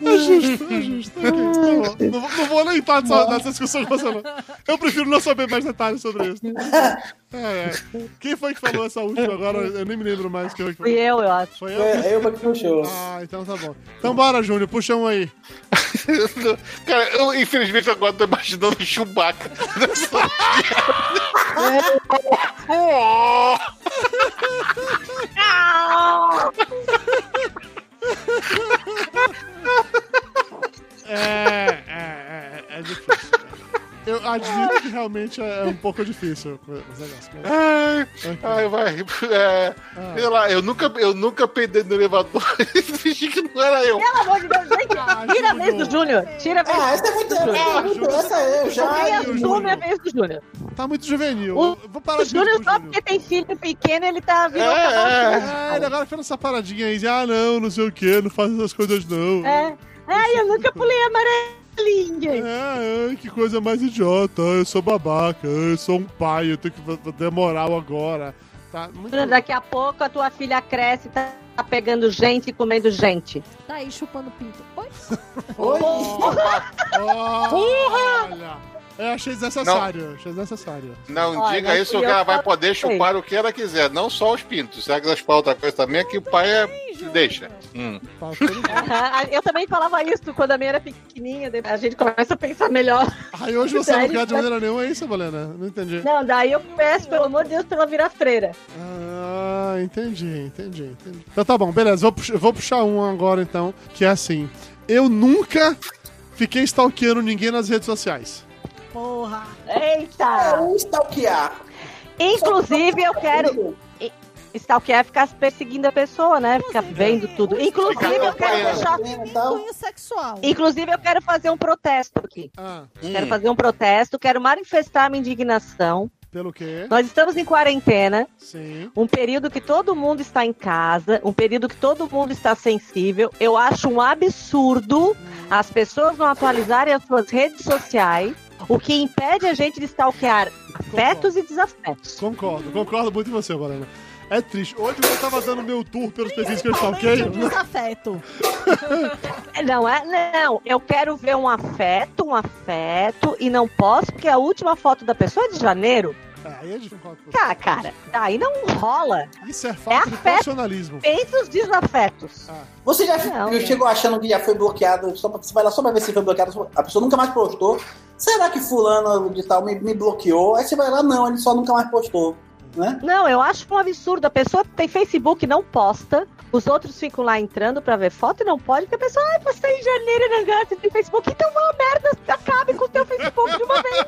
S1: Eu justo, é justo. ok, tá bom. Não, vou- não vou nem entrar nessa, nessa discussão com você, não. Eu prefiro não saber mais detalhes sobre isso. Ai, ai. Quem foi que falou essa última agora? Eu nem me lembro mais. Quem foi que
S3: Fui
S1: falou.
S3: eu, eu acho.
S1: Foi eu?
S4: É, eu pra que puxou.
S1: Ah, então tá bom. Então bora, Júnior, puxa um aí.
S5: Cara, eu infelizmente agora tô imaginando o Chewbacca.
S1: É, é, é, é difícil. Eu admito que realmente é um pouco difícil os negócios. mas-
S5: Ai, ai, vai. É, Sei lá, eu nunca, eu nunca peidei no elevador *laughs* e fingi que não era eu.
S3: Pelo amor de Deus, gente,
S1: Ah,
S3: tira a vez
S1: Júnior.
S3: do Júnior. Tira a vez
S4: Ah, essa é muito. Essa é muito. Essa é eu já.
S3: Alguém
S1: Júnior.
S3: assume a vez do Júnior.
S1: Tá muito juvenil.
S3: O-
S1: Eu Vou parar de
S3: O
S1: rir
S3: Júnior
S1: com o
S3: só
S1: Júnior.
S3: porque tem filho pequeno, ele tá virou
S5: É,
S3: cavalo.
S1: É, ele agora fez essa paradinha aí de ah, não, não sei o que, não faz essas coisas não.
S3: É. Ai, eu nunca pulei amarelinha.
S1: É, ai, que coisa mais idiota, ai, eu sou babaca, ai, eu sou um pai, eu tenho que fazer moral agora. Tá, muito...
S3: Júnior, Daqui a pouco a tua filha cresce e tá tá pegando gente e comendo gente.
S2: Tá aí chupando pinto. Oi?
S3: *laughs*
S4: Oi?
S1: Porra! É, achei desnecessário, achei desnecessário.
S5: Não
S3: Olha,
S5: diga isso,
S3: fui
S5: que
S3: eu
S5: ela vai
S3: que
S5: poder
S3: falei.
S5: chupar o que ela quiser, não só os pintos. Se ela quiser chupar outra coisa também, é que o pai é... deixa. Hum.
S1: Tá, todo mundo.
S3: Aham, Eu também falava isso quando a minha era pequenininha. daí A gente começa a pensar melhor.
S1: Aí hoje você não
S3: Sério?
S1: quer de maneira nenhuma, é isso, Valena? Não entendi.
S3: Não, daí eu peço, pelo amor de Deus, pra ela virar freira.
S1: Ah, entendi, entendi, entendi. Então tá bom, beleza. Vou puxar, vou puxar um agora então, que é assim. Eu nunca fiquei stalkeando ninguém nas redes sociais.
S2: Porra.
S4: É
S3: Eita!
S4: um stalkear.
S3: Inclusive, eu quero. Stalkear é ficar perseguindo a pessoa, né? Ficar vendo tudo. Inclusive, eu quero deixar.
S4: E tal.
S2: Cunho sexual.
S3: Inclusive, eu quero fazer um protesto aqui.
S1: Ah,
S3: Quero
S5: Hum.
S3: fazer um protesto, quero manifestar minha indignação.
S1: pelo quê?
S3: Nós estamos em quarentena,
S1: Sim.
S3: um período que todo mundo está em casa, um período que todo mundo está sensível. Eu acho um absurdo as pessoas não atualizarem as suas redes sociais, o que impede a gente de stalkear afetos e desafetos.
S1: Concordo, concordo muito com você, Valena. É triste. Hoje eu tava dando meu tour pelos perfis que eu
S2: Principalmente
S1: stalkeio.
S2: o desafeto.
S3: Não é, não. Eu quero ver um afeto, um afeto, e não posso, porque a última foto da pessoa é de janeiro.
S1: Ah, Aí é de concordo com você.
S3: Tá, cara, daí não rola.
S1: Isso é falta de
S3: afeto.
S1: profissionalismo.
S3: Pensa os desafetos.
S4: Você já
S3: Não.
S4: eu chegou achando que já foi bloqueado, só pra, você vai lá só pra ver se foi bloqueado, a pessoa nunca mais postou. Será que fulano de tal me, me bloqueou? Aí você vai lá, não, ele só nunca mais postou. Né?
S3: Não, eu acho um absurdo. A pessoa tem Facebook, não posta. Os outros ficam lá entrando pra ver foto e não pode, porque a pessoa, ai, você em janeiro né, não gasta de Facebook, então vá a merda, acabe com o teu Facebook de
S1: *laughs*
S3: uma vez.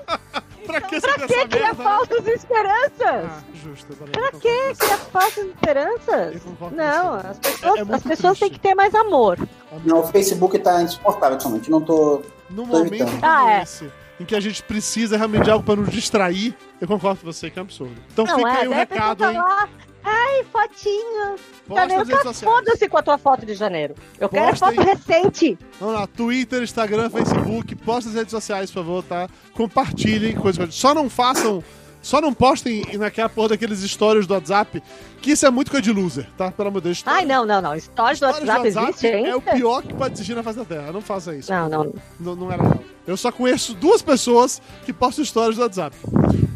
S1: Pra que você
S3: Pra
S1: tem
S3: que
S1: essa
S3: criar
S1: merda?
S3: falsas esperanças?
S1: Ah, justo, Valena.
S3: Pra
S1: concordo
S3: que
S1: com você.
S3: criar falsas
S1: Eu
S3: esperanças?
S1: concordo com
S3: Não,
S1: você.
S3: as pessoas,
S1: É- é muito
S3: as pessoas têm
S1: triste.
S3: que ter mais amor.
S4: Não, o Facebook tá insuportável atualmente. Não tô.
S1: Num
S4: Tô
S1: momento como
S4: evitando.
S3: Ah, é.
S1: esse, em que a gente precisa realmente de algo pra nos distrair, eu concordo com você que é um absurdo. Então
S3: Não,
S1: fica
S3: é,
S1: aí o
S3: daí a pessoa
S1: recado,
S3: tá
S1: hein?
S3: lá, Ai, fotinho.
S1: Posta nas
S3: janeiro,
S1: redes
S3: tá
S1: sociais.
S3: foda-se com a tua foto de janeiro. Eu quero é
S1: Posta
S3: foto
S1: aí.
S3: recente.
S1: Vamos lá, Twitter, Instagram, Facebook, posta nas redes sociais, por favor, tá? Compartilhem coisas. que eu- Só não façam, só não postem naquela porra daqueles stories do WhatsApp, que isso é muito coisa de loser, tá? Pelo amor de Deus.
S3: Ai, não, não, não. Stories do
S1: Stories do
S3: WhatsApp existe ainda?
S1: é o pior que pode existir na face da Terra. Não faça isso.
S3: Não, não.
S1: Não, não é legal. Eu só conheço duas pessoas que postam histórias do WhatsApp.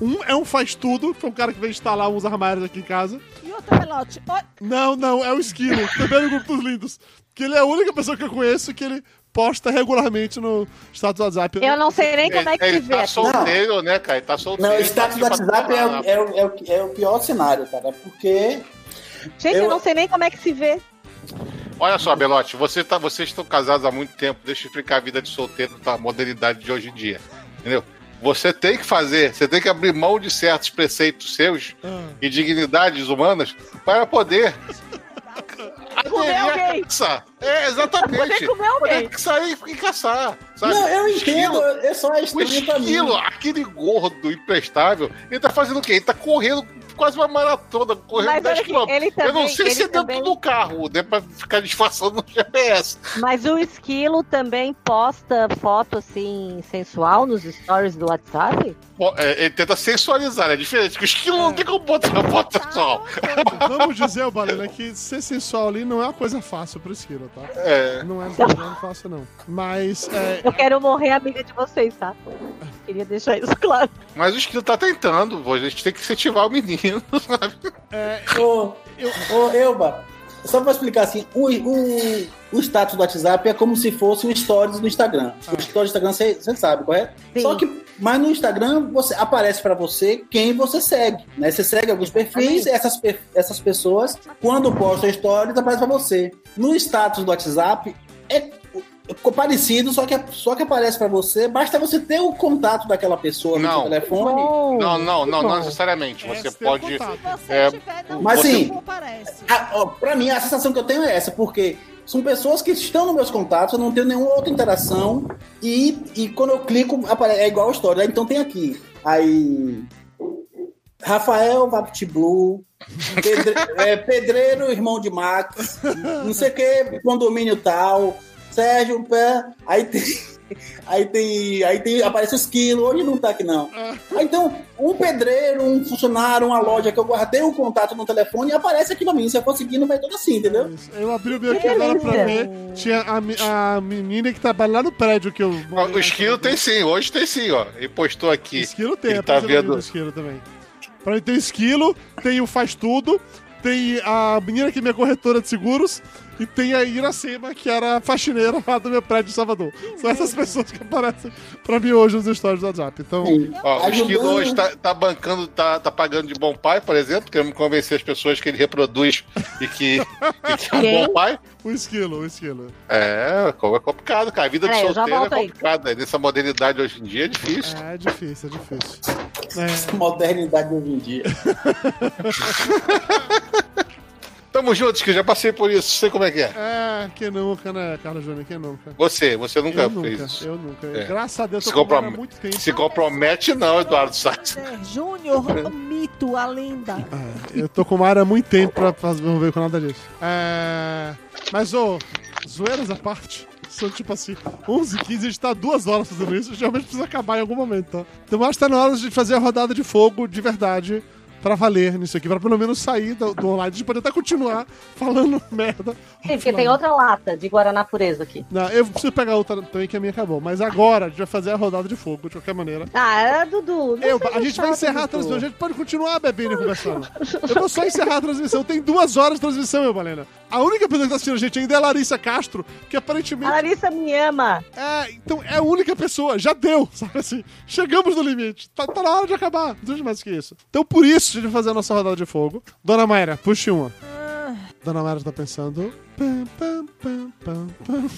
S1: Um é um faz tudo, que é um cara que vem instalar uns armários aqui em casa.
S2: E outro pelote. Oi.
S1: Não, não, é o Esquilo, que também é do Grupo dos Lindos. Que ele é a única pessoa que eu conheço que ele posta regularmente no status do WhatsApp.
S3: Eu não sei nem como é que
S5: Ele,
S3: se
S5: ele
S3: vê.
S5: tá
S3: aqui.
S5: solteiro, né, cara? Ele tá solteiro.
S4: Não, o status do
S5: tá
S4: WhatsApp é, o-
S5: separado.
S4: é, o- é, o- é o pior cenário, cara. Porque.
S3: Gente, eu...
S4: eu
S3: não sei nem como é que se vê.
S5: Olha só, Belote, você tá, vocês estão casados há muito tempo. Deixa eu explicar a vida de solteiro da modernidade de hoje em dia. Entendeu? Você tem que fazer, você tem que abrir mão de certos preceitos seus
S3: Hum.
S1: Ah.
S5: e dignidades humanas para poder
S3: Comer alguém.
S5: caça. É, exatamente.
S3: Poder comer alguém.
S5: Poder sair e caçar. Sabe?
S4: Não, eu
S5: Esquilo.
S4: entendo, eu só é
S5: O
S4: estranho pra mim.
S5: esquilo, aquele gordo imprestável, ele tá fazendo o quê? Ele tá correndo quase uma maratona, correndo
S3: Mas
S5: 10
S3: olha que
S5: km.
S3: ele
S5: Eu
S3: também-
S5: não sei
S3: ele
S5: se é dentro
S3: também-
S5: do carro, né? Pra ficar disfarçando no GPS.
S3: Mas o esquilo também posta foto assim sensual nos stories do WhatsApp?
S5: Bom, é, ele tenta sensualizar, né? É diferente. Que os quilos
S3: Ah.
S5: não tem como botar a bota
S2: Tá,
S3: tá.
S5: só.
S1: Vamos dizer, Balena, que ser sensual ali não é uma coisa fácil pro Esquilo, tá?
S5: É.
S1: Não é, não é fácil, não. Mas, é,
S3: Eu quero morrer amiga de vocês, tá? Queria deixar isso claro.
S5: Mas o esquilo tá tentando, pô. A gente tem que incentivar o menino.
S4: Ô, ô, Elba, só pra explicar assim, o, o, o status do WhatsApp é como se fosse um stories do Instagram. O stories do Instagram você você sabe, correto?
S3: Sim.
S4: Só que, mas no Instagram você, aparece pra você quem você segue, né? Você segue alguns perfis, essas, pe- essas pessoas, quando postam stories, aparece pra você. No status do WhatsApp é co- parecido, só que, só que aparece pra você, basta você ter o contato daquela pessoa
S5: Não.
S4: no seu telefone.
S5: Não, não, não, não
S3: bom.
S5: necessariamente.
S1: É,
S5: Você
S1: você
S5: pode.
S1: tem contato.
S2: Se você
S5: É,
S2: tiver, não
S4: mas sim.
S2: parece.
S4: A, Ah, ó, pra mim, a sensação que eu tenho é essa, porque são pessoas que estão nos meus contatos, eu não tenho nenhuma outra interação, e, e quando eu clico, apare- é igual a história. Então tem aqui, aí... Rafael Vapt Blue, pedre- é, pedreiro irmão de Max, não sei o que, condomínio tal, Sérgio Pé, aí tem... Aí tem. Aí tem. Aparece o esquilo, hoje não tá aqui, não. Ah, Então, um pedreiro, um funcionário, uma loja que eu guardei o contato no telefone, aparece aqui pra mim. Se eu conseguir, não vai tudo assim, entendeu?
S1: Isso. Eu abri o meu aqui agora pra ver. Tinha a, me- a menina que trabalha lá no prédio que eu.
S5: Ó, O esquilo tem sim, hoje tem sim, ó. Ele postou aqui.
S1: Esquilo tem,
S5: Ele
S1: é
S5: tá
S1: pra você não
S5: vendo-
S1: ver o esquilo também. Pra mim tem o esquilo, tem o faz tudo, tem a menina que é minha corretora de seguros e tem a Iracema, que era a faxineira lá do meu prédio em Salvador. São essas pessoas que aparecem pra mim hoje nos stories do WhatsApp. Então,
S5: Ó, o
S4: Ajudando.
S5: Esquilo hoje tá, tá bancando, tá, tá pagando de bom pai, por exemplo, querendo convencer as pessoas que ele reproduz e que, e que é um bom pai.
S1: o esquilo, o esquilo.
S5: É, co- é complicado, cara. A vida de
S3: É, eu já
S5: solteiro é
S3: volto aí.
S5: complicada. Nessa modernidade hoje em dia é difícil.
S1: É difícil, é difícil. É.
S4: Modernidade de hoje em
S3: *laughs*
S4: dia.
S5: Tamo juntos, que eu já passei por isso, sei como é que é.
S1: É, quem nunca, né, Carlos Júnior? Quem nunca?
S5: Você, você nunca
S1: eu
S5: fez
S1: nunca,
S5: isso.
S1: eu nunca.
S5: É.
S1: Graças a Deus,
S5: Se
S1: tô com
S5: comprome-
S1: há muito tempo.
S5: Se compromete, não, Eduardo Sax.
S1: *laughs*
S2: Wagner Júnior, o mito, a lenda.
S1: Ah, Eu tô com uma área há muito tempo pra fazer, não ver com nada disso. É... Mas, ô, zoeiras à parte, são tipo assim, 11 15 a gente tá duas horas fazendo isso, geralmente precisa acabar em algum momento, tá? Então acho que tá na hora de fazer a rodada de fogo de verdade pra valer nisso aqui, pra pelo menos sair do, do online, a gente poder até continuar falando *laughs* merda.
S3: Sim, porque tem outra lata de Guaraná Pureza aqui.
S1: Não, eu preciso pegar outra também, que a minha acabou. Mas agora, a gente vai fazer a rodada de fogo, de qualquer maneira.
S3: Ah, era Dudu. não
S1: Eu,
S3: seja
S1: a gente vai
S3: chato,
S1: encerrar a
S3: Dudu.
S1: transmissão, a gente pode continuar bebendo e conversando. Eu vou só encerrar a transmissão, tem duas horas de transmissão, meu Balena. A única pessoa que tá assistindo a gente ainda é a Larissa Castro, que
S3: A
S1: aparentemente
S3: Larissa me ama.
S1: é, então, é a única pessoa, já deu, *laughs* sabe assim? Chegamos no limite, tá, tá na hora de acabar, não existe mais que isso. Então por isso a gente vai fazer a nossa rodada de fogo. Dona Mayra, puxe uma. Dona Mayra tá pensando. Pam, pam, pam, pam, pam.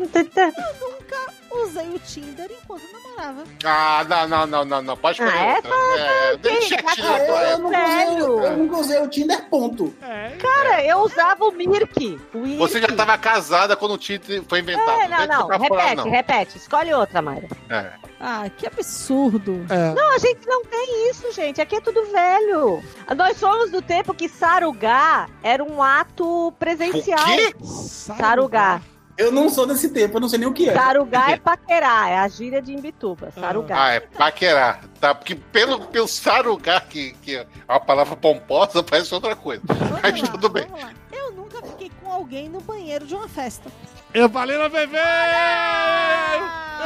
S2: Nunca usei o Tinder enquanto namorava.
S5: Ah, não, não, não, não, não. Pode
S3: Ah,
S5: escolher
S3: é?
S5: outra. É, deixa
S3: tá
S5: aqui,
S3: bom.
S5: vai.
S4: Eu não usei,
S3: Sério?
S4: eu não usei o Tinder, ponto.
S3: Cara, eu usava o Mirk. O Mirk.
S5: Você já estava casada quando o Tite foi inventado.
S3: É, não,
S5: tem que
S3: não.
S5: ficar fora,
S3: Repete,
S5: não.
S3: repete. Escolhe outra, Mayra.
S5: É.
S2: Ah, que absurdo.
S1: É.
S3: Não, a gente não tem isso, gente. Aqui é tudo velho. Nós somos do tempo que sarugá era um ato presencial.
S5: O quê?
S3: Sarugá.
S4: Eu não sou desse tempo, eu não sei nem o que é.
S3: Sarugá é paquerá, é a gíria de Imbituba. Sarugá.
S5: Ah, é paquerar. Tá? Porque pelo, pelo sarugar, que, que é uma palavra pomposa, *laughs* parece outra coisa.
S2: Vamos
S5: Mas
S2: lá,
S5: tudo bem.
S2: vamos lá. Eu nunca fiquei com alguém no banheiro de uma festa.
S1: É Valena Bebê!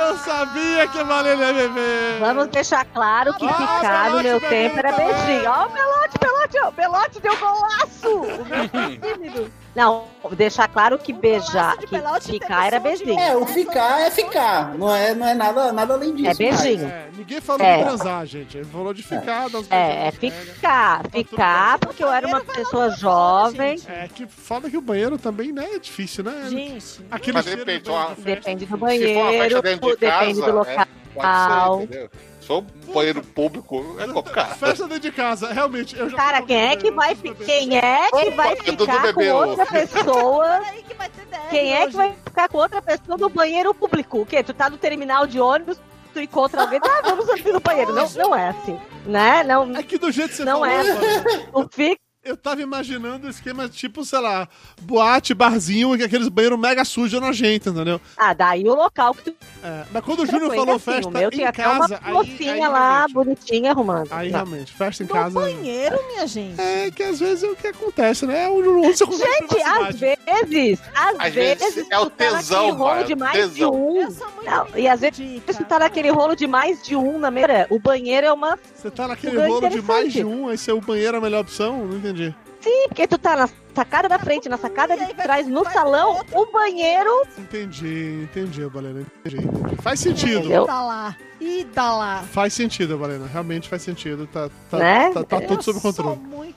S1: Eu sabia que a Valena ia beber!
S3: Vamos deixar claro que
S1: Ah,
S3: ficar no
S1: Belote,
S3: meu tempo era
S1: Belote.
S3: beijinho. Ó, o Belote, Belote, ó, Belote deu golaço! O meu
S5: *laughs*
S3: foi tímido. Não, deixar claro que
S2: O
S3: beijar,
S2: golaço de
S3: que
S2: Belote tem
S3: ficar era
S2: pessoa de
S3: beijinho.
S4: É, o ficar é ficar. Não é, não é nada, nada além disso.
S3: É beijinho.
S1: É, ninguém falou
S3: É.
S1: de transar, gente. Ele falou de ficar das
S3: É, é
S1: das-
S3: ficar, ficar, porque eu era uma pessoa jovem.
S1: É que foda que o banheiro também, né? É difícil, né?
S2: Gente,
S1: Aquele
S5: Mas
S1: cheiro
S5: depende,
S1: do banheiro
S5: ó,
S1: de é festa.
S3: Depende do
S5: Se for uma festa
S3: banheiro,
S5: dentro de
S3: depende
S5: casa,
S3: do local.
S5: é, pode ser, entendeu? Se for um banheiro público, é complicado.
S1: Festa dentro de casa, realmente. Eu já
S3: Cara, quem é que vai, fi- quem é que
S5: Opa,
S3: vai
S5: eu tô com
S3: ficar com
S5: bebeu.
S3: outra pessoa?
S2: *laughs* aí que vai ter DR
S3: Quem é que
S2: hoje.
S3: vai ficar com outra pessoa no banheiro público? O quê? Tu tá no terminal de ônibus, tu encontra alguém, ah, vamos ali no banheiro. Não, não é assim, né? Não,
S1: É que do jeito que você
S3: Não
S1: falou,
S3: é.
S1: Fábio,
S3: não fica.
S1: eu tava imaginando um esquema tipo, sei lá, boate, barzinho, e aqueles banheiros mega sujos nojento, entendeu?
S3: Ah, daí o local que tu
S1: É, mas quando o Júnior
S3: frequenta,
S1: falou
S3: assim,
S1: festa
S3: o meu tinha
S1: em
S3: até uma
S1: casa, aí, aí,
S3: mocinha lá,
S1: realmente-
S3: bonitinha, arrumando.
S1: aí
S3: Não.
S1: realmente, festa em
S2: No
S1: casa... né?
S2: banheiro, minha gente.
S1: É que às vezes é o que acontece, né? O Júnior você consegue
S3: Gente, às
S1: privacidade.
S3: vezes, às,
S5: Às
S3: vezes,
S5: vezes é o
S3: tu tá
S5: tesão,
S3: naquele rolo
S5: cara,
S3: de
S5: o
S3: mais de
S5: tesão.
S2: Eu
S3: um.
S2: sou muito
S3: Não, e às vezes
S2: dica.
S3: tu tá naquele rolo de mais de um na mesa. O banheiro é uma.
S1: Você tá naquele
S3: Lugar
S1: rolo de mais de
S3: interessante.
S1: um, aí se o banheiro é a melhor opção, não entendi.
S3: Sim, porque tu tá na sacada da frente, na sacada
S2: E aí
S3: de
S2: vai-
S3: trás, no
S2: vai-
S3: salão, o banheiro.
S1: Entendi, entendi, Balena. Entendi, entendi. Faz sentido.
S3: Entendeu?
S2: Ida lá. Ida lá.
S1: Faz sentido, Balena. Realmente faz sentido. Tá, tá,
S3: Né?
S1: tá, tá tudo
S2: Eu
S1: sob
S2: sou
S1: controle.
S2: muito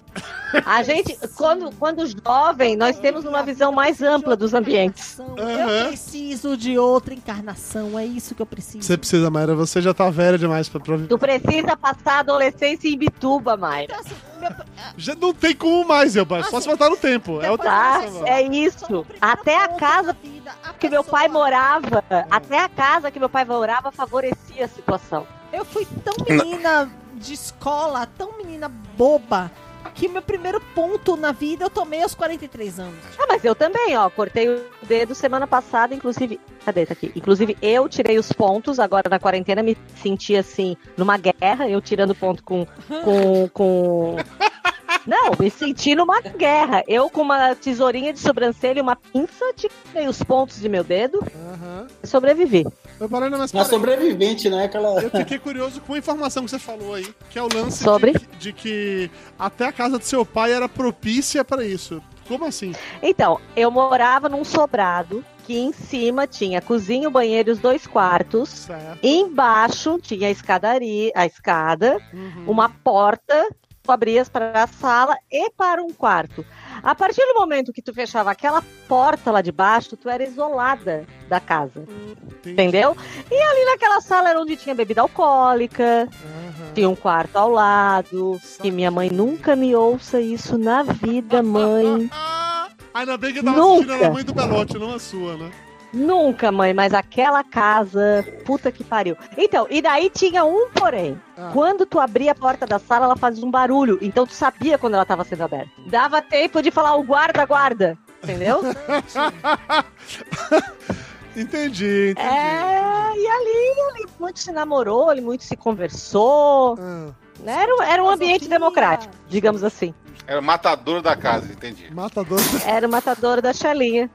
S3: A gente, quando, quando jovem, nós temos uma visão mais ampla dos ambientes.
S2: Eu
S1: Aham.
S2: preciso de outra encarnação. É isso que eu preciso.
S1: Você precisa, Mayra. Você já tá velha demais pra provar.
S3: Tu precisa passar a adolescência em Bituba, Mayra.
S2: Então, assim, meu-
S1: Já não tem como mais, meu pai. Só se voltar no tempo. É outra
S3: Tá?
S1: coisa, mano.
S3: É
S2: só no
S3: isso.
S2: primeiro
S3: Até a
S2: ponto
S3: casa
S2: da vida, a
S3: que meu
S2: pessoa-
S3: pai morava, até a casa que meu pai morava favorecia a situação.
S2: Eu fui tão menina de escola, tão menina boba, que meu primeiro ponto na vida eu tomei aos 43 anos.
S3: Ah, mas eu também, ó, cortei o dedo semana passada, inclusive, cadê tá aqui? Inclusive eu tirei os pontos, agora na quarentena me senti assim numa guerra, eu tirando ponto com com com Não, me senti numa guerra. Eu com uma tesourinha de sobrancelha e uma pinça tirei os pontos de meu dedo
S1: Aham.
S3: e sobrevivi.
S1: Meu Balena, mas
S4: Uma
S1: peraí.
S4: sobrevivente, né? Aquela.
S1: Eu fiquei curioso com a informação que você falou aí, que é o lance de-
S3: Sobre?
S1: De, que até a casa do seu pai era propícia pra isso. Como assim?
S3: Então, eu morava num sobrado que em cima tinha cozinha, o banheiro e os dois quartos.
S1: Certo.
S3: Embaixo tinha a escadaria, a escada,
S1: Uhum.
S3: uma porta, tu abrias para a sala e para um quarto. A partir do momento que tu fechava aquela porta lá de baixo, tu era isolada da casa,
S1: Entendi.
S3: entendeu? E ali naquela sala era onde tinha bebida alcoólica,
S1: Aham.
S3: tinha um quarto ao lado. E minha mãe nunca me ouça isso na vida, mãe.
S1: Ah, ainda bem que eu tava
S3: Nunca.
S1: assistindo a mãe do Belote, não a sua,
S3: *laughs*
S1: né?
S3: Nunca, mãe, mas aquela casa, puta que pariu. Então, e daí tinha um porém.
S1: Ah.
S3: Quando tu abria a porta da sala, ela fazia um barulho. Então tu sabia quando ela tava sendo aberta. Dava tempo de falar o guarda, guarda.
S1: *laughs*
S3: Entendeu?
S1: Entendi, entendi.
S3: é, e ali, ali muito se namorou, ele muito se conversou.
S1: Ah,
S3: né? Era, um- era um ambiente
S2: Filosofia.
S3: democrático, digamos assim.
S5: Era matador É da casa, entendi.
S1: matador
S3: Era o matador da Xelinha.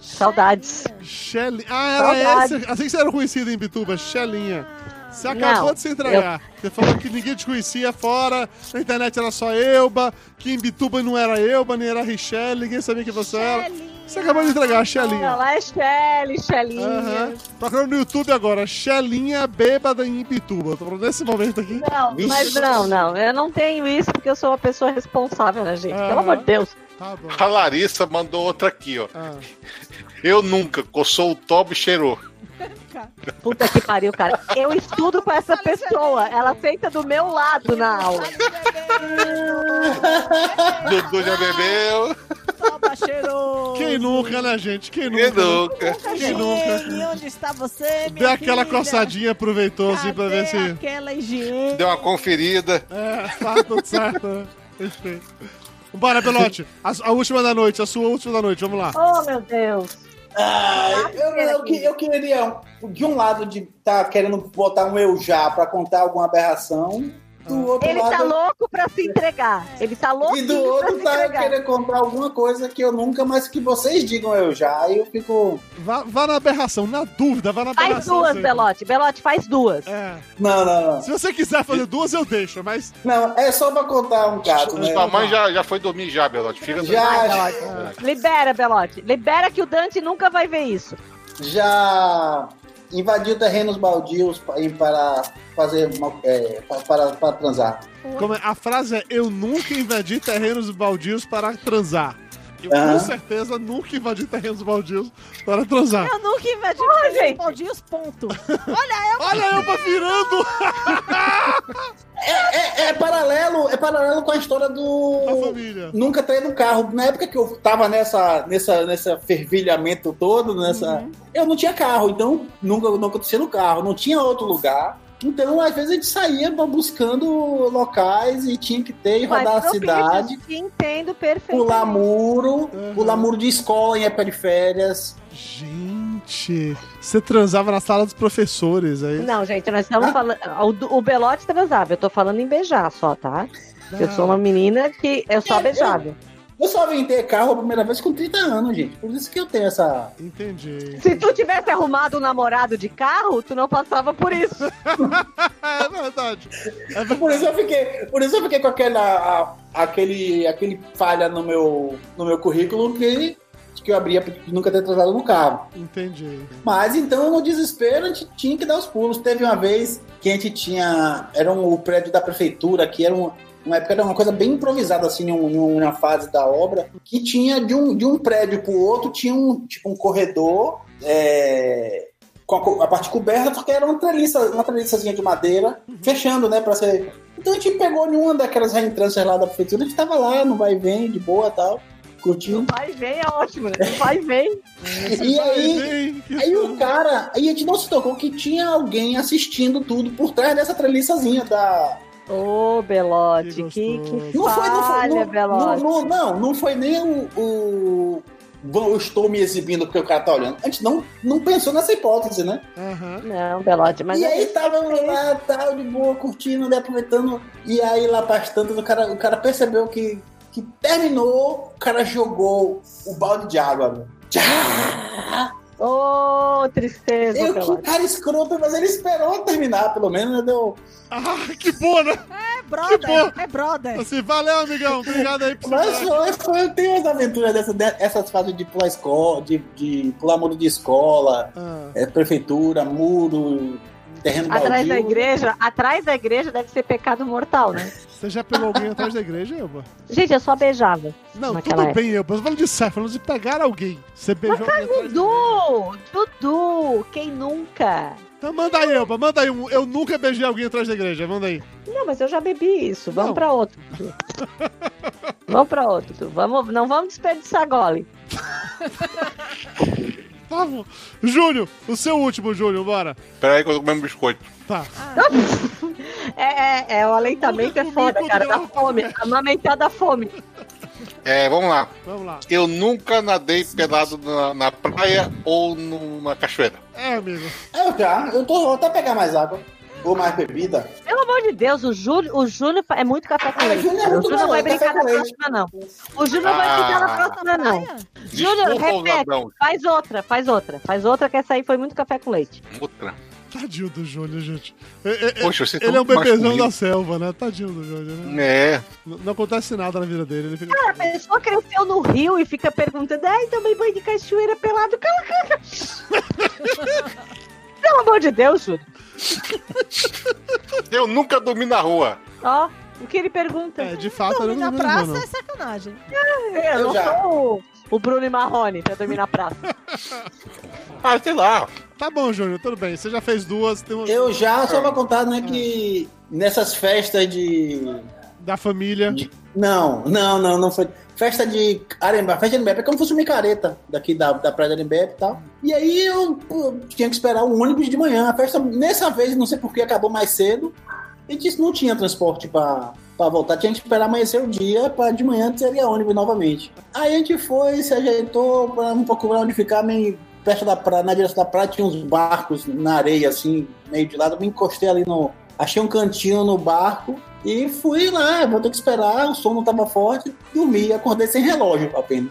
S3: Saudades.
S2: Cheirinha.
S1: Shelly. Ah, era
S3: Saudade.
S1: essa. Assim que você era conhecida em Bituba, Shellinha. Você acabou
S3: Não,
S1: de se entregar. Você falou que ninguém te conhecia fora, na internet era só Elba, que em Bituba não era Elba, nem era Richelle, ninguém sabia que você era.
S2: Chelinha.
S1: Você acabou de entregar a
S3: Olha
S1: Shellinha.
S3: lá, é Shelly, Xelinha.
S1: Aham. Procurando no YouTube agora, Shellinha bêbada em Bituba. Tô falando nesse momento aqui.
S3: Não,
S4: Vixe.
S3: mas não, não. Eu não tenho isso porque eu sou uma pessoa responsável, né, gente? Pelo
S1: Aham.
S3: amor de Deus.
S1: Tá bom.
S5: A Larissa mandou outra aqui, ó.
S1: Ah.
S5: Eu nunca, coçou o tobo e cheirou.
S3: Puta que pariu, cara. Eu estudo com essa pessoa. Ela senta do meu lado na aula.
S5: Dudu já bebeu.
S2: Toma, cheiroso.
S1: Quem nunca, né, gente? Quem
S5: E
S1: nunca?
S5: nunca.
S2: Nunca,
S1: Quem
S2: Jenny, onde está você, minha
S1: Deu aquela
S2: querida?
S1: coçadinha, aproveitou assim pra ver
S2: Cadê
S1: se.
S2: aquela higiene.
S5: Deu uma conferida.
S1: É, tá tudo certo. né? Enfim. Bora, Belote. A, a última da noite, a sua última da noite, vamos lá.
S3: Oh, meu Deus.
S4: Ah, eu, eu, que- eu queria, de um lado, de tá querendo botar um eu já pra contar alguma aberração, do outro
S3: Ele
S4: lado.
S3: tá louco pra se entregar. Ele tá louco
S4: E do
S3: pra se
S4: outro tá
S3: entregar.
S4: querendo contar alguma coisa que eu nunca, mas que vocês digam eu já. Aí eu fico.
S1: Vá, vá na aberração, na dúvida, vá na
S3: Faz
S1: aberração.
S3: duas,
S1: sempre.
S3: Belote. Belote, faz duas.
S1: É.
S4: Não, não, não.
S1: Se você quiser fazer duas, eu deixo, mas.
S4: Não, é só pra contar um caso, né?
S5: Sua mãe já, já foi dormir já, Belote. Fica
S3: Vai,
S4: Já,
S3: Belote. Libera, Belote. Libera que o Dante nunca vai ver isso.
S4: já invadiu terrenos baldios pa- e para fazer uma- é, pa- para, para transar.
S1: Como é- a frase é: Eu nunca invadi terrenos baldios para transar. Eu
S4: Aham.
S1: com certeza nunca invadi terrenos baldios para transar.
S2: Eu nunca invadi
S3: gente.
S2: os ponto.
S1: Olha eu pra virando!
S4: É, é- é paralelo, é paralelo com a história
S1: Da
S4: do.
S1: família.
S4: Nunca traí no carro. Na época que eu tava nessa, nessa, nessa fervilhamento todo, nessa. Eu não tinha carro, então nunca, nunca tinha no carro, não tinha outro lugar. Então, às vezes, a gente saía buscando locais e tinha que ter e rodar a
S3: eu
S4: cidade.
S3: te entendo perfeitamente.
S4: Pular muro,
S1: Uhum.
S4: pular muro de escola em época de férias.
S1: Gente, você transava na sala dos professores é aí.
S3: Não, gente, nós estamos
S4: Ah.
S3: falando. O, do- o Belote transava, eu tô falando em beijar só, tá? Eu sou uma menina que é só
S4: Eu-
S3: beijável.
S4: Eu só vim ter carro a primeira vez com 30 anos, gente. Por isso que eu tenho essa.
S1: Ah,
S4: *laughs*
S1: Entendi.
S3: Se tu tivesse arrumado um namorado de carro, tu não passava por isso.
S1: É verdade. É verdade.
S4: Por isso eu fiquei, por isso eu fiquei com aquela, a- aquele, aquele falha no meu, no meu currículo que, que eu abria de nunca ter transado no carro.
S1: Entendi.
S4: Mas então, no desespero, a gente tinha que dar os pulos. Teve uma vez que a gente tinha. Era um, o prédio da prefeitura, que era um. Uma época era uma coisa bem improvisada, assim, em um- em uma fase da obra, que tinha de um, de um prédio pro outro, tinha um tipo um corredor é, com a, co- a parte coberta, só que era uma treliça, uma treliçazinha de madeira, fechando, né, pra ser. Então a gente pegou nenhuma daquelas reentrâncias lá da prefeitura, a gente tava lá, no vai e vem, de boa tal, curtindo.
S3: Vai e vem é ótimo, né? Vai e vem.
S4: E aí,
S1: Bem, que
S4: Aí o
S1: bom.
S4: cara, aí a gente não se tocou que tinha alguém assistindo tudo por trás dessa treliçazinha da.
S3: Ô, Belote,
S1: Que
S3: que,
S1: gostoso.
S3: que,
S4: Não foi, não foi.
S3: falha,
S4: Não, não,
S3: Belote.
S4: não, não, não foi nem o. o... Bom, eu estou me exibindo porque o cara tá olhando. A gente não, não pensou nessa hipótese, né?
S1: Aham.
S3: Não, Belote, mas é
S4: e aí
S3: eu-
S4: tava lá, tal, de boa, curtindo, né, aproveitando. E aí lá pras tantas, o cara, o cara percebeu que, que terminou, o cara jogou o balde de água. né? velho. Tchá!
S3: Ô, tristeza,
S4: Eu, que
S3: Belote.
S4: cara escroto, mas ele esperou terminar, pelo menos, né? Deu,
S1: Ah, que boa, né?
S2: É brother, é brother.
S1: Assim, valeu, amigão. Obrigado aí por
S4: Mas
S1: você.
S4: foi, foi, eu tenho as aventuras dessa, de- essas fases de pular escola, de, de pular muro de escola,
S1: Ah,
S4: é, prefeitura, muro, terreno
S3: Atrás da
S4: baldio.
S3: igreja, atrás da igreja deve ser pecado mortal, né?
S1: você já pegou alguém atrás da igreja, Elba?
S3: Gente, eu só beijava.
S1: Não,
S3: Naquela
S1: tudo bem, Elba. Eu tô falando de sério, falando de pegar alguém. Você beijou alguém atrás da igreja.
S3: Dudu! Dudu! Quem nunca?
S1: Então manda aí, Elba. Manda aí. um. Eu nunca beijei alguém atrás da igreja. Manda aí.
S3: Não, mas eu já bebi isso. Vamos
S1: Não.
S3: pra outro. Dudu. vamos pra outro. Dudu. Vamos, não vamos desperdiçar gole. *laughs*
S1: Tá bom. Júlio, o seu último, Júlio. Bora.
S5: Peraí que eu tô comendo biscoito.
S1: Tá.
S3: É, é, é, o aleitamento é
S1: Nunca comi
S3: foda,
S1: quando
S3: cara. Dá
S1: eu-
S3: fome. Amamentar dá fome.
S5: É, vamos lá.
S1: Vamos lá.
S5: Eu nunca nadei pelado na, na praia ou numa cachoeira.
S1: É, amigo.
S4: Eu já, eu tô, vou até pegar mais água. Ou mais bebida.
S3: Pelo amor de Deus, o Júlio, o Júlio é muito café com
S4: Ah,
S3: leite.
S4: Júlio é
S3: cara. O
S4: muito
S3: Júlio não vai
S4: maluco, café
S3: brincar na
S4: com leite.
S3: próxima, não. O Júlio não vai
S5: Ah.
S3: brincar na próxima, não.
S2: Praia?
S3: Júlio,
S5: Desculpa,
S3: repete.
S5: Osabão.
S3: Faz outra, faz outra. Faz outra, que essa aí foi muito café com leite.
S5: Outra.
S1: Tadinho do Júlio, gente. É, é, é,
S5: Poxa, você tá
S1: Ele é um bebezão da selva, né? Tadinho do Júlio. né?
S5: É,
S1: Não, não acontece nada na vida dele. Ele fica...
S2: Ah,
S3: A pessoa cresceu no Rio e fica perguntando, ai, também banho de cachoeira pelado. Cala, cala. *laughs* Pelo amor de Deus, Júlio.
S5: Eu nunca dormi na rua.
S3: Ó, o que ele pergunta.
S1: É, de fato,
S2: Dormir
S1: ele
S2: na
S1: não
S2: praça
S1: não.
S2: é sacanagem.
S3: eu
S4: eu
S3: não
S4: já.
S3: sou o, o Bruno e Marrone pra dormir na praça.
S5: Ah, sei lá.
S1: Tá bom, Júnior, tudo bem. Você já fez duas, tem uma
S4: Eu já, só pra contar, né, que nessas festas de.
S1: da família.
S4: Não, não, não, não foi. Festa de Arembé, festa de Arembé, é como se fosse uma careta daqui da, da praia de Arembé e tal. E aí eu pô, tinha que esperar o ônibus de manhã. A festa, nessa vez, não sei por que acabou mais cedo. E disse que não tinha transporte pra, pra voltar. Tinha que esperar amanhecer o dia pra de manhã seria ônibus novamente. Aí a gente foi, se ajeitou pra não procurar onde ficar, meio perto da praia, na direção da praia tinha uns barcos na areia, assim, meio de lado. Eu me encostei ali no. Achei um cantinho no barco e fui lá. Vou ter que esperar, o sono tava forte. Dormi, acordei sem relógio apenas.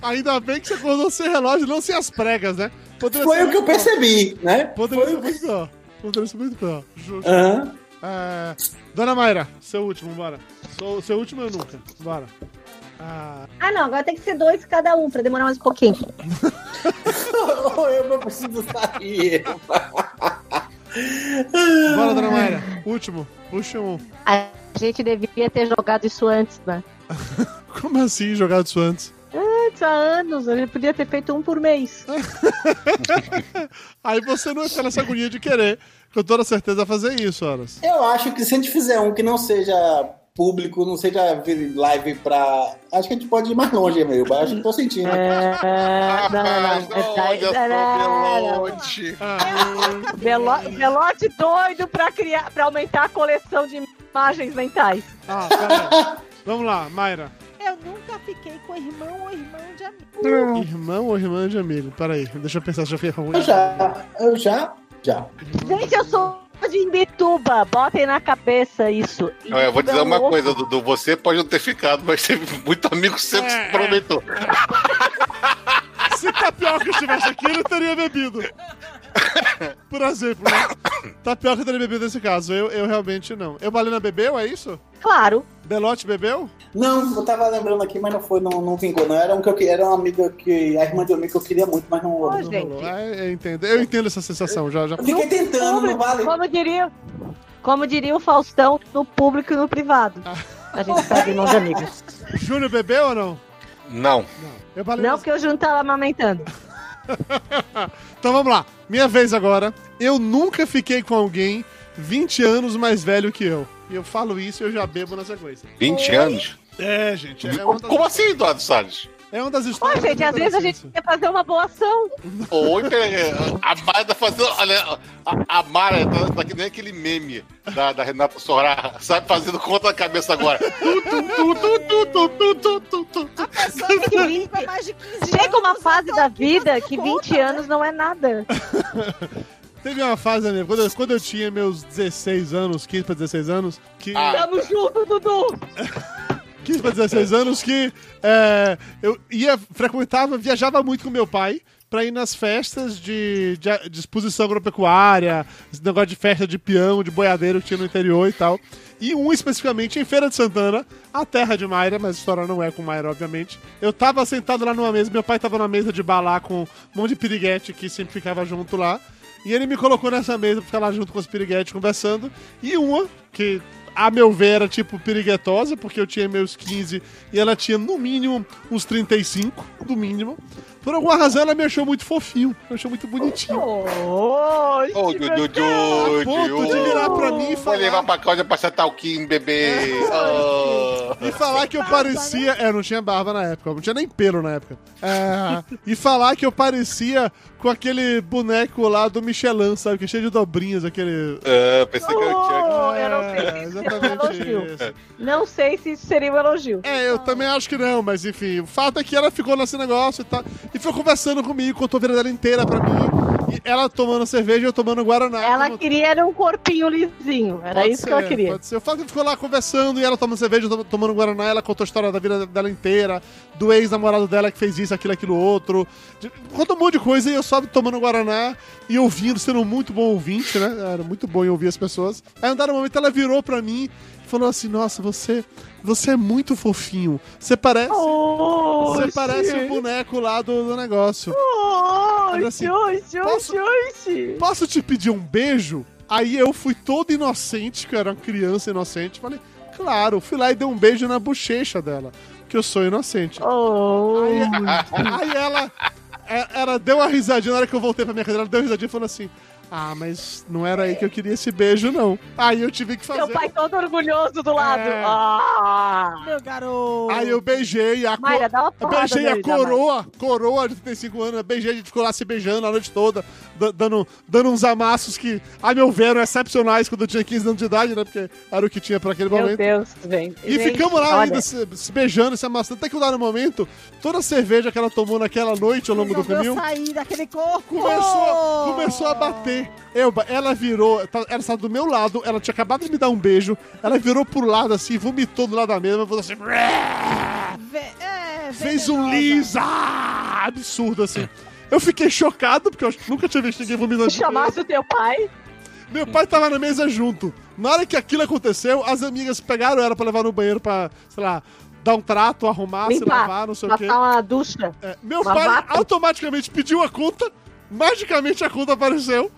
S1: Ainda bem que você acordou sem relógio, não sem as pregas, né? Poderia
S4: Foi
S1: ser
S4: o que eu
S1: muito pior.
S4: percebi, né?
S1: Poderia
S4: Foi
S1: ser
S4: o que-
S1: muito pior. Poderia ser muito pior. Justo.
S4: Aham.
S1: É, Dona Mayra, seu último, bora. Sou, seu último eu nunca. Bora. Ah,
S3: Ah, não, agora tem que ser dois cada um, pra demorar mais um pouquinho.
S4: *laughs* eu não preciso sair.
S1: bora, Dona Mayra. Último. Puxa um.
S3: A gente deveria ter jogado isso antes, né?
S1: Como assim jogar isso antes?
S3: isso há anos. Ele podia ter feito um por mês.
S1: Aí você não entra nessa agonia de querer, com toda certeza, fazer isso, horas.
S4: Eu acho que se a gente fizer um que não seja público, não seja live pra. Acho que a gente pode ir mais longe, meu. Eu Acho que tô sentindo.
S3: É, não, não,
S5: Rapaz,
S3: não.
S5: olha
S3: É,
S5: só,
S3: não, não.
S5: Belote.
S1: Ah,
S3: Velo- Velote doido pra, criar, pra aumentar a coleção de imagens mentais.
S1: Ah, pera aí. Vamos lá, Mayra.
S2: Eu nunca fiquei com irmão ou irmão de amigo.
S1: Irmão ou irmã de amigo? Pera aí, deixa eu pensar se já fiquei ruim.
S4: Eu já, eu já, já.
S3: Gente, eu sou de Imbituba. Botem na cabeça isso.
S5: Não, eu vou dizer
S3: Imbituba é um
S5: uma
S3: ovo.
S5: coisa, Dudu. Você pode não ter ficado, mas teve muito amigo seu que
S1: É.
S5: se prometeu.
S1: Se tapioca estivesse aqui, ele teria bebido. Por exemplo, né? tapioca teria bebido nesse caso. Eu, eu realmente não. Eu Balena bebeu, é isso?
S3: Claro.
S1: Belote bebeu?
S4: Não, eu tava lembrando aqui, mas não foi, não, não vingou, não. Era um que eu queria, era uma amiga que. A irmã de um amigo que eu queria muito, mas não.
S3: Ô,
S4: não-
S3: gente.
S1: Rolou. É, eu entendo. Eu entendo essa sensação, já, já.
S4: Eu fiquei tentando, não
S3: Público,
S4: vale.
S3: Como diria, como diria o Faustão, no público e no privado. A gente tá sabe irmãos e amigos.
S1: Júnior bebeu ou não?
S5: Não.
S1: Eu Balena
S3: Não porque o Juno tava amamentando.
S1: Então vamos lá, minha vez agora. Eu nunca fiquei com alguém 20 anos mais velho que eu. E eu falo isso e eu já bebo na sequência.
S5: 20 anos?
S1: É, gente, é uma
S5: Como,
S1: das,
S5: como assim, Eduardo Salles?
S1: é uma das
S3: Pô,
S1: histórias.
S3: gente,
S1: da
S3: às vezes a gente
S1: adolescência.
S3: quer fazer uma boa ação.
S5: Oi, a Mara tá fazendo. Olha, a, a Mara tá, tá que nem aquele meme da, da Renata Sorá, sabe? Fazendo conta na cabeça agora. Tu, tu, tu, tu, tu, tu, tu, tu, tu, tu.
S2: A pessoa que
S3: Que
S2: vive há mais de 15
S3: Chega uma
S2: anos,
S3: fase
S2: eu tô
S3: da
S2: aqui
S3: vida
S2: fazendo
S3: que
S2: conta,
S1: né?
S2: né?
S3: 20 anos não é nada.
S1: Teve uma fase, né, quando eu, quando eu tinha meus 16 anos, 15 pra 16 anos, que.
S5: Ah.
S3: Tamo junto, Dudu!
S1: 15 pra 16 anos que é, eu ia, frequentava, viajava muito com meu pai pra ir nas festas de, de, de exposição agropecuária, esse negócio de festa de peão, de boiadeiro que tinha no interior e tal. E um especificamente em Feira de Santana, a terra de Mayra, mas a história não é com Mayra, obviamente. Eu tava sentado lá numa mesa, meu pai tava na mesa de bar lá com um monte de piriguete que sempre ficava junto lá. E ele me colocou nessa mesa pra ficar lá junto com os piriguetes conversando. E uma, que a meu ver era tipo piriguetosa, porque eu tinha meus 15 e ela tinha no mínimo uns 35, do mínimo. Por alguma razão ela me achou muito fofinho, me achou muito bonitinho.
S5: Ô,
S3: Oxe,
S5: Dudu,
S1: A ponto de virar
S5: Dudu.
S1: pra mim e
S5: Vou levar
S1: falar,
S5: pra casa pra ser talquinho, bebê. Oh.
S1: e falar que eu parecia. É, não tinha barba na época, não tinha nem pelo na época. É, e falar que eu parecia com aquele boneco lá do Michelin, sabe? Que é cheio de dobrinhas, aquele.
S5: Ah, pensei que eu tinha.
S3: Oh, eu não sei
S1: É,
S3: se isso é um elogio.
S1: isso.
S3: Não sei se isso seria um elogio.
S1: É, eu também acho que não, mas enfim, o fato é que ela ficou nesse negócio e tal. E foi conversando comigo, contou a vida dela inteira pra mim. E ela tomando cerveja e eu tomando Guaraná.
S3: Ela
S1: é Como-
S3: queria era um corpinho lisinho. Era
S1: Pode
S3: isso que ela
S1: ser,
S3: queria.
S1: Pode ser. O fato é que ficou lá conversando e ela tomando cerveja, eu to- tomando Guaraná, ela contou a história da vida dela inteira, do ex-namorado dela que fez isso, aquilo, aquilo, outro. De- Conta um monte de coisa e eu só tomando Guaraná e ouvindo, sendo muito bom ouvinte, né? Era muito bom em ouvir as pessoas. Aí, um dado momento, ela virou pra mim e falou assim: Nossa, você, você é muito fofinho. Você parece.
S3: Oxe.
S1: Você parece o boneco lá do, do negócio. Mas assim,
S3: Oxe, oxe,
S1: posso-
S3: oxe, oxe.
S1: Posso te pedir um beijo? Aí eu fui todo inocente, que eu era uma criança inocente. Falei, claro, fui lá e dei um beijo na bochecha dela, que eu sou inocente.
S3: Oh.
S1: Aí, aí ela, é- ela deu uma risadinha, na hora que eu voltei pra minha cadeira, ela deu uma risadinha e falou assim: Ah, mas não era aí que eu queria esse beijo, não. Aí eu tive que fazer.
S3: Seu pai todo orgulhoso do lado.
S1: É.
S3: Ah.
S2: Meu garoto.
S1: Aí eu beijei a co-
S3: Mayra, dá uma
S1: Eu
S3: porrada
S1: beijei a
S3: nele, dá, Mayra.
S1: coroa, coroa de 35 anos, eu beijei, a gente ficou lá se beijando a noite toda, da- dando, dando uns amassos que, a meu ver, eram excepcionais quando eu tinha 15 anos de idade, né? Porque era o que tinha pra aquele
S3: Meu
S1: momento.
S3: Deus, gente.
S1: E ficamos lá ainda se, se beijando, se amassando, até que um dado momento, toda a cerveja que ela tomou naquela noite ao longo do
S2: Resolveu
S1: caminho,
S2: sair daquele corpo.
S3: Oh!
S1: Começou, começou a bater. Elba, ela virou, tá- ela estava do meu lado, ela tinha acabado de me dar um beijo, ela virou pro lado assim, vomitou do lado da mesa, falou assim.
S2: Ve- é,
S1: Fez um
S2: venenosa.
S1: lisa! Absurdo assim. Eu fiquei chocado, porque eu nunca tinha visto ninguém vomitando.
S3: Se chamasse o teu pai,
S1: Meu pai tava na mesa junto. Na hora que aquilo aconteceu, as amigas pegaram ela pra levar no banheiro pra, sei lá, dar um trato, arrumar, se
S3: limpar,
S1: lavar, não sei o quê.
S3: passar um- uma ducha.
S1: É, meu
S3: Uma
S1: pai
S3: vaca.
S1: automaticamente pediu a conta, magicamente a conta apareceu.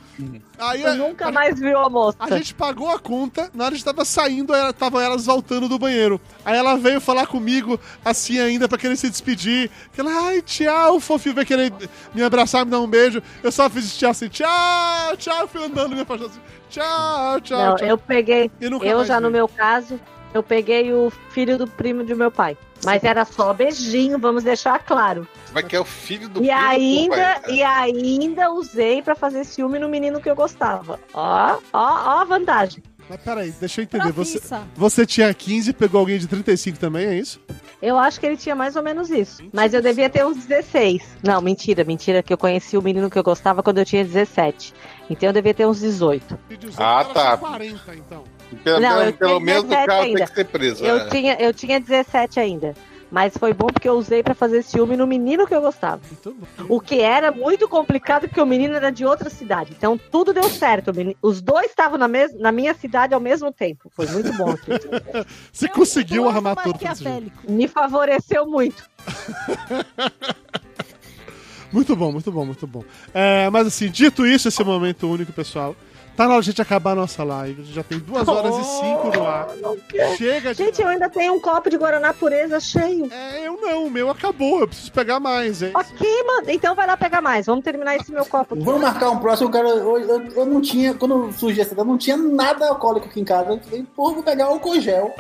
S1: Aí é
S3: Tu
S1: a,
S3: nunca mais viu a moça.
S1: a gente pagou a conta, na hora que tava saindo, ela, tava elas voltando do banheiro. Aí ela veio falar comigo, assim ainda, pra querer se despedir. Ela, ai, tchau, fofinho, vai querer me abraçar, me dar um beijo. Eu só fiz tchau assim, tchau, tchau, fui andando, me afastando assim, tchau, tchau,
S3: Não,
S1: tchau.
S3: eu peguei.
S1: E nunca
S3: Eu
S1: mais
S3: já, no
S1: vi.
S3: meu caso, eu peguei o filho do primo de meu pai. Mas era só beijinho, vamos deixar claro.
S5: Vai que é o filho do
S3: E
S5: primo do
S3: ainda,
S1: né?
S5: pai.
S3: e ainda usei pra fazer ciúme no menino que eu gostava. Ó, ó, ó a vantagem.
S1: Mas peraí, deixa eu entender. Você,
S2: Profissa. É um
S1: você tinha 15 e pegou alguém de 35 também, é isso?
S3: Eu acho que ele tinha mais ou menos isso. Mas eu devia ter uns 16. Não, mentira, mentira, que eu conheci o menino que eu gostava quando eu tinha 17. Então eu devia ter uns 18.
S5: Ah, tá.
S1: 40, então.
S5: Pelo,
S3: Não, eu
S5: menos- pelo
S3: tenho
S5: menos o
S3: 17
S5: cara tem
S3: ainda.
S5: que ser preso.
S3: Eu,
S5: é.
S3: tinha, eu tinha 17 ainda. Mas foi bom porque eu usei pra fazer ciúme no menino que eu gostava.
S1: Então,
S3: O que era muito complicado porque o menino era de outra cidade. Então tudo deu certo. o meni- Os dois estavam na, mes- na minha cidade ao mesmo tempo. Foi muito bom. aquilo.
S1: Você conseguiu
S2: Plano
S1: armar tudo. pra esse jeito.
S2: maquiavélico.
S3: Me favoreceu muito.
S1: Muito bom, muito bom, muito bom. É, mas assim, dito isso, esse momento único, pessoal. Tá na hora de a gente acabar a nossa live. A gente já tem 2 horas e 5 no ar. Chega de.
S3: Gente, eu ainda tenho um copo de Guaraná pureza cheio.
S1: É, eu não, o meu acabou. Eu preciso pegar mais, hein?
S3: Ok, mano. Então vai lá pegar mais. Vamos terminar esse meu copo. aqui.
S4: Vamos marcar um próximo, cara. Eu, eu, eu não tinha, quando surgiu essa ideia, eu não tinha nada alcoólico aqui em casa. Eu falei, pô, vou pegar álcool gel.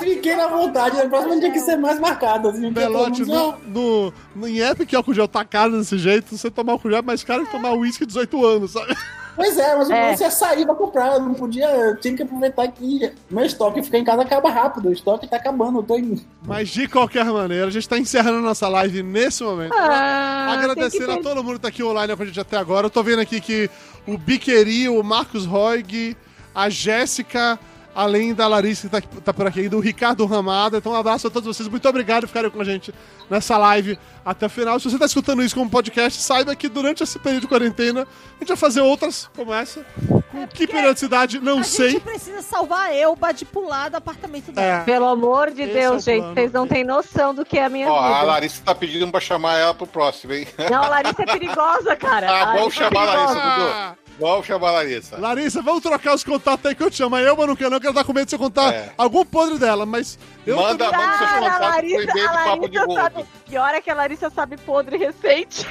S4: Fiquei na vontade, na próxima tinha que ser mais marcado. Assim, porque
S1: Belote né?
S4: todo mundo,
S1: no, no, no, em app que álcool gel tá caro desse jeito, você tomar álcool gel é mais caro que tomar uísque 18 anos, sabe?
S4: "Não." Pois é, mas eu
S3: É.
S4: comecei a sair pra comprar. Eu não podia, eu tinha que aproveitar que meu estoque ficar em casa acaba rápido. O estoque tá acabando. Eu tô em
S1: Mas de qualquer maneira, a gente tá encerrando a nossa live nesse momento.
S3: Ah,
S1: Agradecendo
S3: tem
S1: a
S3: que
S1: todo mundo que tá aqui online com a gente até agora. Eu tô vendo aqui que o Biqueri, o Marcos Roig, a Jéssica, além da Larissa que tá, aqui- tá por aqui ainda, o Ricardo Ramada. Então, um abraço a todos vocês. Muito obrigado por ficarem com a gente nessa live até o final. Se você tá escutando isso como podcast, saiba que durante esse período de quarentena, a gente vai fazer outras como essa. Com que periodicidade, não
S2: A
S1: sei.
S2: gente precisa salvar a Elba de pular do apartamento dela.
S1: É.
S3: Pelo amor de
S1: Esse é
S3: Deus,
S1: o
S3: gente,
S1: plano.
S3: vocês não têm noção do que é a minha
S5: Ó, a
S3: vida.
S5: Larissa tá pedindo pra chamar ela pro próximo, hein? *laughs*
S3: Não, a Larissa é perigosa, cara.
S5: Ah,
S3: A Larissa
S5: vamos
S3: é
S5: chamar a
S3: perigosa.
S5: Larissa. Vamos chamar a Larissa.
S1: Ah, Larissa, vamos trocar os contatos aí que eu te chamo. Eu, mas não quero, não, que ela tá com medo de você contar
S5: É.
S1: algum podre dela, mas eu
S5: Manda, manda seus
S3: Cara, a
S5: contatos pro
S3: Larissa,
S5: e-mail do
S3: a
S5: Papo de
S3: Larissa
S5: Gordo.
S3: sabe. Pior é que a Larissa sabe podre recente.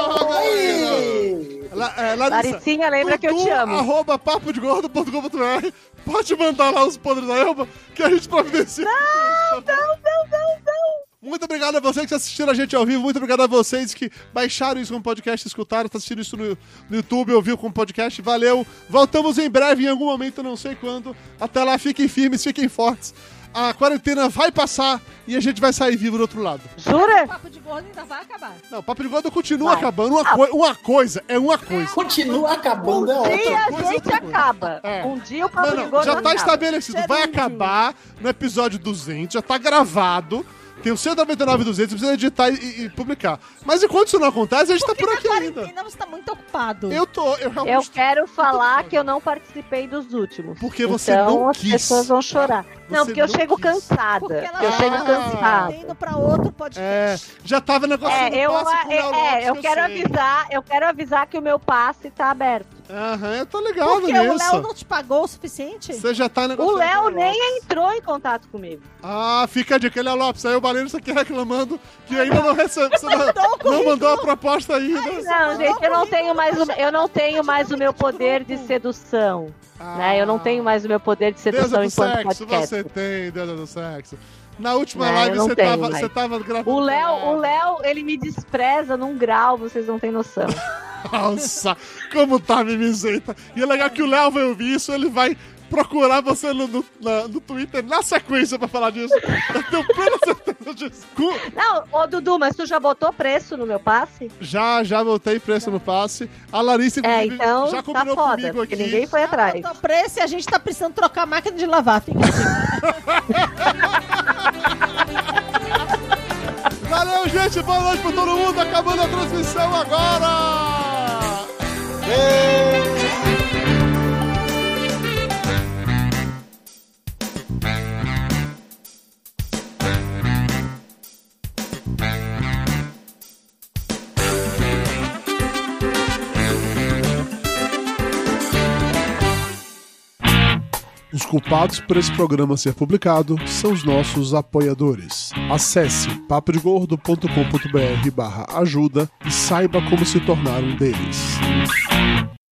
S1: Droga! La- é, Larissa,
S3: Laricinha, lembra que eu te
S1: Dudu,
S3: amo.
S1: Arroba papodegordo.com.br. Pode mandar lá os podres da Elba que a gente providencia. Não, não, não, não, não. Muito obrigado a vocês que assistiram a gente ao vivo. Muito obrigado a vocês que baixaram isso como podcast, escutaram, tá assistindo isso no, no YouTube, ouviu como podcast. Valeu. Voltamos em breve, em algum momento, não sei quando. Até lá, fiquem firmes, fiquem fortes. A quarentena vai passar e a gente vai sair vivo do outro lado.
S3: Jura?
S2: O papo de gordo ainda vai acabar.
S1: Não, Papo de Gordo continua acabando. Uma, coi- uma coisa, é uma coisa.
S4: Continua
S3: Um
S4: acabando, é ótimo.
S3: dia a
S1: coisa,
S3: gente
S1: outra coisa.
S3: acaba.
S1: É.
S3: Um dia o papo
S1: Não,
S3: de
S1: não,
S3: gordo
S1: já tá
S3: acaba.
S1: estabelecido. Vai acabar no episódio 200, já tá gravado. Tem o 199 e 200, precisa editar e, e publicar. Mas enquanto isso não acontece, a gente tá por aqui
S2: na
S1: ainda.
S2: quarentena você tá muito ocupado.
S1: Eu tô, eu realmente
S3: Eu quero falar que eu não participei dos últimos.
S1: Porque você
S3: então
S1: não
S3: as
S1: quis.
S3: pessoas vão chorar. não, porque eu
S1: não
S3: chego
S1: quis.
S3: cansada. Eu
S1: tá
S3: chego
S1: se
S3: cansada.
S2: indo pra outro
S1: É,
S2: podcast.
S1: já tava negócio
S3: É,
S1: do
S3: eu,
S1: passe com o
S3: é,
S1: Léo
S3: é,
S1: Lopes,
S3: eu quero
S1: sei.
S3: avisar, eu quero avisar que o meu passe tá aberto.
S1: Aham, eu tô ligado
S2: Porque o Léo
S1: nisso.
S2: não te pagou o suficiente?
S1: Você já tá
S3: O
S1: negociando com
S3: Léo
S1: Lopes.
S3: nem entrou em contato comigo.
S1: Ah, fica a dica, Léo Lopes. Aí o Baleiro tá aqui reclamando que ainda não recebeu. Você não,
S2: Mandou o
S1: não
S2: currículo.
S1: mandou a proposta ainda.
S3: Não, gente, eu não tenho mais o, eu não tenho mais o meu poder de sedução,
S1: Ah.
S3: né? Eu não tenho mais o meu poder de
S1: Deusa
S3: sedução
S1: é do
S3: enquanto
S1: sexo,
S3: podcast.
S1: você tem, Deusa do sexo. Na última
S3: Não,
S1: live
S3: eu não
S1: você
S3: tenho
S1: tava,
S3: mais.
S1: você tava gravando.
S3: O Léo,
S1: Ah.
S3: o Léo, ele me despreza num grau, vocês não
S1: *laughs*
S3: têm noção.
S1: Nossa, como tá a mimizenta. E é legal que o Léo vai ouvir isso, ele vai procurar você no, no, na- no Twitter na sequência pra falar disso. Eu tenho plena certeza disso. Cu-
S3: Não, ô Dudu, mas tu já botou preço no meu passe?
S1: Já, já voltei preço no passe. A Larissa,
S3: É,
S1: inclusive,
S3: então
S1: já
S3: tá
S1: combinou
S3: foda,
S1: comigo
S3: porque
S1: aqui.
S3: ninguém foi atrás.
S2: Tô preço e a gente tá precisando trocar a máquina de lavar. Fica
S1: Valeu, gente. Boa noite pra todo mundo. Acabando a transmissão agora. Os culpados por esse programa ser publicado são os nossos apoiadores. Acesse papodegordo.com.br barra ajuda e saiba como se tornar um deles.